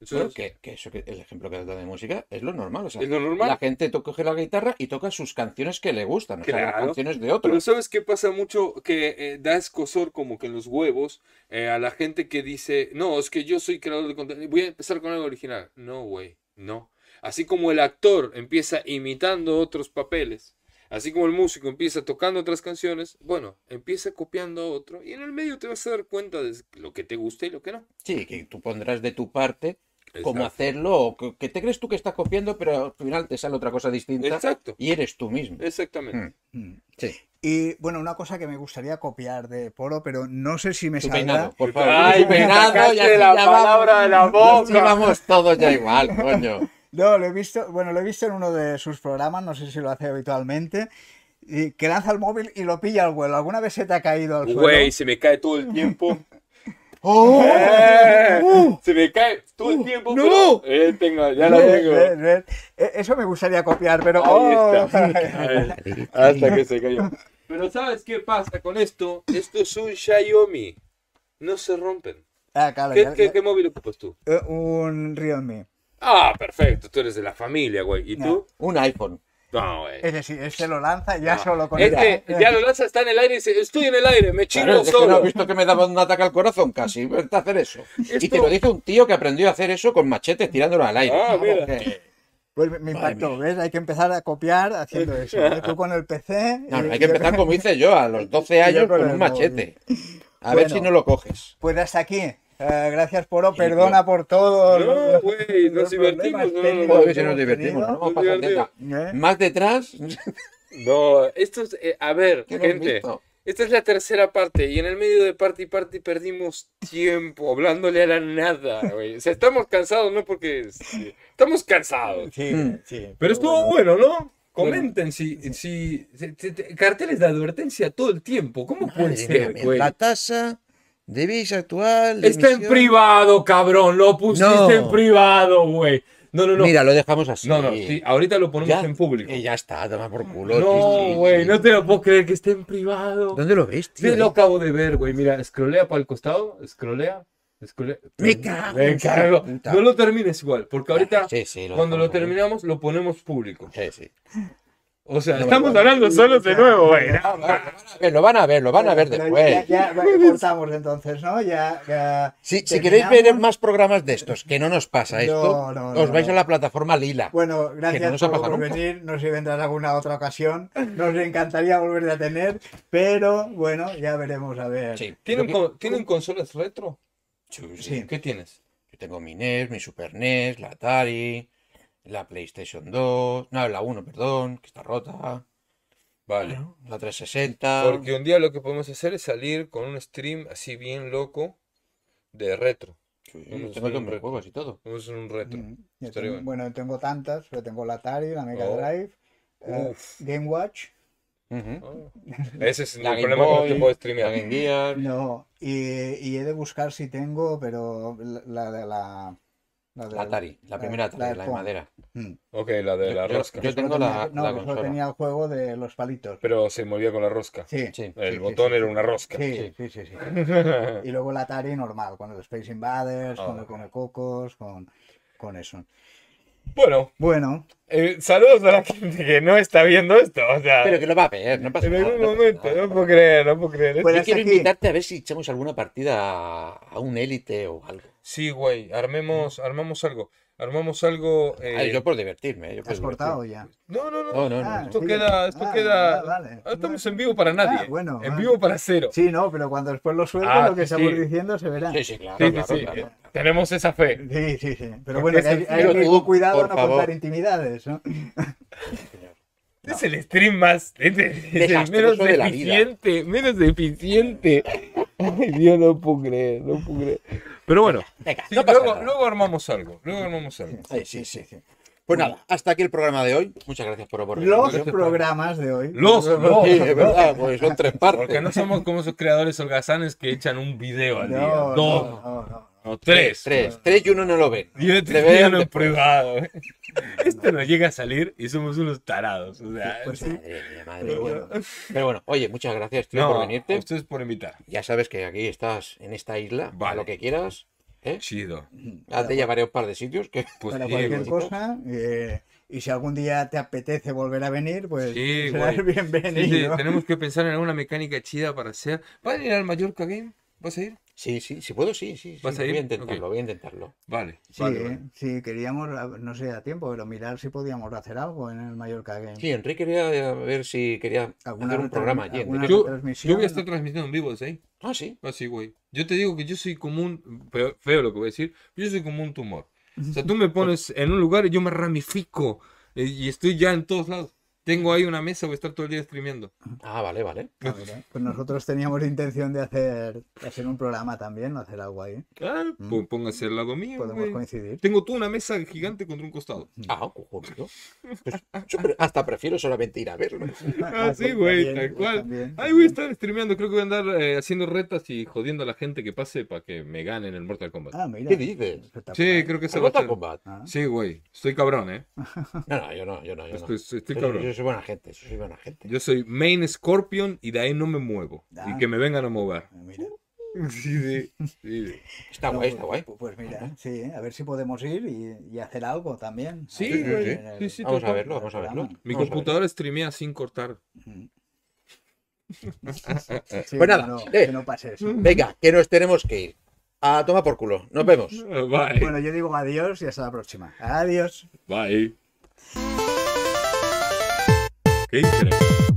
Speaker 1: Eso
Speaker 2: Claro.
Speaker 1: es-
Speaker 2: Pero que, que eso que el ejemplo que da de música es lo normal. O sea,
Speaker 1: Es lo normal.
Speaker 2: La gente to- coge la guitarra y toca sus canciones que le gustan, o sea, las
Speaker 1: Claro.
Speaker 2: canciones de
Speaker 1: Pero
Speaker 2: otros.
Speaker 1: ¿sabes qué pasa mucho? Que eh, da escosor como que en los huevos eh, a la gente que dice, no, es que yo soy creador de contenido, voy a empezar con algo original. No, güey, no. Así como el actor empieza imitando otros papeles, así como el músico empieza tocando otras canciones, bueno, empieza copiando a otro y en el medio te vas a dar cuenta de lo que te gusta y lo que no.
Speaker 2: Sí, que tú pondrás de tu parte cómo
Speaker 1: Exacto.
Speaker 2: hacerlo, o que, que te crees tú que estás copiando, pero al final te sale otra cosa distinta
Speaker 1: Exacto,
Speaker 2: y eres tú mismo.
Speaker 1: exactamente.
Speaker 2: Mm.
Speaker 3: Mm.
Speaker 2: Sí,
Speaker 3: Y bueno, una cosa que me gustaría copiar de Poro, pero no sé si me
Speaker 2: tu
Speaker 3: saldrá.
Speaker 2: peinado, por favor.
Speaker 1: Ay,
Speaker 2: Tu
Speaker 1: me
Speaker 2: peinado, y
Speaker 1: sacaste
Speaker 2: así
Speaker 1: la
Speaker 2: ya
Speaker 1: palabra de la
Speaker 2: vamos- y
Speaker 1: boca.
Speaker 2: vamos todos ya igual, coño.
Speaker 3: No, lo he visto, bueno, lo he visto en uno de sus programas, no sé si lo hace habitualmente, y que lanza el móvil y lo pilla al vuelo. ¿Alguna vez se te ha caído al suelo?
Speaker 1: Güey, se me cae
Speaker 2: *laughs*
Speaker 1: todo el tiempo.
Speaker 2: ¡Oh!
Speaker 1: Eh,
Speaker 2: ¡Oh!
Speaker 1: *laughs* se me cae todo el tiempo. pero,
Speaker 2: ¡No!
Speaker 1: eh, tengo, ya la
Speaker 3: Ves,
Speaker 1: tengo.
Speaker 3: ves, ves. E- Eso me gustaría copiar, pero...
Speaker 1: Ahí
Speaker 3: ¡oh!
Speaker 1: está. Ahí, Hasta que se cayó. Pero ¿sabes qué pasa con esto? Esto es un Xiaomi. No se rompen.
Speaker 3: *laughs* Ah, claro,
Speaker 1: ¿Qué,
Speaker 3: ya-
Speaker 1: qué-
Speaker 3: ya-
Speaker 1: qué móvil ocupas tú?
Speaker 3: eh, un Realme.
Speaker 1: Ah, perfecto. Tú eres de la familia, güey. ¿Y tú?
Speaker 2: Un iPhone.
Speaker 1: No, güey.
Speaker 3: Es decir, este lo lanza ya
Speaker 1: No.
Speaker 3: solo con...
Speaker 1: Este
Speaker 3: *laughs*
Speaker 1: ya lo lanza, está en el aire y dice, estoy en el aire, me chingo
Speaker 2: Claro, es que no
Speaker 1: solo.
Speaker 2: has visto que me daba un ataque al corazón casi. Vete a hacer eso. Y
Speaker 1: Esto-
Speaker 2: te lo dice un tío que aprendió a hacer eso con machetes tirándolo al aire.
Speaker 1: Ah, mira.
Speaker 2: Que-
Speaker 3: Pues me- me
Speaker 2: Madre
Speaker 3: impactó, ¿ves? Hay que empezar a copiar haciendo eso. ¿eh? Tú con el PC.
Speaker 2: No, no,
Speaker 3: y
Speaker 2: hay que
Speaker 3: yo-
Speaker 2: empezar como hice yo, a los 12 años
Speaker 3: Yo con
Speaker 2: con
Speaker 3: el
Speaker 2: un machete. A ver
Speaker 3: Bueno.
Speaker 2: si no lo coges.
Speaker 3: Pues hasta aquí. Eh, gracias por
Speaker 2: Sí,
Speaker 3: perdona por todo.
Speaker 1: pues, No, güey, nos
Speaker 3: Los
Speaker 1: divertimos,
Speaker 3: problemas
Speaker 1: no, no,
Speaker 3: técnicos
Speaker 1: no.
Speaker 2: Joder,
Speaker 3: que
Speaker 2: si nos
Speaker 3: hemos
Speaker 2: divertimos, ¿no?
Speaker 3: tenido.
Speaker 2: Vamos
Speaker 1: Muy
Speaker 2: a pasar
Speaker 1: divertido.
Speaker 3: ¿Eh?
Speaker 2: Más detrás, *laughs*
Speaker 1: No, esto es. eh, a ver,
Speaker 2: ¿qué hemos
Speaker 1: gente.
Speaker 2: visto?
Speaker 1: Esta es la tercera parte y en el medio de parte y parte perdimos tiempo hablándole a la nada, güey. O sea, estamos cansados, no porque sí, estamos cansados.
Speaker 3: Sí,
Speaker 2: Mm.
Speaker 3: sí.
Speaker 1: Pero estuvo bueno, ¿no? Comenten
Speaker 3: Comenten
Speaker 1: si, carteles de advertencia todo el tiempo. ¿Cómo puede
Speaker 2: Madre mía,
Speaker 1: ser,
Speaker 2: mira,
Speaker 1: güey?
Speaker 2: La tasa de visa actual. de
Speaker 1: Está en
Speaker 2: emisión.
Speaker 1: privado, cabrón. Lo pusiste
Speaker 2: No.
Speaker 1: en privado, güey. No, no, no.
Speaker 2: Mira, lo dejamos así.
Speaker 1: no, no. sí, ahorita lo ponemos
Speaker 2: Ya-
Speaker 1: en público.
Speaker 2: Y ya está, toma por culo. sí,
Speaker 1: No,
Speaker 2: sí,
Speaker 1: güey,
Speaker 2: sí.
Speaker 1: no te lo puedo creer que esté en privado.
Speaker 2: ¿Dónde lo ves, tío?
Speaker 1: Sí, lo acabo de ver, güey. Mira, scrollea para el costado, scrollea, scrollea.
Speaker 2: Me cago
Speaker 1: Me
Speaker 2: en su
Speaker 1: cago.
Speaker 2: puta. Ah,
Speaker 1: No lo termines igual, porque ahorita,
Speaker 2: Sí, sí,
Speaker 1: cuando lo
Speaker 2: dejamos ahí.
Speaker 1: terminamos, lo ponemos público.
Speaker 2: Sí, sí.
Speaker 1: O sea,
Speaker 2: No, Ah,
Speaker 1: estamos
Speaker 2: bueno.
Speaker 1: hablando solos de nuevo, güey. ¿no?
Speaker 2: Lo van a ver, lo van a ver
Speaker 3: Pero
Speaker 2: después.
Speaker 3: Ya, ya, bueno, cortamos entonces, ¿no? Ya, ya
Speaker 2: Si, si queréis
Speaker 3: terminamos.
Speaker 2: ver más programas de estos, que no nos pasa esto,
Speaker 3: No, no,
Speaker 2: os
Speaker 3: no,
Speaker 2: vais
Speaker 3: no.
Speaker 2: a la plataforma Lila.
Speaker 3: Bueno,
Speaker 2: no
Speaker 3: gracias
Speaker 2: nos ha
Speaker 3: por,
Speaker 2: pasado
Speaker 3: por
Speaker 2: nunca.
Speaker 3: venir. No sé si vendrás alguna otra ocasión. Nos encantaría volver a tener, pero bueno, ya veremos a ver.
Speaker 2: Sí, yo,
Speaker 1: ¿Tienen,
Speaker 2: que-
Speaker 1: co- tienen consolas retro?
Speaker 2: sí, sí.
Speaker 3: sí.
Speaker 1: ¿Qué tienes?
Speaker 2: Yo tengo mi NES, mi Super NES, la Atari, la PlayStation 2, no, la 1, perdón, que está rota,
Speaker 1: Vale.
Speaker 2: la 360.
Speaker 1: Porque un día lo que podemos hacer es salir con un stream así bien loco de retro.
Speaker 2: Sí,
Speaker 1: Unos
Speaker 2: tengo que
Speaker 1: bien
Speaker 2: comprar
Speaker 1: retro.
Speaker 2: juegos y todo.
Speaker 1: Vamos a hacer un retro.
Speaker 3: Mm, yo
Speaker 1: Estaría
Speaker 3: tengo-
Speaker 1: bueno.
Speaker 3: bueno, tengo tantas, pero tengo la Atari, la Mega
Speaker 1: Oh.
Speaker 3: Drive, eh,
Speaker 1: Uf.
Speaker 3: Game Watch,
Speaker 2: Ujú. *laughs*
Speaker 1: Ese es el
Speaker 2: La Game
Speaker 1: problema que no te
Speaker 2: Boy,
Speaker 1: puedo
Speaker 2: La
Speaker 1: streamear.
Speaker 2: Game Gear.
Speaker 3: no, y, y he de buscar si tengo, pero la la de la, de
Speaker 2: La Atari, la primera Atari, la, de
Speaker 3: Pong.
Speaker 2: madera.
Speaker 3: Mm.
Speaker 1: Ok, la de
Speaker 2: Yo-
Speaker 1: la
Speaker 2: yo-
Speaker 1: rosca.
Speaker 2: yo-
Speaker 3: Que solo
Speaker 2: tengo la-
Speaker 3: tenía- no,
Speaker 2: la
Speaker 3: que solo
Speaker 2: consola.
Speaker 3: tenía el juego de los palitos.
Speaker 1: Pero se movía con la rosca.
Speaker 3: Sí,
Speaker 2: Sí.
Speaker 1: El
Speaker 3: sí,
Speaker 1: botón
Speaker 3: sí,
Speaker 1: era una rosca.
Speaker 3: sí, sí, sí, sí.
Speaker 2: *laughs*
Speaker 3: Y luego la Atari normal, con el Space Invaders,
Speaker 1: Ah,
Speaker 2: Oh.
Speaker 3: con el
Speaker 1: vale.
Speaker 3: Comecocos, con, con eso.
Speaker 1: *laughs* bueno,
Speaker 3: Bueno,
Speaker 1: eh, saludos a la gente que no está viendo esto. O sea,
Speaker 2: Pero que lo va a ver, no pasa
Speaker 1: en
Speaker 2: nada.
Speaker 1: algún
Speaker 2: no pasa
Speaker 1: momento,
Speaker 2: nada.
Speaker 1: no puedo creer, no puedo creer.
Speaker 3: Pues
Speaker 2: Yo
Speaker 3: hasta
Speaker 2: quiero
Speaker 3: aquí.
Speaker 2: invitarte a ver si echamos alguna partida a, a un élite o algo.
Speaker 1: Sí, güey, armemos, armamos algo. Armamos algo. eh,
Speaker 2: Ay, yo por divertirme. Yo por
Speaker 3: ¿te has
Speaker 2: divertirme.
Speaker 3: cortado ya?
Speaker 1: No, no, no.
Speaker 2: No, no, no.
Speaker 3: Ah,
Speaker 1: Esto
Speaker 3: sí.
Speaker 1: queda, esto
Speaker 3: Ah,
Speaker 1: queda.
Speaker 3: va- vale.
Speaker 1: Ahora estamos en vivo para nadie.
Speaker 3: Ah, bueno,
Speaker 1: en
Speaker 3: vale.
Speaker 1: vivo para cero.
Speaker 3: Sí, no, pero cuando después lo suelten,
Speaker 1: Ah,
Speaker 3: lo que
Speaker 1: sí,
Speaker 3: estamos
Speaker 1: sí.
Speaker 3: diciendo se verá.
Speaker 2: Sí, sí, claro.
Speaker 1: Sí, sí,
Speaker 2: claro,
Speaker 1: sí,
Speaker 2: claro.
Speaker 1: eh, Tenemos esa fe.
Speaker 3: Sí, sí, sí.
Speaker 1: Porque
Speaker 3: Pero bueno, que hay,
Speaker 1: es
Speaker 3: hay
Speaker 2: el
Speaker 3: que ir
Speaker 2: tío,
Speaker 3: con
Speaker 2: tú,
Speaker 3: cuidado
Speaker 2: por
Speaker 3: a no
Speaker 2: favor.
Speaker 3: contar intimidades, ¿no?
Speaker 1: Este es el stream más. *laughs* Este, es el
Speaker 2: Desastroso
Speaker 1: menos
Speaker 2: de la vida.
Speaker 1: deficiente. Menos deficiente. *laughs* Ay, Dios, no puedo creer, no puedo creer. Pero bueno,
Speaker 2: Venga,
Speaker 1: sí,
Speaker 2: no pasa
Speaker 1: luego,
Speaker 2: nada.
Speaker 1: luego armamos algo. Luego armamos algo.
Speaker 2: Ay, sí, sí. Pues nada, hasta aquí el programa de hoy. Muchas gracias por por venir.
Speaker 3: Los
Speaker 2: Gracias por-
Speaker 3: programas de hoy.
Speaker 1: Los, los.
Speaker 2: Sí, es verdad, pues son tres
Speaker 1: Porque
Speaker 2: partes.
Speaker 1: no somos como esos creadores holgazanes que echan un video
Speaker 3: No,
Speaker 1: al día.
Speaker 3: no,
Speaker 1: Dos,
Speaker 3: no, no, no.
Speaker 1: no, tres.
Speaker 2: Tres, tres y uno no lo ven.
Speaker 1: Yo
Speaker 2: Le
Speaker 1: te
Speaker 2: veo
Speaker 1: veo en
Speaker 2: después.
Speaker 1: privado. eh. Esto no llega a salir y somos unos tarados. O sea,
Speaker 3: Pues sí.
Speaker 2: Madre mía, madre mía. Pero bueno, oye, muchas gracias tío,
Speaker 1: no,
Speaker 2: por venirte.
Speaker 1: ustedes por invitar.
Speaker 2: Ya sabes que aquí estás en esta isla, a
Speaker 1: Vale.
Speaker 2: lo que quieras. ¿eh?
Speaker 1: Chido.
Speaker 2: Ya te llevaré a un par de sitios que
Speaker 1: Pues
Speaker 3: Para
Speaker 1: sí,
Speaker 3: cualquier
Speaker 1: güey.
Speaker 3: cosa. eh, y si algún día te apetece volver a venir, pues
Speaker 1: Sí,
Speaker 3: serás
Speaker 1: güey. Sí, sí,
Speaker 3: bienvenido.
Speaker 1: tenemos que pensar en alguna mecánica chida para hacer. ¿Van a ir al Mallorca Game? ¿Vas a ir?
Speaker 2: Sí, sí, si puedo, sí, sí. sí,
Speaker 1: ¿Vas a
Speaker 2: Voy
Speaker 1: ir?
Speaker 2: a intentarlo,
Speaker 1: Ok.
Speaker 2: voy a intentarlo.
Speaker 1: Vale.
Speaker 3: Sí,
Speaker 1: vale,
Speaker 3: eh,
Speaker 1: vale.
Speaker 3: sí, queríamos, no sé, a tiempo, pero mirar si podíamos hacer algo en el Mallorca Game.
Speaker 2: Sí, Enrique quería eh, ver si quería
Speaker 3: Alguna
Speaker 2: hacer un
Speaker 3: retransmi-
Speaker 2: programa allí.
Speaker 3: alguna-
Speaker 2: Enrique.
Speaker 1: Yo,
Speaker 3: retransmisión,
Speaker 1: yo voy a
Speaker 3: ¿no?
Speaker 1: estar transmitiendo en vivo desde ahí.
Speaker 2: Ah, sí.
Speaker 1: Así, güey. Yo te digo que yo soy como un. Feo, feo lo que voy a decir. pero Yo soy como un tumor. O sea, tú me pones en un lugar y yo me ramifico. eh, Y estoy ya en todos lados. Tengo ahí una mesa, voy a estar todo el día streameando.
Speaker 2: Ah, vale, vale.
Speaker 3: Ah, mira, Pues nosotros teníamos intención de hacer, de hacer un programa también, o hacer algo ahí.
Speaker 1: Ah, pon- póngase al lado mío.
Speaker 3: Mm. Podemos
Speaker 1: güey.
Speaker 3: coincidir.
Speaker 1: Tengo toda una mesa gigante contra un costado.
Speaker 2: Ah, cojonudo.
Speaker 1: *laughs*
Speaker 2: Pues yo pre- hasta prefiero solamente ir a verlo.
Speaker 1: *laughs* Ah, sí,
Speaker 3: pues
Speaker 1: güey,
Speaker 3: también,
Speaker 1: tal
Speaker 3: pues
Speaker 1: cual.
Speaker 3: también,
Speaker 1: Ahí voy a estar streameando. Creo que voy a andar eh, haciendo retas y jodiendo a la gente que pase para que me ganen el Mortal Kombat.
Speaker 3: Ah, mira.
Speaker 2: ¿Qué dices?
Speaker 3: espectacular.
Speaker 1: sí, creo *laughs* que
Speaker 2: ¿Se
Speaker 1: eso va a ser.
Speaker 2: Combat?
Speaker 3: Ah,
Speaker 1: Sí, güey. Estoy cabrón, ¿eh?
Speaker 2: No, no, yo no, yo no. Yo, no.
Speaker 1: Estoy, estoy- estoy
Speaker 2: Yo-
Speaker 1: cabrón.
Speaker 2: yo soy buena gente, yo soy buena gente.
Speaker 1: Yo soy main Scorpion y de ahí no me muevo.
Speaker 3: Ah.
Speaker 1: Y que me vengan a mover.
Speaker 3: mira.
Speaker 1: Sí, *laughs* sí, sí, sí.
Speaker 2: Está
Speaker 3: No,
Speaker 2: guay,
Speaker 3: pues-
Speaker 2: está guay.
Speaker 3: Pues, mira, sí, a ver si podemos ir y, y hacer algo también.
Speaker 1: Sí,
Speaker 3: Ahí en
Speaker 1: güey,
Speaker 3: el- en
Speaker 1: sí,
Speaker 3: el-
Speaker 1: sí,
Speaker 2: Vamos
Speaker 1: total.
Speaker 2: a verlo, vamos a verlo.
Speaker 3: programa.
Speaker 1: Mi
Speaker 2: Vamos a
Speaker 1: computadora streamea sin cortar.
Speaker 3: Sí,
Speaker 2: Pues nada,
Speaker 3: que no-
Speaker 2: eh.
Speaker 3: que no pase eso.
Speaker 2: verlo. Venga, que nos tenemos que ir. A toma por culo. Nos vemos.
Speaker 1: Bye.
Speaker 3: Bueno, yo digo adiós y hasta la próxima. Adiós.
Speaker 1: Bye. ¿Qué increíble.